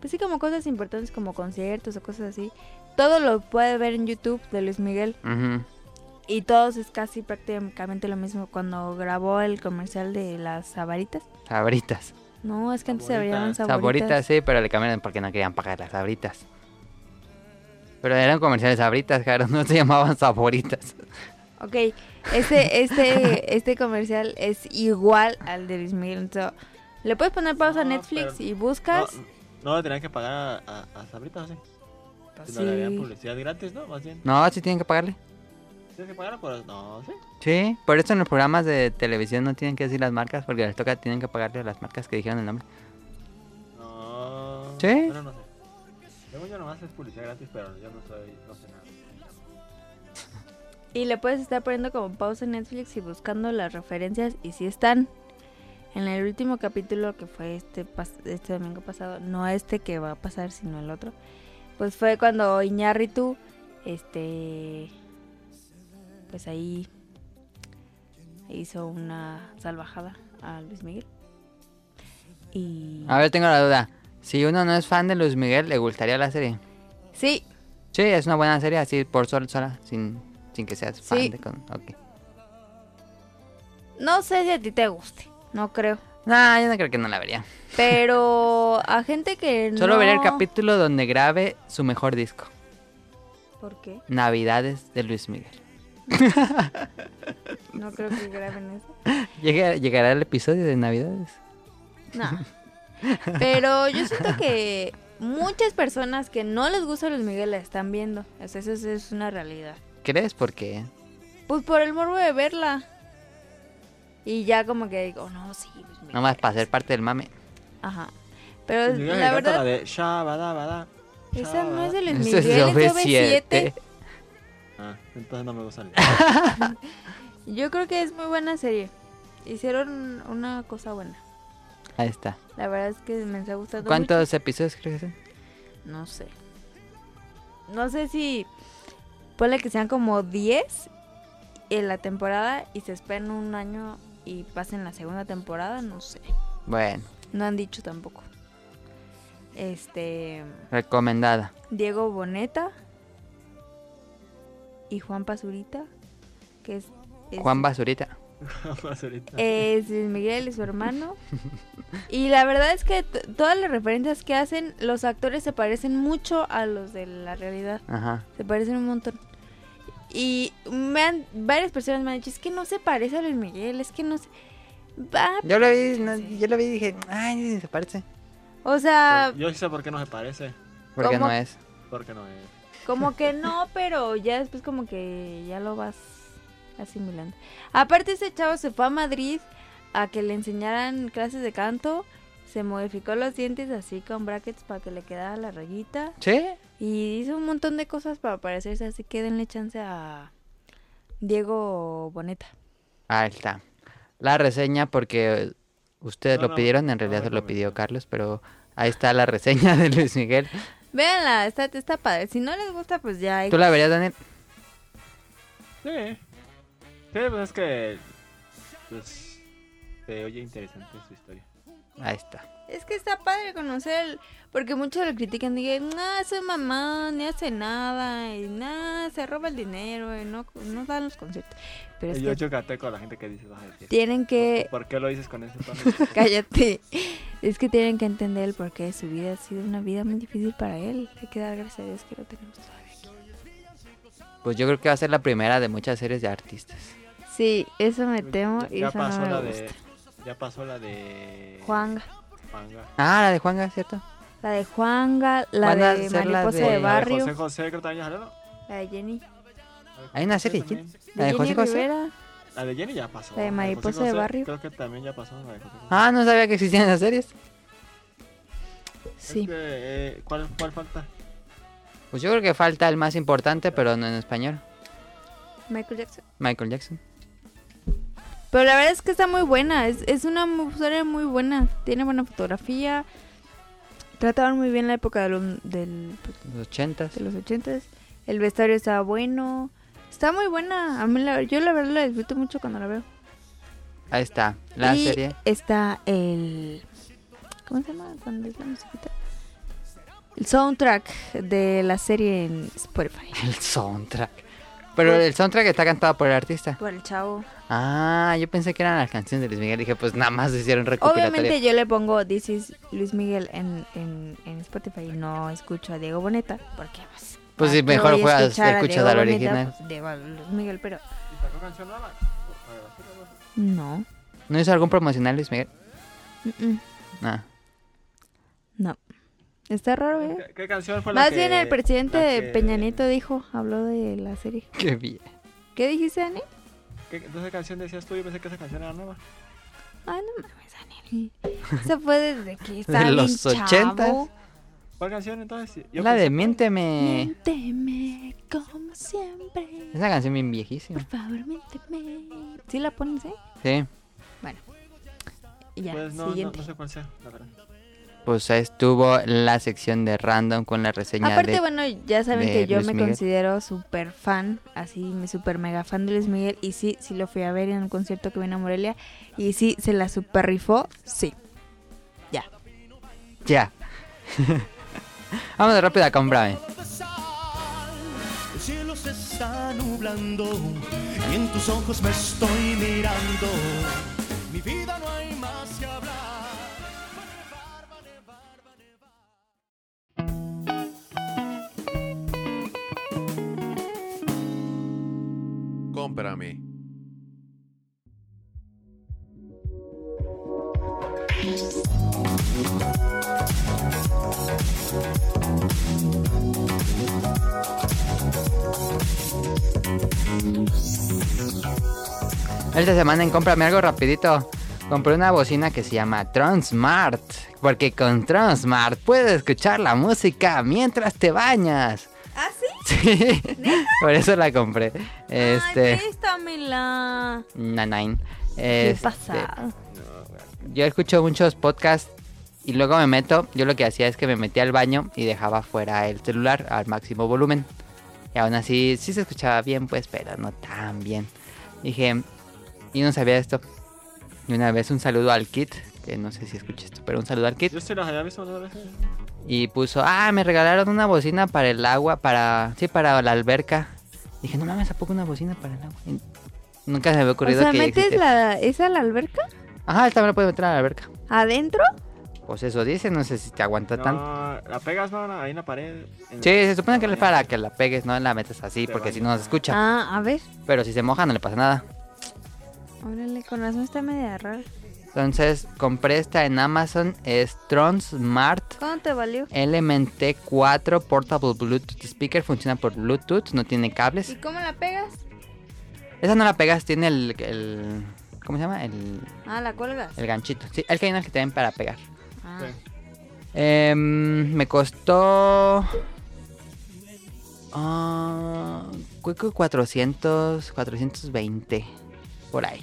Speaker 1: Pues sí, como cosas importantes como conciertos o cosas así. Todo lo puede ver en YouTube de Luis Miguel.
Speaker 2: Ujú.
Speaker 1: Y todos es casi prácticamente lo mismo cuando grabó el comercial de las sabaritas.
Speaker 2: Sabritas.
Speaker 1: No, es que antes se
Speaker 3: Saboritas.
Speaker 1: llamaban saboritas.
Speaker 2: Saboritas, sí, pero le cambiaron porque no querían pagar las sabritas. Pero eran comerciales sabritas, claro, no se llamaban saboritas.
Speaker 1: Ok, este, este, este comercial es igual al de Luis Miguel. Entonces, le puedes poner pausa a
Speaker 3: No,
Speaker 1: Netflix
Speaker 3: pero-
Speaker 1: y
Speaker 3: No,
Speaker 1: buscas.
Speaker 3: no le tenían que pagar a, a, a Sabrita, ¿o sí?
Speaker 1: Pues
Speaker 3: No le darían
Speaker 1: sí.
Speaker 3: publicidad gratis, ¿no? Más bien.
Speaker 2: No, sí tienen que pagarle.
Speaker 3: ¿Tienes que pagar por No, sí.
Speaker 2: Sí, por eso en los programas de televisión no tienen que decir las marcas, porque les toca, tienen que pagarle a las marcas que dijeron el nombre.
Speaker 3: No.
Speaker 2: ¿Sí?
Speaker 3: Bueno, no sé. Según yo nomás es publicidad gratis, pero yo no soy, no sé nada.
Speaker 1: Y le puedes estar poniendo como pausa en Netflix y buscando las referencias y si están. En el último capítulo que fue este, pas- este domingo pasado, no este que va a pasar, sino el otro, pues fue cuando Iñarritu, este, pues ahí hizo una salvajada a Luis Miguel. Y...
Speaker 2: A ver, tengo la duda. Si uno no es fan de Luis Miguel, ¿le gustaría la serie?
Speaker 1: Sí,
Speaker 2: Sí, es una buena serie, así por sol sola, sin, sin que seas fan
Speaker 1: Sí.
Speaker 2: de con... ok.
Speaker 1: no sé si a ti te guste, no creo.
Speaker 2: No, yo no creo que no la vería.
Speaker 1: Pero a gente que...
Speaker 2: Solo
Speaker 1: no...
Speaker 2: vería el capítulo donde grabe su mejor disco,
Speaker 1: ¿Por qué?
Speaker 2: Navidades de Luis Miguel.
Speaker 1: No creo que graben eso.
Speaker 2: Llega- llegará el episodio de Navidades.
Speaker 1: No. Pero yo siento que muchas personas que no les gusta Luis Miguel la están viendo. O sea, eso es- es una realidad.
Speaker 2: ¿Crees? Porque
Speaker 1: Pues por el morbo de verla. Y ya como que digo, no, sí, Luis Miguel.
Speaker 2: nomás para ser parte del mame.
Speaker 1: Ajá. Pero
Speaker 3: Yo creo que
Speaker 1: Pues, la
Speaker 3: canta La
Speaker 1: verdad,
Speaker 3: de Shabadabada.
Speaker 1: esa no es de Luis Miguel,
Speaker 2: Ese es
Speaker 1: es de
Speaker 2: OV7.
Speaker 1: OV7.
Speaker 3: Ah, entonces no me gusta.
Speaker 1: Yo creo que es muy buena serie. Hicieron una cosa buena.
Speaker 2: Ahí está.
Speaker 1: La verdad es que me está gustando mucho.
Speaker 2: ¿Cuántos episodios crees que son?
Speaker 1: No sé. No sé si Ponle que sean como 10 en la temporada y se esperen un año y pasen la segunda temporada, no sé.
Speaker 2: Bueno,
Speaker 1: No han dicho tampoco. Este.
Speaker 2: recomendada.
Speaker 1: Diego Boneta y Juan Pazurita, que es. es-
Speaker 2: Juan Basurita.
Speaker 3: Más ahorita.
Speaker 1: Eh, es Luis Miguel y su hermano. y la verdad es que t- todas las referencias que hacen, los actores se parecen mucho a los de la realidad.
Speaker 2: Ajá.
Speaker 1: Se parecen un montón. Y me han- varias personas me han dicho, es que no se parece a Luis Miguel, es que no se... Va,
Speaker 2: Yo lo vi, no, yo lo vi y dije, ay, se parece.
Speaker 1: o sea,
Speaker 3: Yo sí sé por qué no se parece.
Speaker 2: Porque
Speaker 1: ¿Cómo?
Speaker 2: no es.
Speaker 3: Porque no es.
Speaker 1: Como que no, pero ya después como que ya lo vas asimilando. Aparte ese chavo se fue a Madrid a que le enseñaran clases de canto, se modificó los dientes así con brackets para que le quedara la rayita
Speaker 2: ¿Sí?
Speaker 1: y hizo un montón de cosas para parecerse, así que denle chance a Diego Boneta.
Speaker 2: Ahí está. La reseña, porque ustedes
Speaker 3: No,
Speaker 2: lo
Speaker 3: no,
Speaker 2: pidieron, en
Speaker 3: no
Speaker 2: realidad se lo
Speaker 3: recomiendo.
Speaker 2: pidió Carlos, pero ahí está la reseña de Luis Miguel.
Speaker 1: Véanla, está, está padre. Si no les gusta, pues ya hay...
Speaker 2: ¿Tú la verías, Daniel?
Speaker 3: Sí. Sí, pues es que. Pues. Se oye interesante su historia.
Speaker 2: Ahí está.
Speaker 1: Es que está padre conocer, el- porque muchos lo critican, digan, no, soy mamá, ni hace nada, y nada, se roba el dinero, y no, no dan los conciertos. Pero es
Speaker 3: yo
Speaker 1: que
Speaker 3: chocateco a la gente que dice, vas a decir.
Speaker 1: tienen que,
Speaker 3: Pues, ¿Por qué lo dices con ese tono?
Speaker 1: cállate, es que tienen que entender el porqué de su vida, ha sido una vida muy difícil para él. Hay que dar gracias a Dios que lo tenemos todavía aquí.
Speaker 2: Pues yo creo que va a ser la primera de muchas series de artistas.
Speaker 1: Sí, eso me temo y
Speaker 3: ya
Speaker 1: eso no
Speaker 3: pasó
Speaker 1: me
Speaker 3: la
Speaker 1: gusta.
Speaker 3: de. Ya pasó la de.
Speaker 1: Juanga,
Speaker 3: Juanga.
Speaker 2: Ah, la de Juanga, ¿cierto?
Speaker 1: la de Juanga, la
Speaker 2: Van a
Speaker 1: de
Speaker 2: hacer la
Speaker 1: Mariposa
Speaker 2: de-
Speaker 1: de,
Speaker 3: La de
Speaker 1: Barrio,
Speaker 3: José José, creo que también ya salió,
Speaker 1: la de Jenny,
Speaker 3: ¿no?
Speaker 2: Hay una serie,
Speaker 3: También.
Speaker 2: ¿La de
Speaker 1: Jenny
Speaker 2: José José?
Speaker 1: Rivera,
Speaker 3: La de Jenny ya pasó.
Speaker 1: La de
Speaker 3: José
Speaker 1: Mariposa de
Speaker 3: José,
Speaker 1: Barrio.
Speaker 3: Creo que también ya pasó la de José José.
Speaker 2: Ah, no sabía que existían esas series.
Speaker 1: sí.
Speaker 3: Es que, eh, ¿cuál, ¿Cuál falta?
Speaker 2: Pues yo creo que falta el más importante, pero no en español.
Speaker 1: Michael Jackson.
Speaker 2: Michael Jackson.
Speaker 1: Pero la verdad es que está muy buena. Es, es una mu- serie muy buena. Tiene buena fotografía. Trataban muy bien la época de, lo- del- pues,
Speaker 2: Los ochentas.
Speaker 1: de los ochentas. El vestuario estaba bueno. Está muy buena. A mí la- yo la verdad la disfruto mucho cuando la veo.
Speaker 2: Ahí está. La
Speaker 1: y
Speaker 2: serie.
Speaker 1: está el... ¿Cómo se llama? Cuando es la musiquita. El soundtrack de la serie en Spotify.
Speaker 2: El soundtrack. Pero el soundtrack está cantado por el artista.
Speaker 1: Por el chavo.
Speaker 2: Ah, yo pensé que eran las canciones de Luis Miguel. Dije, pues nada más hicieron recopilatorio.
Speaker 1: Obviamente yo le pongo This is Luis Miguel en, en, en Spotify y no escucho a Diego Boneta, porque pues...
Speaker 2: Pues sí,
Speaker 1: ¿para qué
Speaker 2: mejor
Speaker 1: voy a
Speaker 2: juegas-
Speaker 1: escuchar a
Speaker 2: escuchas
Speaker 1: Diego
Speaker 2: al
Speaker 1: Boneta?
Speaker 2: original.
Speaker 1: Pues, Diego Luis Miguel, pero
Speaker 3: ¿Y sacó canción nueva?
Speaker 1: no.
Speaker 2: ¿No hizo algún promocional Luis Miguel?
Speaker 1: mm, mm,
Speaker 2: Ah.
Speaker 1: no. Está raro, ¿eh?
Speaker 3: ¿Qué, qué canción fue la
Speaker 1: Más
Speaker 3: que-
Speaker 1: bien el presidente
Speaker 3: la
Speaker 1: de
Speaker 3: que-
Speaker 1: Peñanito dijo, habló de la serie.
Speaker 2: Qué bien.
Speaker 1: ¿Qué dijiste, Dani?
Speaker 3: ¿Qué, entonces, ¿qué canción decías tú? Yo pensé que esa canción era nueva.
Speaker 1: Ay, no mames, Dani. Eso fue desde que estaba bien
Speaker 2: los ochentas. eh.
Speaker 1: chavo.
Speaker 3: ¿Cuál canción entonces? Yo
Speaker 2: La de
Speaker 3: pensé-
Speaker 1: Mm.
Speaker 2: Miénteme.
Speaker 1: Miénteme como siempre.
Speaker 2: Es una canción bien
Speaker 1: Por
Speaker 2: viejísima.
Speaker 1: favor, miénteme. ¿Sí la pones, eh?
Speaker 2: Sí.
Speaker 1: Y ya,
Speaker 3: Pues no, no,
Speaker 1: siguiente.
Speaker 3: no sé cuál sea, la verdad.
Speaker 2: Pues ahí estuvo la sección de random con la reseña
Speaker 1: Aparte,
Speaker 2: de...
Speaker 1: bueno, ya saben
Speaker 2: de
Speaker 1: que yo
Speaker 2: Luis
Speaker 1: me
Speaker 2: Miguel.
Speaker 1: considero súper fan, así, me súper mega fan de Luis Miguel. Y sí, sí lo fui a ver en un concierto que vino a Morelia. Y sí, se la super rifó, sí.
Speaker 2: Ya. Vamos rápido a comprarme.
Speaker 5: El cielo se está nublando y en tus ojos me estoy mirando. Mi vida no hay más que hablar.
Speaker 4: Cómprame.
Speaker 2: Esta semana en Cómprame algo rapidito. Compré una bocina que se llama Transmart. Porque con Transmart puedes escuchar la música mientras te bañas.
Speaker 1: ¿Ah, sí?
Speaker 2: Sí. Por eso la compré. Este.
Speaker 1: préstamela.
Speaker 2: Nanain.
Speaker 1: ¿Qué
Speaker 2: Este,
Speaker 1: pasa?
Speaker 2: Yo escucho muchos podcasts y luego me meto. Yo lo que hacía es que me metía al baño y dejaba fuera el celular al máximo volumen. Y Y aún así, sí se escuchaba bien, pues, pero no tan bien. Dije, y no sabía esto. Y una vez un saludo al Kit, que no sé si escuché esto, pero un saludo al Kit.
Speaker 3: Yo sí los había visto algunas veces.
Speaker 2: Y puso, ah, me regalaron una bocina para el agua, para, sí, para la alberca. Dije, no mames, ¿a poco una bocina para el agua? Y nunca se me había
Speaker 1: O
Speaker 2: ocurrido
Speaker 1: sea,
Speaker 2: que
Speaker 1: ¿metes
Speaker 2: existe-
Speaker 1: la, esa a la alberca?
Speaker 2: Ajá, esta me la puedes meter a la alberca.
Speaker 1: ¿Adentro?
Speaker 2: Pues eso dice, no sé si te aguanta
Speaker 3: No,
Speaker 2: tanto.
Speaker 3: la pegas, no, ahí en la pared. en-
Speaker 2: Sí, se supone que
Speaker 3: en
Speaker 2: es
Speaker 3: la
Speaker 2: para
Speaker 3: mañana.
Speaker 2: que la pegues, no la metes así,
Speaker 3: Te
Speaker 2: porque si
Speaker 3: bañas.
Speaker 2: no se escucha.
Speaker 1: Ah, a ver.
Speaker 2: Pero si se moja no le pasa nada.
Speaker 1: Órale, con razón está media rara.
Speaker 2: Entonces compré esta en Amazon, es Tron Smart
Speaker 1: ¿Cuánto te valió?
Speaker 2: Element T4 Portable Bluetooth Speaker, funciona por Bluetooth, no tiene
Speaker 1: ¿Y
Speaker 2: cables.
Speaker 1: cómo la pegas?
Speaker 2: Esa no la pegas, tiene el... el- ¿Cómo se llama? El,
Speaker 1: Ah, la cuelgas.
Speaker 2: el ganchito. Sí, el que hay unas que te ven para pegar.
Speaker 1: Ah.
Speaker 3: Sí.
Speaker 2: Em, me costó... ah, creo que 400, 420, por ahí.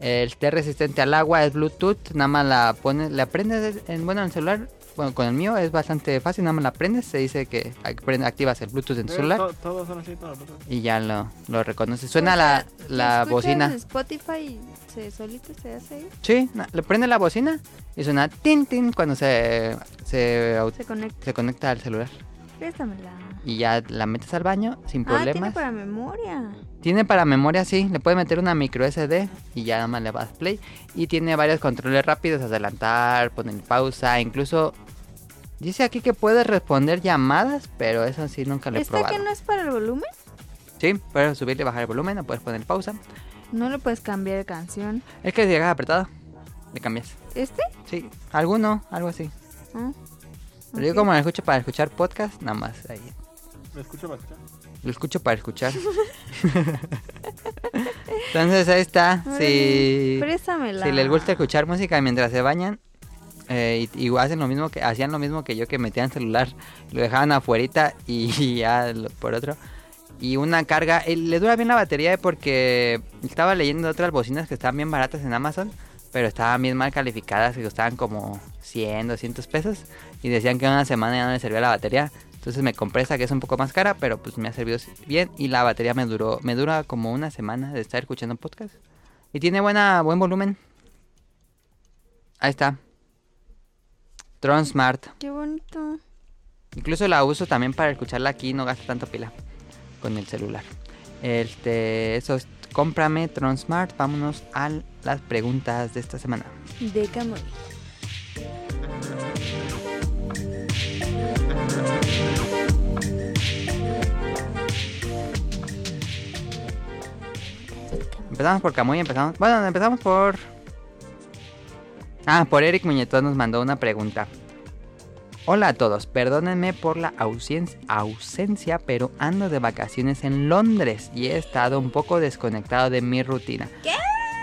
Speaker 2: El té resistente al agua es Bluetooth, nada más la pones, la prendes en, bueno, en el celular, bueno, con el mío es bastante fácil, nada más la prendes, se dice que ac- prende- activas el Bluetooth en tu
Speaker 3: Sí,
Speaker 2: celular
Speaker 3: Eh, to- todos son así, todos los Bluetooth.
Speaker 2: y ya lo, lo reconoce. Suena la, la
Speaker 1: ¿Escuchas
Speaker 2: bocina.
Speaker 1: Spotify y se solito se hace ahí,
Speaker 2: Sí, na- le prende la bocina y suena tin tin cuando se, se, au-
Speaker 1: se conecta.
Speaker 2: se conecta al celular.
Speaker 1: Préstamela.
Speaker 2: Y ya la metes al baño sin
Speaker 1: Ah,
Speaker 2: problemas.
Speaker 1: tiene para memoria.
Speaker 2: Tiene para memoria, sí. Le puedes meter una micro SD y ya nada más le vas play. Y tiene varios controles rápidos: adelantar, poner pausa. Incluso dice aquí que puedes responder llamadas, pero eso sí nunca lo he
Speaker 1: ¿Esta
Speaker 2: probado.
Speaker 1: que no es para el volumen?
Speaker 2: Sí, puedes subir y bajar el volumen, o puedes poner pausa.
Speaker 1: No le puedes cambiar de canción.
Speaker 2: Es que si llegas apretado, le cambias.
Speaker 1: ¿Este?
Speaker 2: Sí, alguno, algo así.
Speaker 1: Ah,
Speaker 2: Pero yo,
Speaker 1: ok.
Speaker 2: como lo escucho para escuchar podcast, nada más ahí.
Speaker 3: ¿Me escucho para escuchar?
Speaker 2: Lo escucho para escuchar. Entonces ahí está. Sí.
Speaker 1: Préstamela.
Speaker 2: Si les gusta escuchar música mientras se bañan eh, y, y hacen lo mismo que hacían lo mismo que yo que metían celular, lo dejaban afuerita y, ya lo- por otro y una carga eh, le dura bien la batería eh, porque estaba leyendo otras bocinas que estaban bien baratas en Amazon, pero estaban bien mal calificadas que costaban como 100, 200 pesos y decían que en una semana ya no le servía la batería. Entonces me compré esa que es un poco más cara, pero pues me ha servido bien y la batería me duró me dura como una semana de estar escuchando podcast. Y tiene buena, buen volumen. Ahí está. Tron Smart.
Speaker 1: Qué bonito.
Speaker 2: Incluso la uso también para escucharla aquí y no gasta tanto pila con el celular. Este, eso es, cómprame Tron Smart. Vámonos a las preguntas de esta semana.
Speaker 1: De Camón.
Speaker 2: Empezamos por Camuy, empezamos. Bueno, empezamos por. Ah, por Eric Muñetón nos mandó una pregunta. Hola a todos, perdónenme por la ausen- ausencia, pero ando de vacaciones en Londres y he estado un poco desconectado de mi rutina. ¿Qué?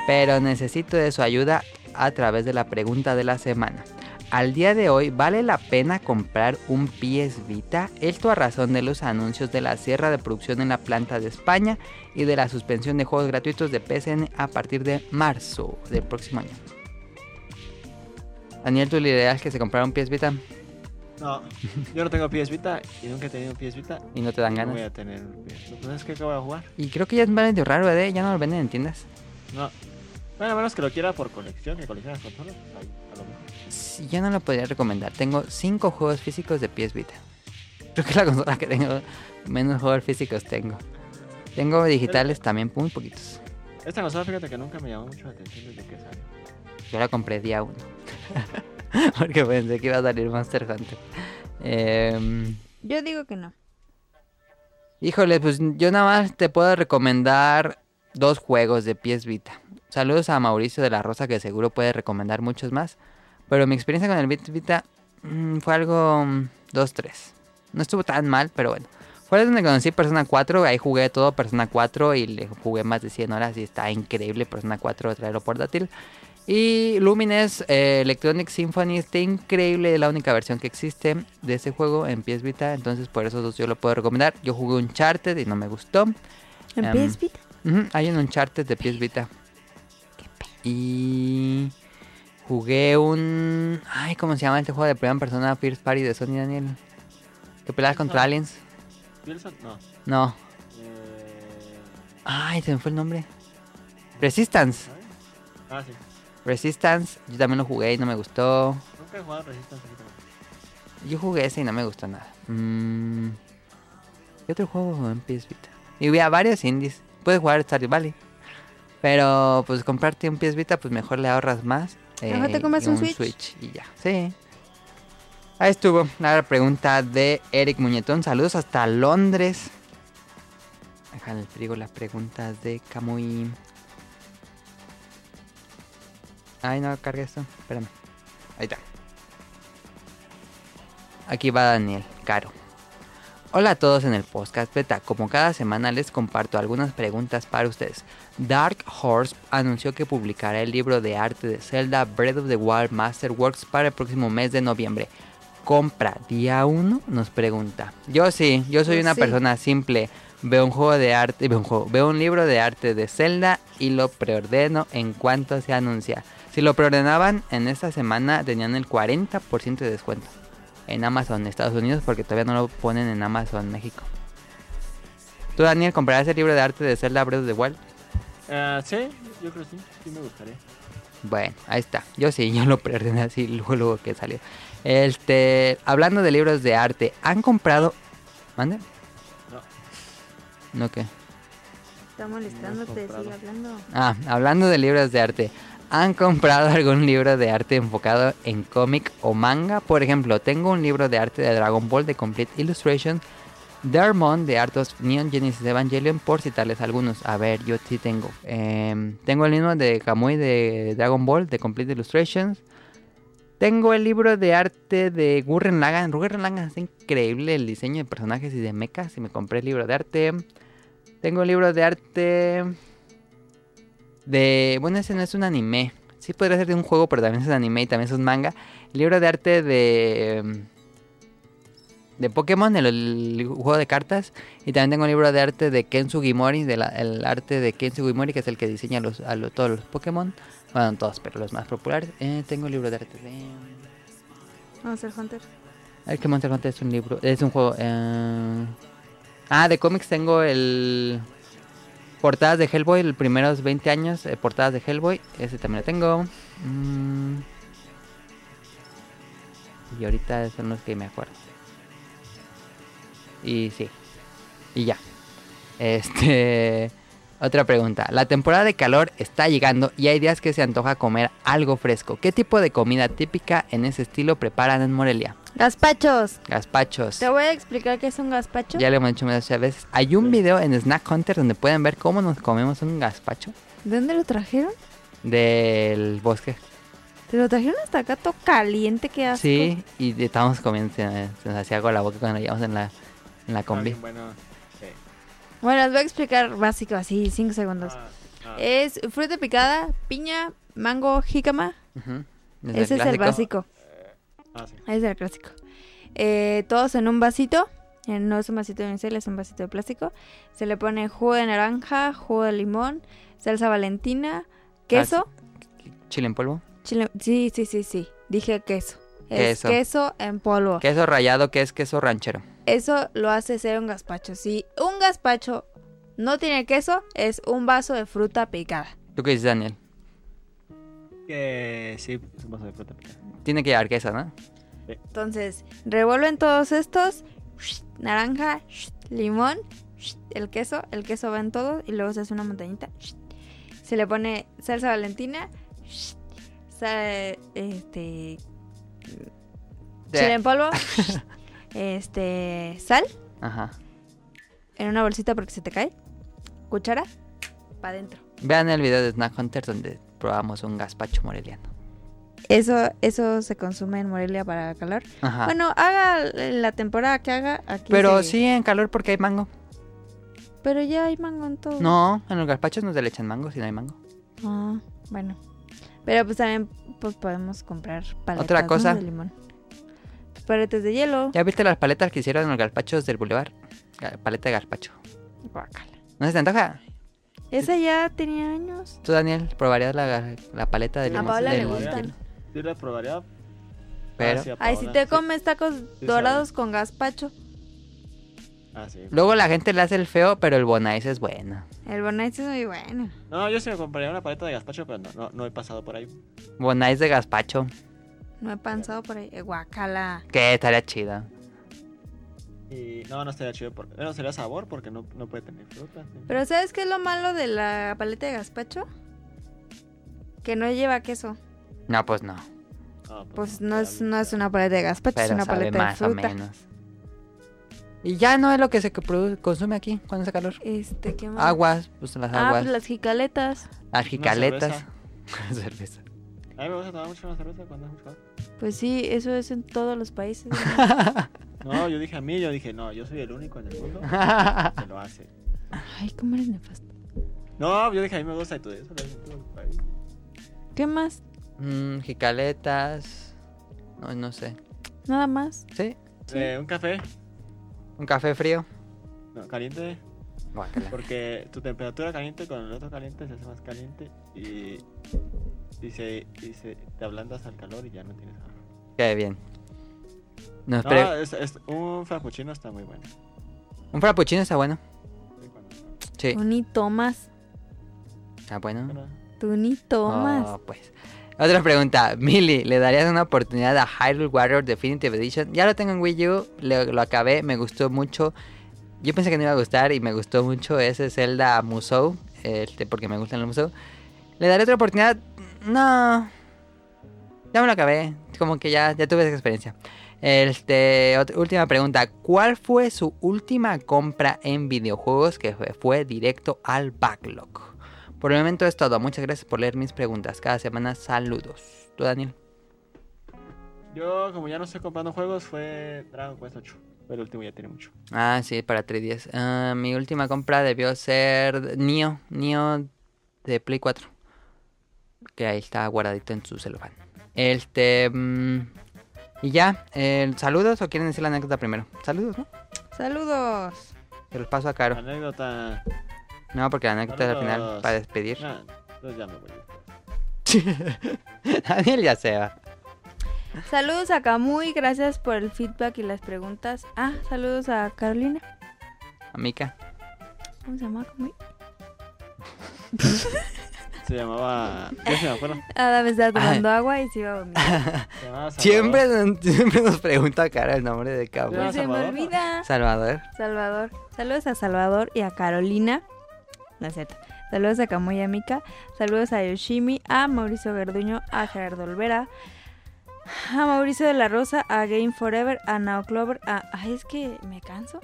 Speaker 2: Pero necesito de su ayuda a través de la pregunta de la semana. Al día de hoy, ¿vale la pena comprar un PS Vita? Esto a razón de los anuncios de la sierra de producción en la planta de España y de la suspensión de juegos gratuitos de PSN a partir de marzo del próximo año. Daniel, ¿tú le ideas que se comprara un PS Vita
Speaker 3: No, yo no tengo PS Vita y nunca he tenido PS Vita.
Speaker 2: y no te dan
Speaker 3: No voy
Speaker 2: ganas?
Speaker 3: a tener un PS. Entonces, ¿qué voy a jugar?
Speaker 2: Y creo que ya es medio raro, ¿eh? Ya no lo venden en tiendas.
Speaker 3: No. Bueno, a menos que lo quiera por colección, que colecciona las consolas. Ahí, a lo mejor.
Speaker 2: Sí, Yo no lo podría recomendar. Tengo 5 juegos físicos de PS Vita. Creo que es la consola que tengo, menos juegos físicos tengo. Tengo digitales también, muy poquitos.
Speaker 3: Esta consola, fíjate que nunca me llamó mucho la atención desde que salió.
Speaker 2: Yo la compré día 1. Porque pensé que iba a salir Monster Hunter. Eh,
Speaker 1: Yo digo que no.
Speaker 2: Híjole, pues yo nada más te puedo recomendar dos juegos de pies Vita. Saludos a Mauricio de la Rosa, que seguro puede recomendar muchos más. Pero mi experiencia con el PS Vita mm, fue algo mm, 2-3. No estuvo tan mal, pero bueno. Fue donde conocí Persona 4, ahí jugué todo Persona 4 y le jugué más de 100 horas y está increíble Persona 4 traerlo portátil. Y Lumines eh, Electronic Symphony está increíble, es la única versión que existe de ese juego en PS Vita, entonces por esos dos yo lo puedo recomendar. Yo jugué un Uncharted y no me gustó.
Speaker 1: ¿En
Speaker 2: Em,
Speaker 1: PS Vita?
Speaker 2: Ujú, hay un Uncharted de PS Vita. Y jugué un... Ay, ¿cómo se llama este juego de primera persona First Party de Sony Daniel? Que peleas contra aliens.
Speaker 3: Wilson? No.
Speaker 2: No.
Speaker 3: Eh,
Speaker 2: Ay, se me fue el nombre. Resistance.
Speaker 3: ¿sabe? Ah, sí.
Speaker 2: Resistance, yo también lo jugué y no me gustó.
Speaker 3: Nunca he jugado Resistance. así que no.
Speaker 2: Yo jugué ese y no me gustó nada. Mm, ¿Qué otro juego jugué en PS Vita? Y había varios indies. Puedes jugar Stardew Valley. Pero pues comprarte un PS Vita, pues mejor le ahorras más.
Speaker 1: Mejor te
Speaker 2: eh,
Speaker 1: compras
Speaker 2: y
Speaker 1: un Switch.
Speaker 2: Y ya, sí. Ahí estuvo. La pregunta de Eric Muñetón. Saludos hasta Londres. Déjale el frigo las preguntas de Kamui. Ay, no carga esto. Espérame. Ahí está. Aquí va Daniel, Caro. Hola a todos en el podcast Beta. Como cada semana les comparto algunas preguntas para ustedes. Dark Horse anunció que publicará el libro de arte de Zelda Breath of the Wild Masterworks para el próximo mes de noviembre. ¿Compra día 1? Nos pregunta. Yo sí, yo soy
Speaker 1: Yo
Speaker 2: una
Speaker 1: sí.
Speaker 2: persona simple. Veo un juego de arte, veo un, juego, veo un libro de arte de Zelda y lo preordeno en cuanto se anuncia. Si lo preordenaban en esta semana tenían el 40% de descuento en Amazon Estados Unidos porque todavía no lo ponen en Amazon México. ¿Tú, Daniel, comprarás el libro de arte de Zelda Breath of the Wild?
Speaker 3: Ah, sí, yo creo que sí. Sí me gustaría.
Speaker 2: Bueno, ahí está. Yo sí, yo lo preordené así luego, luego que salió. Este, hablando de libros de arte, ¿han comprado... ¿Mande?
Speaker 3: No.
Speaker 2: ¿No qué?
Speaker 1: Está molestándote,
Speaker 3: comprado.
Speaker 1: sigue hablando.
Speaker 2: Ah, hablando de libros de arte, ¿han comprado algún libro de arte enfocado en cómic o manga? Por ejemplo, tengo un libro de arte de Dragon Ball de Complete Illustration, Dermon de Art of Neon Genesis Evangelion, por citarles algunos. A ver, yo sí tengo. Em, tengo el mismo de Kamui de Dragon Ball de Complete Illustrations. Tengo el libro de arte de Gurren Lagann. Gurren Lagann es increíble el diseño de personajes y de mechas. Y me compré el libro de arte. Tengo el libro de arte de. Bueno, ese no es un anime. Sí podría ser de un juego, pero también es un anime y también es un manga. El libro de arte de. em, De Pokémon, el, el juego de cartas. Y también tengo un libro de arte de Ken Sugimori, de la- el arte de Ken Sugimori, que es el que diseña los, a lo- todos los Pokémon. Bueno, no todos, pero los más populares. Eh, tengo el libro de arte de.
Speaker 1: Vamos al Hunter.
Speaker 2: El que Monster Hunter es un libro, es un juego. eh. Ah, de cómics tengo el portadas de Hellboy, los primeros 20 años, eh, portadas de Hellboy, ese también lo tengo. Mm. Y ahorita son los que me acuerdo. Y sí. Y ya. Este. Otra pregunta. La temporada de calor está llegando y hay días que se antoja comer algo fresco. ¿Qué tipo de comida típica en ese estilo preparan en Morelia?
Speaker 1: Gaspachos.
Speaker 2: Gazpachos.
Speaker 1: Te voy a explicar qué es un gazpacho.
Speaker 2: Ya lo hemos dicho muchas veces. Hay un video en Snack Hunter donde pueden ver cómo nos comemos un gazpacho
Speaker 1: ¿De dónde lo trajeron?
Speaker 2: del bosque.
Speaker 1: Te lo trajeron hasta acá todo caliente, qué asco.
Speaker 2: Sí, y estábamos comiendo, se, se nos hacía agua la boca cuando íbamos en la, en la
Speaker 3: Ah,
Speaker 2: combi.
Speaker 3: bien bueno. Sí.
Speaker 1: Bueno, les voy a explicar básico, así, 5 segundos.
Speaker 3: Ah, ah.
Speaker 1: Es fruta picada, piña, mango, jícama.
Speaker 2: Ujú.
Speaker 1: Ese es el
Speaker 2: clásico.
Speaker 1: básico.
Speaker 3: Ah, sí.
Speaker 1: Ese es el clásico. Eh, todos en un vasito. Eh, No es un vasito de unicel, es un vasito de plástico. Se le pone jugo de naranja, jugo de limón, salsa valentina, queso.
Speaker 2: Chile en polvo.
Speaker 1: chile- Ah, Sí, sí, sí, sí. Dije queso. Es
Speaker 2: Queso.
Speaker 1: queso, en polvo.
Speaker 2: Queso rallado que es queso ranchero.
Speaker 1: Eso lo hace ser un gazpacho. Si un gazpacho no tiene queso, es un vaso de fruta picada.
Speaker 2: ¿Tú qué dices, Daniel?
Speaker 3: Que sí, es un vaso de fruta picada.
Speaker 2: Tiene que llevar queso, ¿no?
Speaker 1: Entonces, revuelven todos estos, naranja, limón, el queso, el queso va en todo y luego se hace una montañita. Se le pone salsa valentina, sa- este, chile en polvo, este, sal
Speaker 2: Ajá.
Speaker 1: en una bolsita porque se te cae, cuchara, para adentro.
Speaker 2: Vean el video de Snack Hunter donde probamos un gazpacho moreliano.
Speaker 1: Eso, eso se consume en Morelia para calor.
Speaker 2: Ajá.
Speaker 1: Bueno, haga la temporada que haga aquí.
Speaker 2: Ah. Pero
Speaker 1: se-
Speaker 2: sí en calor porque hay mango.
Speaker 1: Pero ya hay mango en todo.
Speaker 2: No, en los gazpachos no se le echan mango si no hay mango.
Speaker 1: Ah, bueno. Pero pues también pues podemos comprar paletas
Speaker 2: Otra
Speaker 1: ¿no?
Speaker 2: cosa.
Speaker 1: de limón. Pues, paletas de hielo.
Speaker 2: ¿Ya viste las paletas que hicieron en los gazpachos del bulevar? Ga- Paleta de gazpacho.
Speaker 1: Guácala.
Speaker 2: ¿No se te antoja?
Speaker 1: Esa ya tenía años.
Speaker 2: Tú, Daniel, probarías la, ga- la paleta de
Speaker 3: A
Speaker 2: limón.
Speaker 1: Paola le Ah,
Speaker 2: del-
Speaker 1: gustan.
Speaker 2: del-
Speaker 3: Yo la probaría.
Speaker 2: Pero-
Speaker 3: hacia
Speaker 1: Ay, si
Speaker 3: Paola.
Speaker 1: te
Speaker 3: Sí.
Speaker 1: comes tacos
Speaker 3: Sí,
Speaker 1: dorados con gazpacho.
Speaker 3: Ah, sí.
Speaker 2: Luego la gente le hace el feo, pero el Bonais es bueno.
Speaker 1: El Bonais es muy bueno.
Speaker 3: No, yo sí me compraría una paleta de gazpacho, pero no, no, no he pasado por ahí.
Speaker 2: Bonais de gazpacho.
Speaker 1: No he pensado por ahí. Eh, Guacala.
Speaker 2: Que estaría chido.
Speaker 3: Y no, no estaría chido. Porque, no sería sabor porque no, no puede tener fruta. sí.
Speaker 1: Pero ¿sabes qué es lo malo de la paleta de gazpacho? Que no lleva queso.
Speaker 2: No, pues no.
Speaker 3: Ah,
Speaker 1: Pues no es, no es una paleta de gazpacho, es
Speaker 2: Pero
Speaker 1: una
Speaker 2: sabe
Speaker 1: paleta de
Speaker 2: más o
Speaker 1: fruta.
Speaker 2: menos. Y ya no es lo que se que produ- consume aquí cuando hace calor.
Speaker 1: Este, ¿qué más?
Speaker 2: Aguas, pues las
Speaker 6: Ah,
Speaker 2: aguas.
Speaker 6: pues las jicaletas.
Speaker 2: Las jicaletas.
Speaker 3: cerveza.
Speaker 2: Cerveza.
Speaker 3: A mí me gusta tomar mucho una cerveza cuando es mucho calor.
Speaker 6: Pues sí, eso es en todos los países.
Speaker 3: No, yo dije a mí, yo dije, no, yo soy el único en el mundo que lo hace.
Speaker 6: Ay, cómo eres nefasto.
Speaker 3: No, yo dije a mí me gusta y todo eso. lo hace en todo el país.
Speaker 6: ¿Qué más?
Speaker 2: Mm, jicaletas. No, no sé.
Speaker 6: Nada más.
Speaker 2: ¿Sí?
Speaker 3: Eh, un café
Speaker 2: ¿Un café frío?
Speaker 3: no, caliente,
Speaker 2: Guácala.
Speaker 3: porque tu temperatura caliente con el otro caliente se hace más caliente y, y, se, y se- te ablandas al calor y ya no tienes calor.
Speaker 2: Qué bien. Nos pre-
Speaker 3: No, eh. es, es- un frappuccino está muy bueno.
Speaker 2: Un frappuccino está bueno.
Speaker 3: Sí, cuando-
Speaker 2: Sí,
Speaker 1: Tú ni tomas.
Speaker 2: está bueno.
Speaker 3: bueno,
Speaker 1: Tú ni tomas.
Speaker 2: Oh, pues. Otra pregunta, Mili, ¿le darías una oportunidad a Hyrule Warrior Definitive Edition? Ya lo tengo en Wii U, lo, lo acabé, me gustó mucho. Yo pensé que no iba a gustar y me gustó mucho ese Zelda Musou, este, porque me gustan los Musou. ¿Le daré otra oportunidad? No. Ya me lo acabé, como que ya, ya tuve esa experiencia. Este, ot- última pregunta, ¿cuál fue su última compra en videojuegos que fue, fue directo al backlog? Por el momento es todo. Muchas gracias por leer mis preguntas. Cada semana saludos. ¿Tú, Daniel?
Speaker 3: Yo, como ya no estoy comprando juegos, fue Dragon Quest 8. Fue el último, ya tiene mucho.
Speaker 2: Ah, sí, para 310. Ah, mi última compra debió ser Nio. Nio de Play 4. Que ahí está guardadito en su celofán. Este... mm, y ya, eh, ¿saludos o quieren decir la anécdota primero? Saludos, ¿no?
Speaker 1: Saludos.
Speaker 2: Se los paso a Caro.
Speaker 3: Anécdota.
Speaker 2: No, porque la anécdota es al final
Speaker 3: Saludos.
Speaker 2: para despedir.
Speaker 3: Nah, entonces ya me voy.
Speaker 2: Daniel ya se va.
Speaker 1: Saludos a Camuy, gracias por el feedback y las preguntas. Ah, saludos a Carolina.
Speaker 2: Amica.
Speaker 1: ¿Cómo se llama Camuy?
Speaker 3: Se llamaba. Yo se me acuerdo.
Speaker 1: Adam está
Speaker 2: Ah.
Speaker 1: tomando agua y se iba a vomitar.
Speaker 3: Se llamaba Salvador.
Speaker 2: Siempre, siempre nos pregunta a Caro el nombre de
Speaker 3: Ya.
Speaker 2: Cabo.
Speaker 1: Pues se me
Speaker 3: Salvador.
Speaker 1: olvida.
Speaker 2: Salvador.
Speaker 1: Salvador. Saludos a Salvador y a Carolina. No es cierto. Saludos a Camuy y a Mika. Saludos a Yoshimi, a Mauricio Garduño, a Gerardo Olvera, a Mauricio de la Rosa, a Game Forever, a Nao Clover, a. Ay, es que me canso.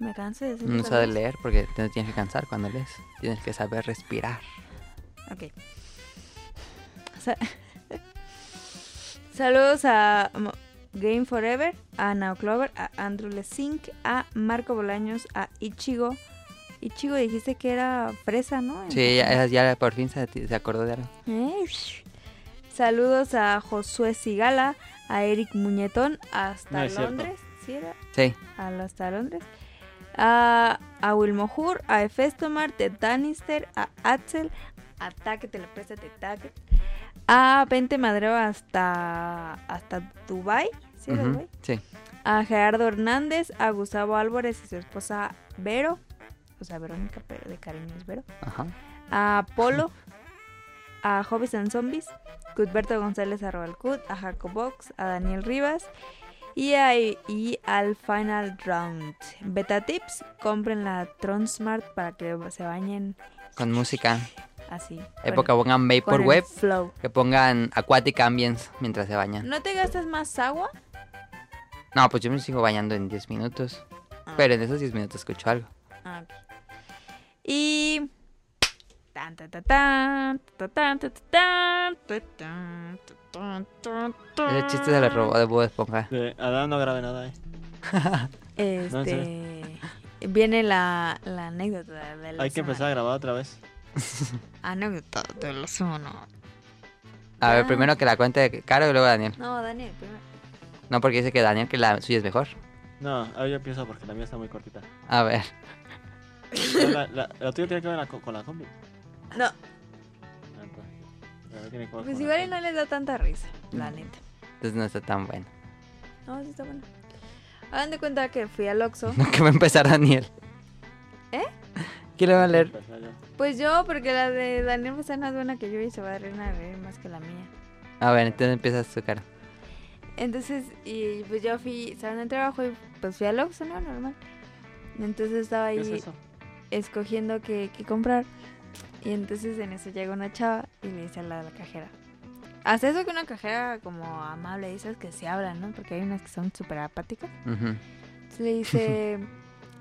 Speaker 1: Me canso de decir
Speaker 2: No
Speaker 1: los
Speaker 2: sabes
Speaker 1: saludos.
Speaker 2: leer porque te tienes que cansar cuando lees. Tienes que saber respirar.
Speaker 1: Ok. Sa- Saludos a Mo- Game Forever, a Nao Clover, a Andrew Lesink, a Marco Bolaños, a Ichigo. Ichigo dijiste que era fresa, ¿no? En
Speaker 2: Sí,
Speaker 1: japonés.
Speaker 2: ya, ya por fin se, se acordó de algo.
Speaker 1: Eh, shh. Saludos a Josué Sigala, a Eric Muñetón, hasta
Speaker 3: No es cierto.
Speaker 1: Londres. ¿Sí era?
Speaker 2: Sí.
Speaker 1: a los Londres. A, a Wilmohur, a Efestomar, a Danister, a Axel, ataque, te la presta, te ataque. A Pente Madreo hasta, hasta Dubai, ¿sí era
Speaker 2: Ujú,
Speaker 1: Dubái?
Speaker 2: Sí.
Speaker 1: A Gerardo Hernández, a Gustavo Álvarez y su esposa Vero, o sea, Verónica, pero de cariño es Vero.
Speaker 2: Ajá.
Speaker 1: A Polo, a Hobbies and Zombies, Cudberto González arroba el Cut, a Jacobox, a Daniel Rivas y, a- y al Final Round. Beta Tips, compren la Tronsmart para que se bañen
Speaker 2: Con música.
Speaker 1: así.
Speaker 2: Época pongan
Speaker 1: con
Speaker 2: Vapor
Speaker 1: el
Speaker 2: Web.
Speaker 1: Flow.
Speaker 2: Que pongan Aquatic Ambience mientras se bañan.
Speaker 1: ¿No te gastas más agua?
Speaker 2: No, pues yo me sigo bañando en 10 minutos. Pero en esos 10 minutos escucho algo.
Speaker 1: Ah, ok. Y... Tan, tan, tan, tan, tan, tan, tan, tan, tan, tan, tan, tan, tan.
Speaker 2: Ese chiste se lo robó de Bob Esponja.
Speaker 3: Sí, Adán no grabe nada, eh. No, en
Speaker 1: Este.
Speaker 3: serio.
Speaker 1: Viene la, la anécdota de la
Speaker 3: Hay que empezar a grabar otra vez.
Speaker 1: semana. Anécdota de la semana.
Speaker 2: A ver,
Speaker 1: Ah.
Speaker 2: primero que la cuente Caro y luego Daniel.
Speaker 1: No, Daniel, primero.
Speaker 2: No, porque dice que Daniel que la suya es mejor.
Speaker 3: No, ahora yo pienso porque la mía está muy cortita.
Speaker 2: A ver.
Speaker 3: No, La, la- la tuya tiene que ver la co- con la combi.
Speaker 1: No,
Speaker 3: Ah, entonces, la mía tiene que ver
Speaker 1: pues
Speaker 3: con
Speaker 1: igual
Speaker 3: la Mm.
Speaker 1: y no les da tanta risa, la neta.
Speaker 2: Entonces no está tan bueno.
Speaker 1: No, sí está bueno. Hagan de cuenta que fui al Oxxo.
Speaker 2: No, que va a empezar Daniel.
Speaker 1: ¿Eh?
Speaker 2: ¿Quién le va a leer?
Speaker 1: Pues yo, porque la de Daniel va a ser más buena que yo y se va a reír a reír más que la mía.
Speaker 2: A ver, Ah, entonces empiezas tu cara.
Speaker 1: Entonces, y pues yo fui, estaban en trabajo y pues fui al Oxxo, ¿no? Normal. Entonces estaba ahí
Speaker 3: ¿Qué es eso?
Speaker 1: escogiendo qué, qué comprar. Y entonces en eso llega una chava y le dice a la, la cajera. Hasta eso que una cajera como amable, esas que se hablan, ¿no? Porque hay unas que son súper apáticas.
Speaker 2: Ujú.
Speaker 1: Entonces le dice,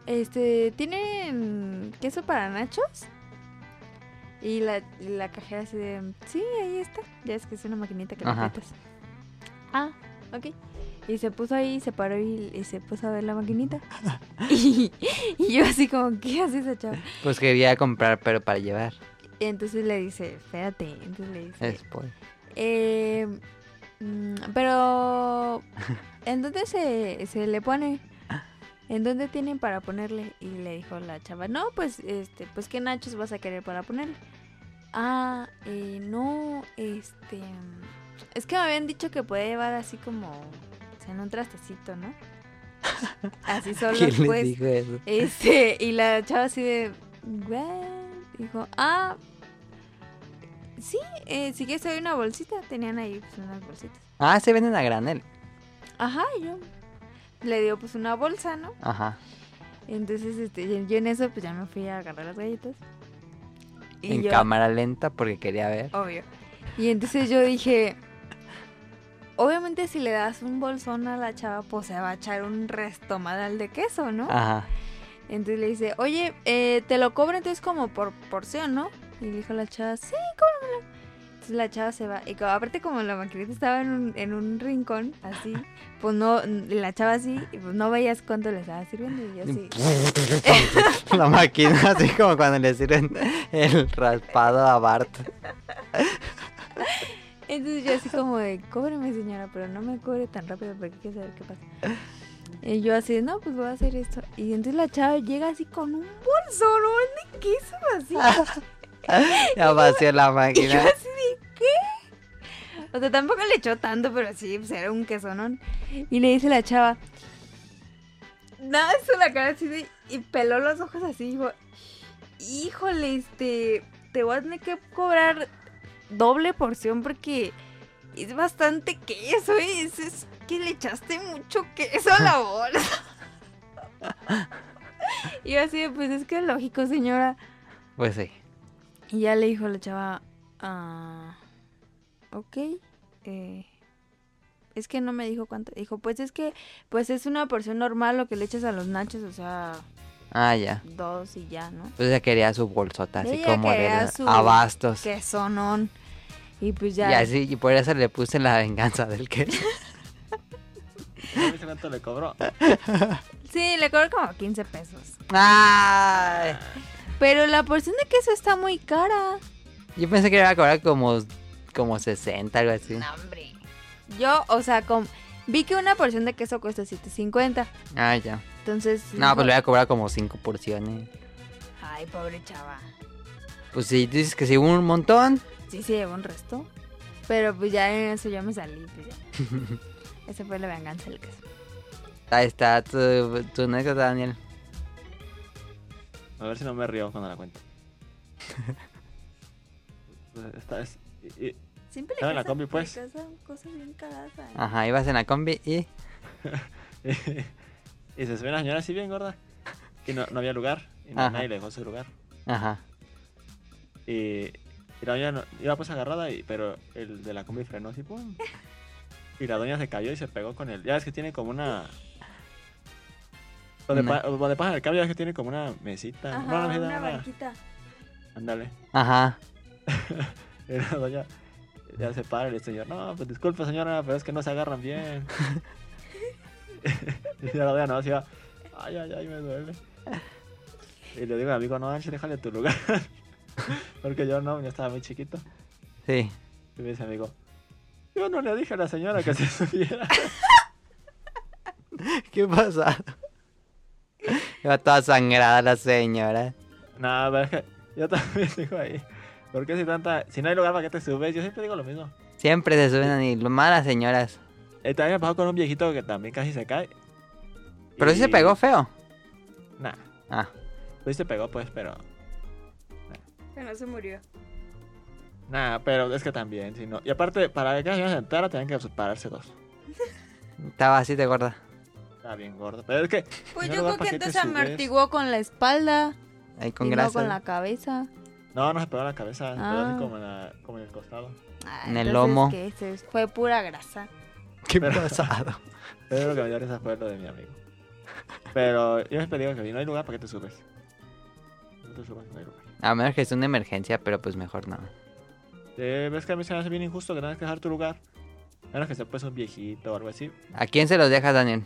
Speaker 1: este, ¿tienen queso para nachos? Y la, y la cajera así de, sí, ahí está. Ya es que es una maquinita que
Speaker 2: Ajá.
Speaker 1: aprietas. Ah, ok. Y se puso ahí, se paró y, y se puso a ver la maquinita. y, y yo así como, ¿qué hace esa chava?
Speaker 2: Pues quería comprar, pero para llevar.
Speaker 1: Y entonces le dice, espérate, entonces le dice,
Speaker 2: Es por-
Speaker 1: eh, mm, pero ¿en dónde se, se le pone? ¿En dónde tienen para ponerle? Y le dijo la chava, no, pues, este, pues qué nachos vas a querer para ponerle. Ah, eh, no, este, mm, es que me habían dicho que puede llevar así como, o sea, en un trastecito, ¿no? Así solo,
Speaker 2: ¿Quién les
Speaker 1: pues.
Speaker 2: dijo eso?
Speaker 1: Este, y la chava así de, "What?", dijo, ah, sí, eh, si quieres te doy una bolsita, tenían ahí pues unas bolsitas.
Speaker 2: Ah, se venden a granel.
Speaker 1: Ajá, y yo le dio pues una bolsa, ¿no?
Speaker 2: Ajá.
Speaker 1: Entonces, este, yo- yo en eso pues ya me fui a agarrar las galletas. Y
Speaker 2: en
Speaker 1: yo-
Speaker 2: cámara lenta porque quería ver.
Speaker 1: Obvio. Y entonces yo dije, obviamente si le das un bolsón a la chava, pues se va a echar un restomadal de queso, ¿no?
Speaker 2: Ajá.
Speaker 1: Entonces le dice, oye, eh, te lo cobro entonces como por porción, ¿no? Y le dijo la chava, sí, cóbramelo. Entonces la chava se va. Y como- aparte como la maquinita estaba en un, en un rincón, así, pues no, n- la chava así, y pues no veías cuánto le estaba sirviendo. Y yo así,
Speaker 2: La máquina, así como cuando le sirven el raspado a Bart.
Speaker 1: entonces yo así como de, cóbreme señora, pero no me cobre tan rápido porque quiero saber qué pasa. Y yo así, no, pues voy a hacer esto. Y entonces la chava llega así con un bolsón de queso, así.
Speaker 2: Ya vació la
Speaker 1: Y yo
Speaker 2: máquina.
Speaker 1: así de, ¿qué? O sea, tampoco le echó tanto, pero sí, pues era un quesonón. Y le dice la chava, nada, hizo la cara así de, y peló los ojos así, y dijo, híjole, este, te voy a tener que cobrar doble porción porque es bastante queso, ¿eh? Es, es que le echaste mucho queso a la bolsa. Y yo así, de, pues es que es lógico, señora.
Speaker 2: Pues sí.
Speaker 1: Y ya le dijo la chava, ah, ok, eh, es que no me dijo cuánto. Dijo, pues es que, pues es una porción normal lo que le echas a los nachos, o sea,
Speaker 2: Ah, ya.
Speaker 1: dos y ya, ¿no?
Speaker 2: Pues ella quería su bolsota, así
Speaker 1: Ella
Speaker 2: como de
Speaker 1: quería su-
Speaker 2: abastos.
Speaker 1: Que sonón. Y pues ya.
Speaker 2: Y así, y por eso le puse la venganza del queso.
Speaker 3: ¿No viste cuánto le cobró?
Speaker 1: Sí, le cobró como 15 pesos.
Speaker 2: ¡Ay!
Speaker 1: Pero la porción de queso está muy cara.
Speaker 2: Yo pensé que iba a cobrar como, como 60, algo así.
Speaker 1: hombre. Yo, o sea, con... vi que una porción de queso cuesta 7.50.
Speaker 2: Ah, ya.
Speaker 1: Entonces.
Speaker 2: No, pues le
Speaker 1: dijo,
Speaker 2: voy a cobrar como 5 porciones.
Speaker 1: Ay, pobre chava.
Speaker 2: Pues si dices que si hubo un montón.
Speaker 1: sí se llevó un resto. Pero pues ya en eso yo me salí. Pues ya. Esa fue la venganza del queso.
Speaker 2: Ahí está tu, tu anécdota, Daniel.
Speaker 3: A ver si no me río cuando la cuente. Esta es... y- y-
Speaker 1: Siempre
Speaker 3: Estaba en la combi, pues.
Speaker 1: le pasan cosas bien cagadas. a-
Speaker 2: Ajá, ibas en la combi y.
Speaker 3: y se subió una señora así bien gorda. Y no, no había lugar. Y
Speaker 2: Ajá.
Speaker 3: nadie le dejó su lugar.
Speaker 2: Ajá.
Speaker 3: Y, y la doña no- iba pues agarrada, y- pero el de la combi frenó así, ¡pum! Y la doña se cayó y se pegó con él. Ya ves que tiene como una. Donde,
Speaker 2: Una-
Speaker 3: pa- donde pasa el cable, ya ves que tiene como una mesita.
Speaker 1: Ajá,
Speaker 3: no, no, mesita,
Speaker 1: una
Speaker 3: una-
Speaker 1: banquita.
Speaker 3: Ándale.
Speaker 2: Ajá.
Speaker 3: Y la doña ya se para y el señor, no, pues disculpe señora, pero es que no se agarran bien. y la doña no, así va, ay, ay, ay, me duele. Y le digo a mi amigo, no, Anche, déjale tu lugar. Porque yo no, yo estaba muy chiquito.
Speaker 2: Sí.
Speaker 3: Y me dice amigo, yo no le dije a la señora que se subiera.
Speaker 2: ¿Qué pasa? Iba toda sangrada la señora.
Speaker 3: no, pero es que yo también digo ahí. ¿Por qué si tanta, si no hay lugar para que te subes? Yo siempre digo lo mismo.
Speaker 2: Siempre se suben a ni malas señoras.
Speaker 3: Eh, también me pasó con un viejito que también casi se cae.
Speaker 2: Pero sí se
Speaker 3: Y-
Speaker 2: pegó feo.
Speaker 3: Nah,
Speaker 2: Ah,
Speaker 3: pues se pegó pues, pero...
Speaker 1: Pero no se murió.
Speaker 3: Nah, pero es que también, si no... Y aparte, para que la señora se entera, tenían que separarse dos.
Speaker 2: estaba así de gorda.
Speaker 3: Está bien gordo, pero es que...
Speaker 1: Pues
Speaker 3: no
Speaker 1: yo
Speaker 3: le
Speaker 1: creo
Speaker 3: da
Speaker 1: que
Speaker 3: paquete
Speaker 1: entonces
Speaker 3: su vez.
Speaker 1: amortiguó con la espalda
Speaker 2: Ahí con
Speaker 1: y
Speaker 2: grasa.
Speaker 1: no con la cabeza.
Speaker 3: No, no se pegó en la cabeza, se pegó
Speaker 1: Ah.
Speaker 3: así como en, la- como en el costado.
Speaker 1: Ah,
Speaker 2: En el
Speaker 1: entonces,
Speaker 2: lomo.
Speaker 1: ¿qué? Se fue pura grasa.
Speaker 2: Qué
Speaker 3: Pero-
Speaker 2: pasado.
Speaker 3: Pero lo que me dio risa fue lo de mi amigo. Pero yo siempre digo que si no hay lugar, ¿para qué te subes? No te subas, no hay lugar.
Speaker 2: A menos que es una emergencia, pero pues mejor no.
Speaker 3: Eh, ves que a mí se me hace bien injusto que tengas que dejar tu lugar. A menos que sea pues un viejito o algo así.
Speaker 2: ¿A quién se los dejas, Daniel?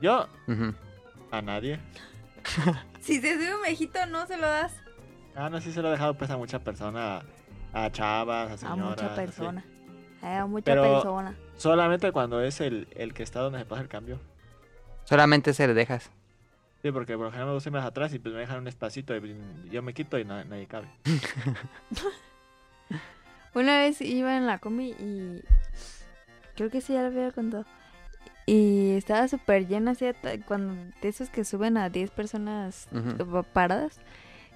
Speaker 3: Yo,
Speaker 2: Ujú.
Speaker 3: a nadie.
Speaker 1: Si se sube un viejito, no se lo das.
Speaker 3: Ah, no, sí se lo he dejado pues a muchas personas. A chavas, a
Speaker 1: A
Speaker 3: señoras.
Speaker 1: mucha
Speaker 3: así.
Speaker 1: persona. A mucha
Speaker 3: Pero-
Speaker 1: persona.
Speaker 3: Solamente cuando es el, el que está donde se pasa el cambio.
Speaker 2: Solamente se los dejas.
Speaker 3: Sí, porque por lo general me gusta irme hacia atrás y pues me dejan un espacito y pues, yo me quito y na- nadie cabe.
Speaker 1: Una vez iba en la combi y creo que sí ya lo había contado. Y estaba súper llena, así, hasta cuando de esos que suben a 10 personas
Speaker 2: Ujú.
Speaker 1: pa- paradas.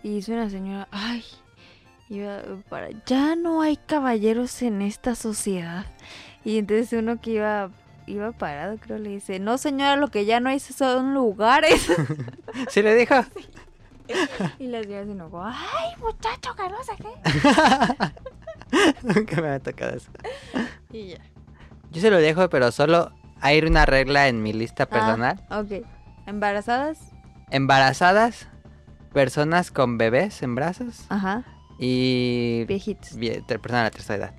Speaker 1: Y dice una señora, ay, iba para, ya no hay caballeros en esta sociedad. Y entonces uno que iba iba parado, creo, le dice, no señora, lo que ya no hay son lugares.
Speaker 2: ¿Sí le dijo?
Speaker 1: y la señora se enojó, ay, muchacho, que no sé qué.
Speaker 2: Nunca me había tocado eso.
Speaker 1: Y ya.
Speaker 2: Yo se lo dejo, pero solo hay una regla en mi lista personal.
Speaker 1: Ah, ok. ¿Embarazadas?
Speaker 2: Embarazadas, personas con bebés en brazos
Speaker 1: Ajá.
Speaker 2: y...
Speaker 1: Viejitos.
Speaker 2: vie- te- Personas de la tercera edad.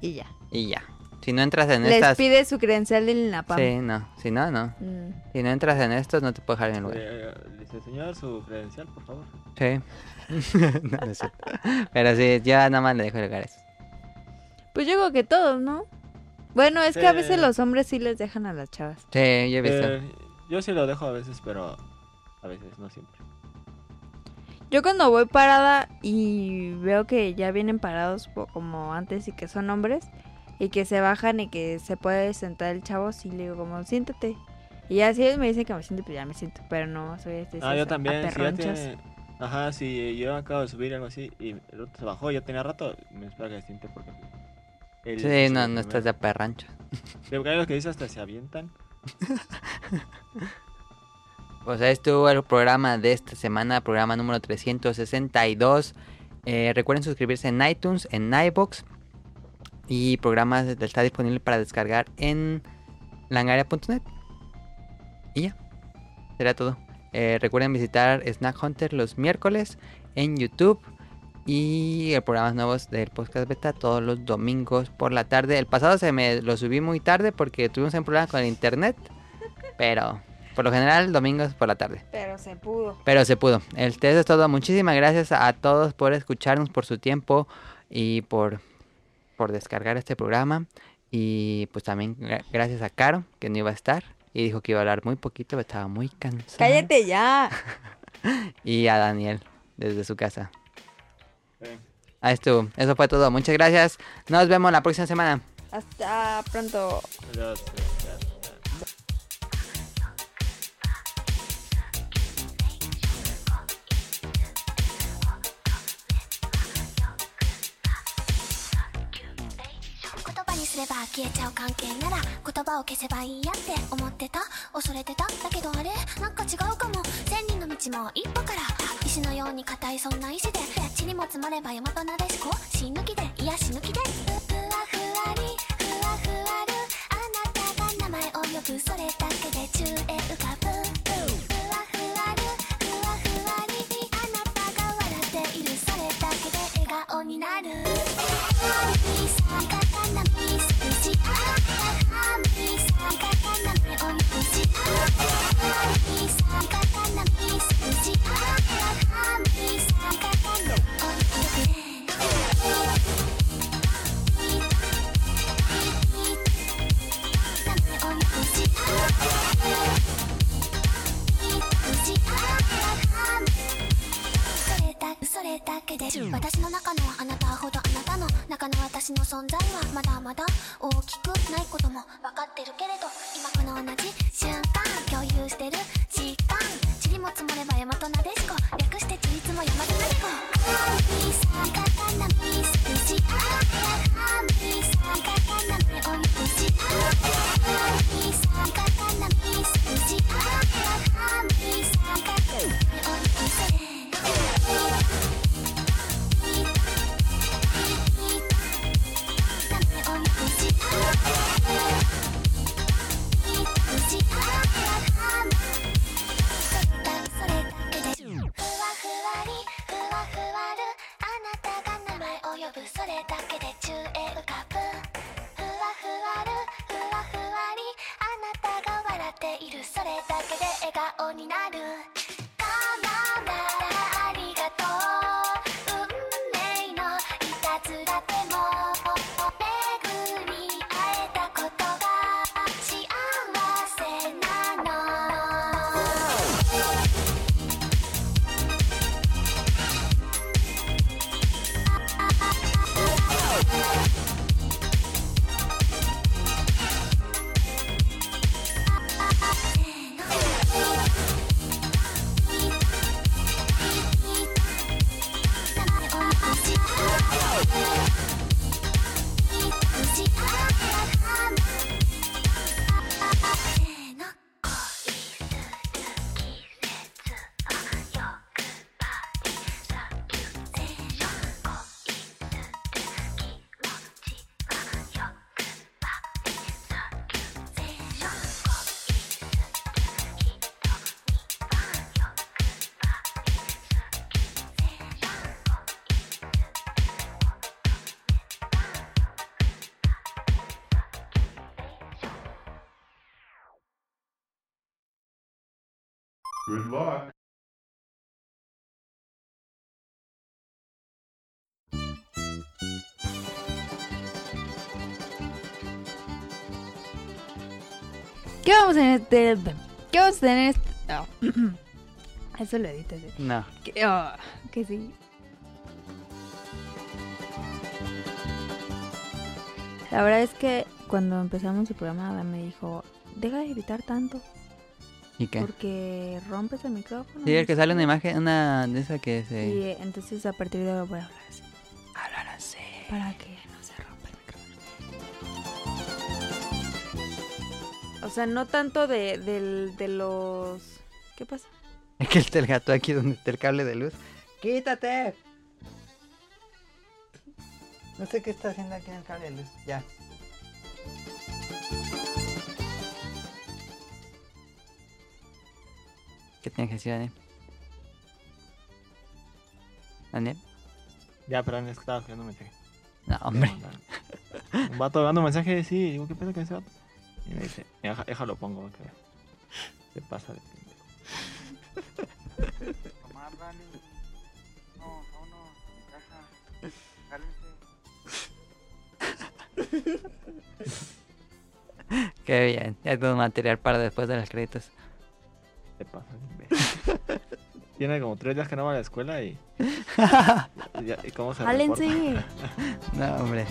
Speaker 1: Y ya.
Speaker 2: Y ya. Si no entras en
Speaker 1: Les
Speaker 2: estas...
Speaker 1: pide su credencial del INAPAM.
Speaker 2: Sí, no. Si no, no.
Speaker 1: Mm.
Speaker 2: Si no entras en estos, Ah, no te puedo dejar en el lugar.
Speaker 3: Eh, dice, señor, su credencial, por favor.
Speaker 2: Sí. no, no es cierto. Pero sí, ya nada más le dejo lugares.
Speaker 1: Pues yo creo que todos, ¿no? Bueno, es que a veces
Speaker 3: Sí.
Speaker 1: los hombres sí les dejan a las chavas.
Speaker 2: Sí, yo he visto.
Speaker 3: Eh, yo sí lo dejo a veces, pero a veces, no siempre.
Speaker 1: Yo cuando voy parada y veo que ya vienen parados po- como antes y que son hombres y que se bajan y que se puede sentar el chavo, sí le digo como siéntate. Y ya si ellos me dicen que me siento, pues ya me siento, pero no soy este.
Speaker 3: Ah, yo también, si ya tiene... Ajá, si yo acabo de subir algo así y el otro se bajó, yo tenía rato, me espero que se siente porque... él
Speaker 2: Sí,
Speaker 3: se
Speaker 2: no,
Speaker 3: sube
Speaker 2: no estás de perrancho.
Speaker 3: primero. Sí, porque hay los que dicen hasta se avientan.
Speaker 2: Pues ahí estuvo el programa de esta semana, programa número 362. Eh, recuerden suscribirse en iTunes, en iBox. Y programas está disponible para descargar en langaria.net. Y ya, será todo. Eh, recuerden visitar Snack Hunter los miércoles en YouTube. Y eh, programas nuevos del podcast beta todos los domingos por la tarde. El pasado se me lo subí muy tarde porque tuvimos un problema con el internet. Pero por lo general domingos por la tarde.
Speaker 1: Pero se pudo.
Speaker 2: Pero se pudo. Este, eso es todo. Muchísimas gracias a todos por escucharnos, por su tiempo y por, por descargar este programa. Y pues también gra- gracias a Caro, que no iba a estar. Y dijo que iba a hablar muy poquito, pero estaba muy cansada.
Speaker 1: Cállate ya.
Speaker 2: Y a Daniel, desde su casa.
Speaker 3: Eh,
Speaker 2: Ahí estuvo. Eso fue todo. Muchas gracias. Nos vemos la próxima semana.
Speaker 1: Hasta pronto.
Speaker 3: yo- ya- ya.
Speaker 7: 言葉にすれば消えちゃう関係なら言葉を消せばいいやって思ってた恐れてただけどあれなんか違うかも千人の道も一歩から石のように硬いそんな石で地にも積もれば山となでしこ死ぬ気で癒し抜きでふわふわりふわふわるあなたが名前を呼ぶそれだけで宙へ浮かぶふわふわるふわふわりあなたが笑っているそれだけで笑顔になるそれだけで私の中のあなたほどあなたの中裸の私の存在はまだまだ大きくないことも分かってるけれど今この同じ瞬間共有してる時間塵も積もれば大和なでしこ略してちりつも山田なでこ神様方なみすくじ神様方なめおみくじ神様方なみすくじ神様方なめおみくじそれだけで宙へ浮かぶふわふわるふわふわりあなたが笑っているそれだけで笑顔になる我慢ならありがとう運命のいたずらでも巡り会えたことが幸せなの
Speaker 1: ¿Qué vamos a tener? este- ¿Qué vamos a tener? este- Ah,
Speaker 6: Oh.
Speaker 1: Eso lo editas. ¿eh?
Speaker 2: No.
Speaker 1: Que, ah, que sí.
Speaker 6: La verdad es que cuando empezamos el programa, Adam me dijo, deja de gritar tanto
Speaker 2: ¿Y qué?
Speaker 6: porque rompes el micrófono.
Speaker 2: Sí, el que sale una imagen, una de esas que se...
Speaker 6: Y eh, entonces a partir de ahora voy a hablar así.
Speaker 2: Hablar así.
Speaker 6: Para que no se rompa el micrófono. O sea, no tanto de, del- de los... ¿Qué pasa?
Speaker 2: Es que está el gato aquí donde está el cable de luz. ¡Quítate! No sé qué está haciendo aquí en el cable de luz. Ya. ¿Qué tienes que decir, Daniel? ¿Daniel?
Speaker 3: Ya, perdón, es que estaba escribiendo un mensaje.
Speaker 2: No, hombre.
Speaker 3: Un vato dando mensaje, sí, digo, ¿qué pasa con ese vato? Y me dice, "Mira, deja- déjalo, pongo, que vea". Se pasa de pendejo.
Speaker 8: Tomar, dale. No, no, no, en casa. Cálense.
Speaker 2: Qué bien. Ya tengo material para después de los créditos.
Speaker 3: Se pasa de pendejo. Tiene como tres días que no va a la escuela y. y, ya- y cómo se reporta.
Speaker 6: Jálense.
Speaker 2: No, hombre.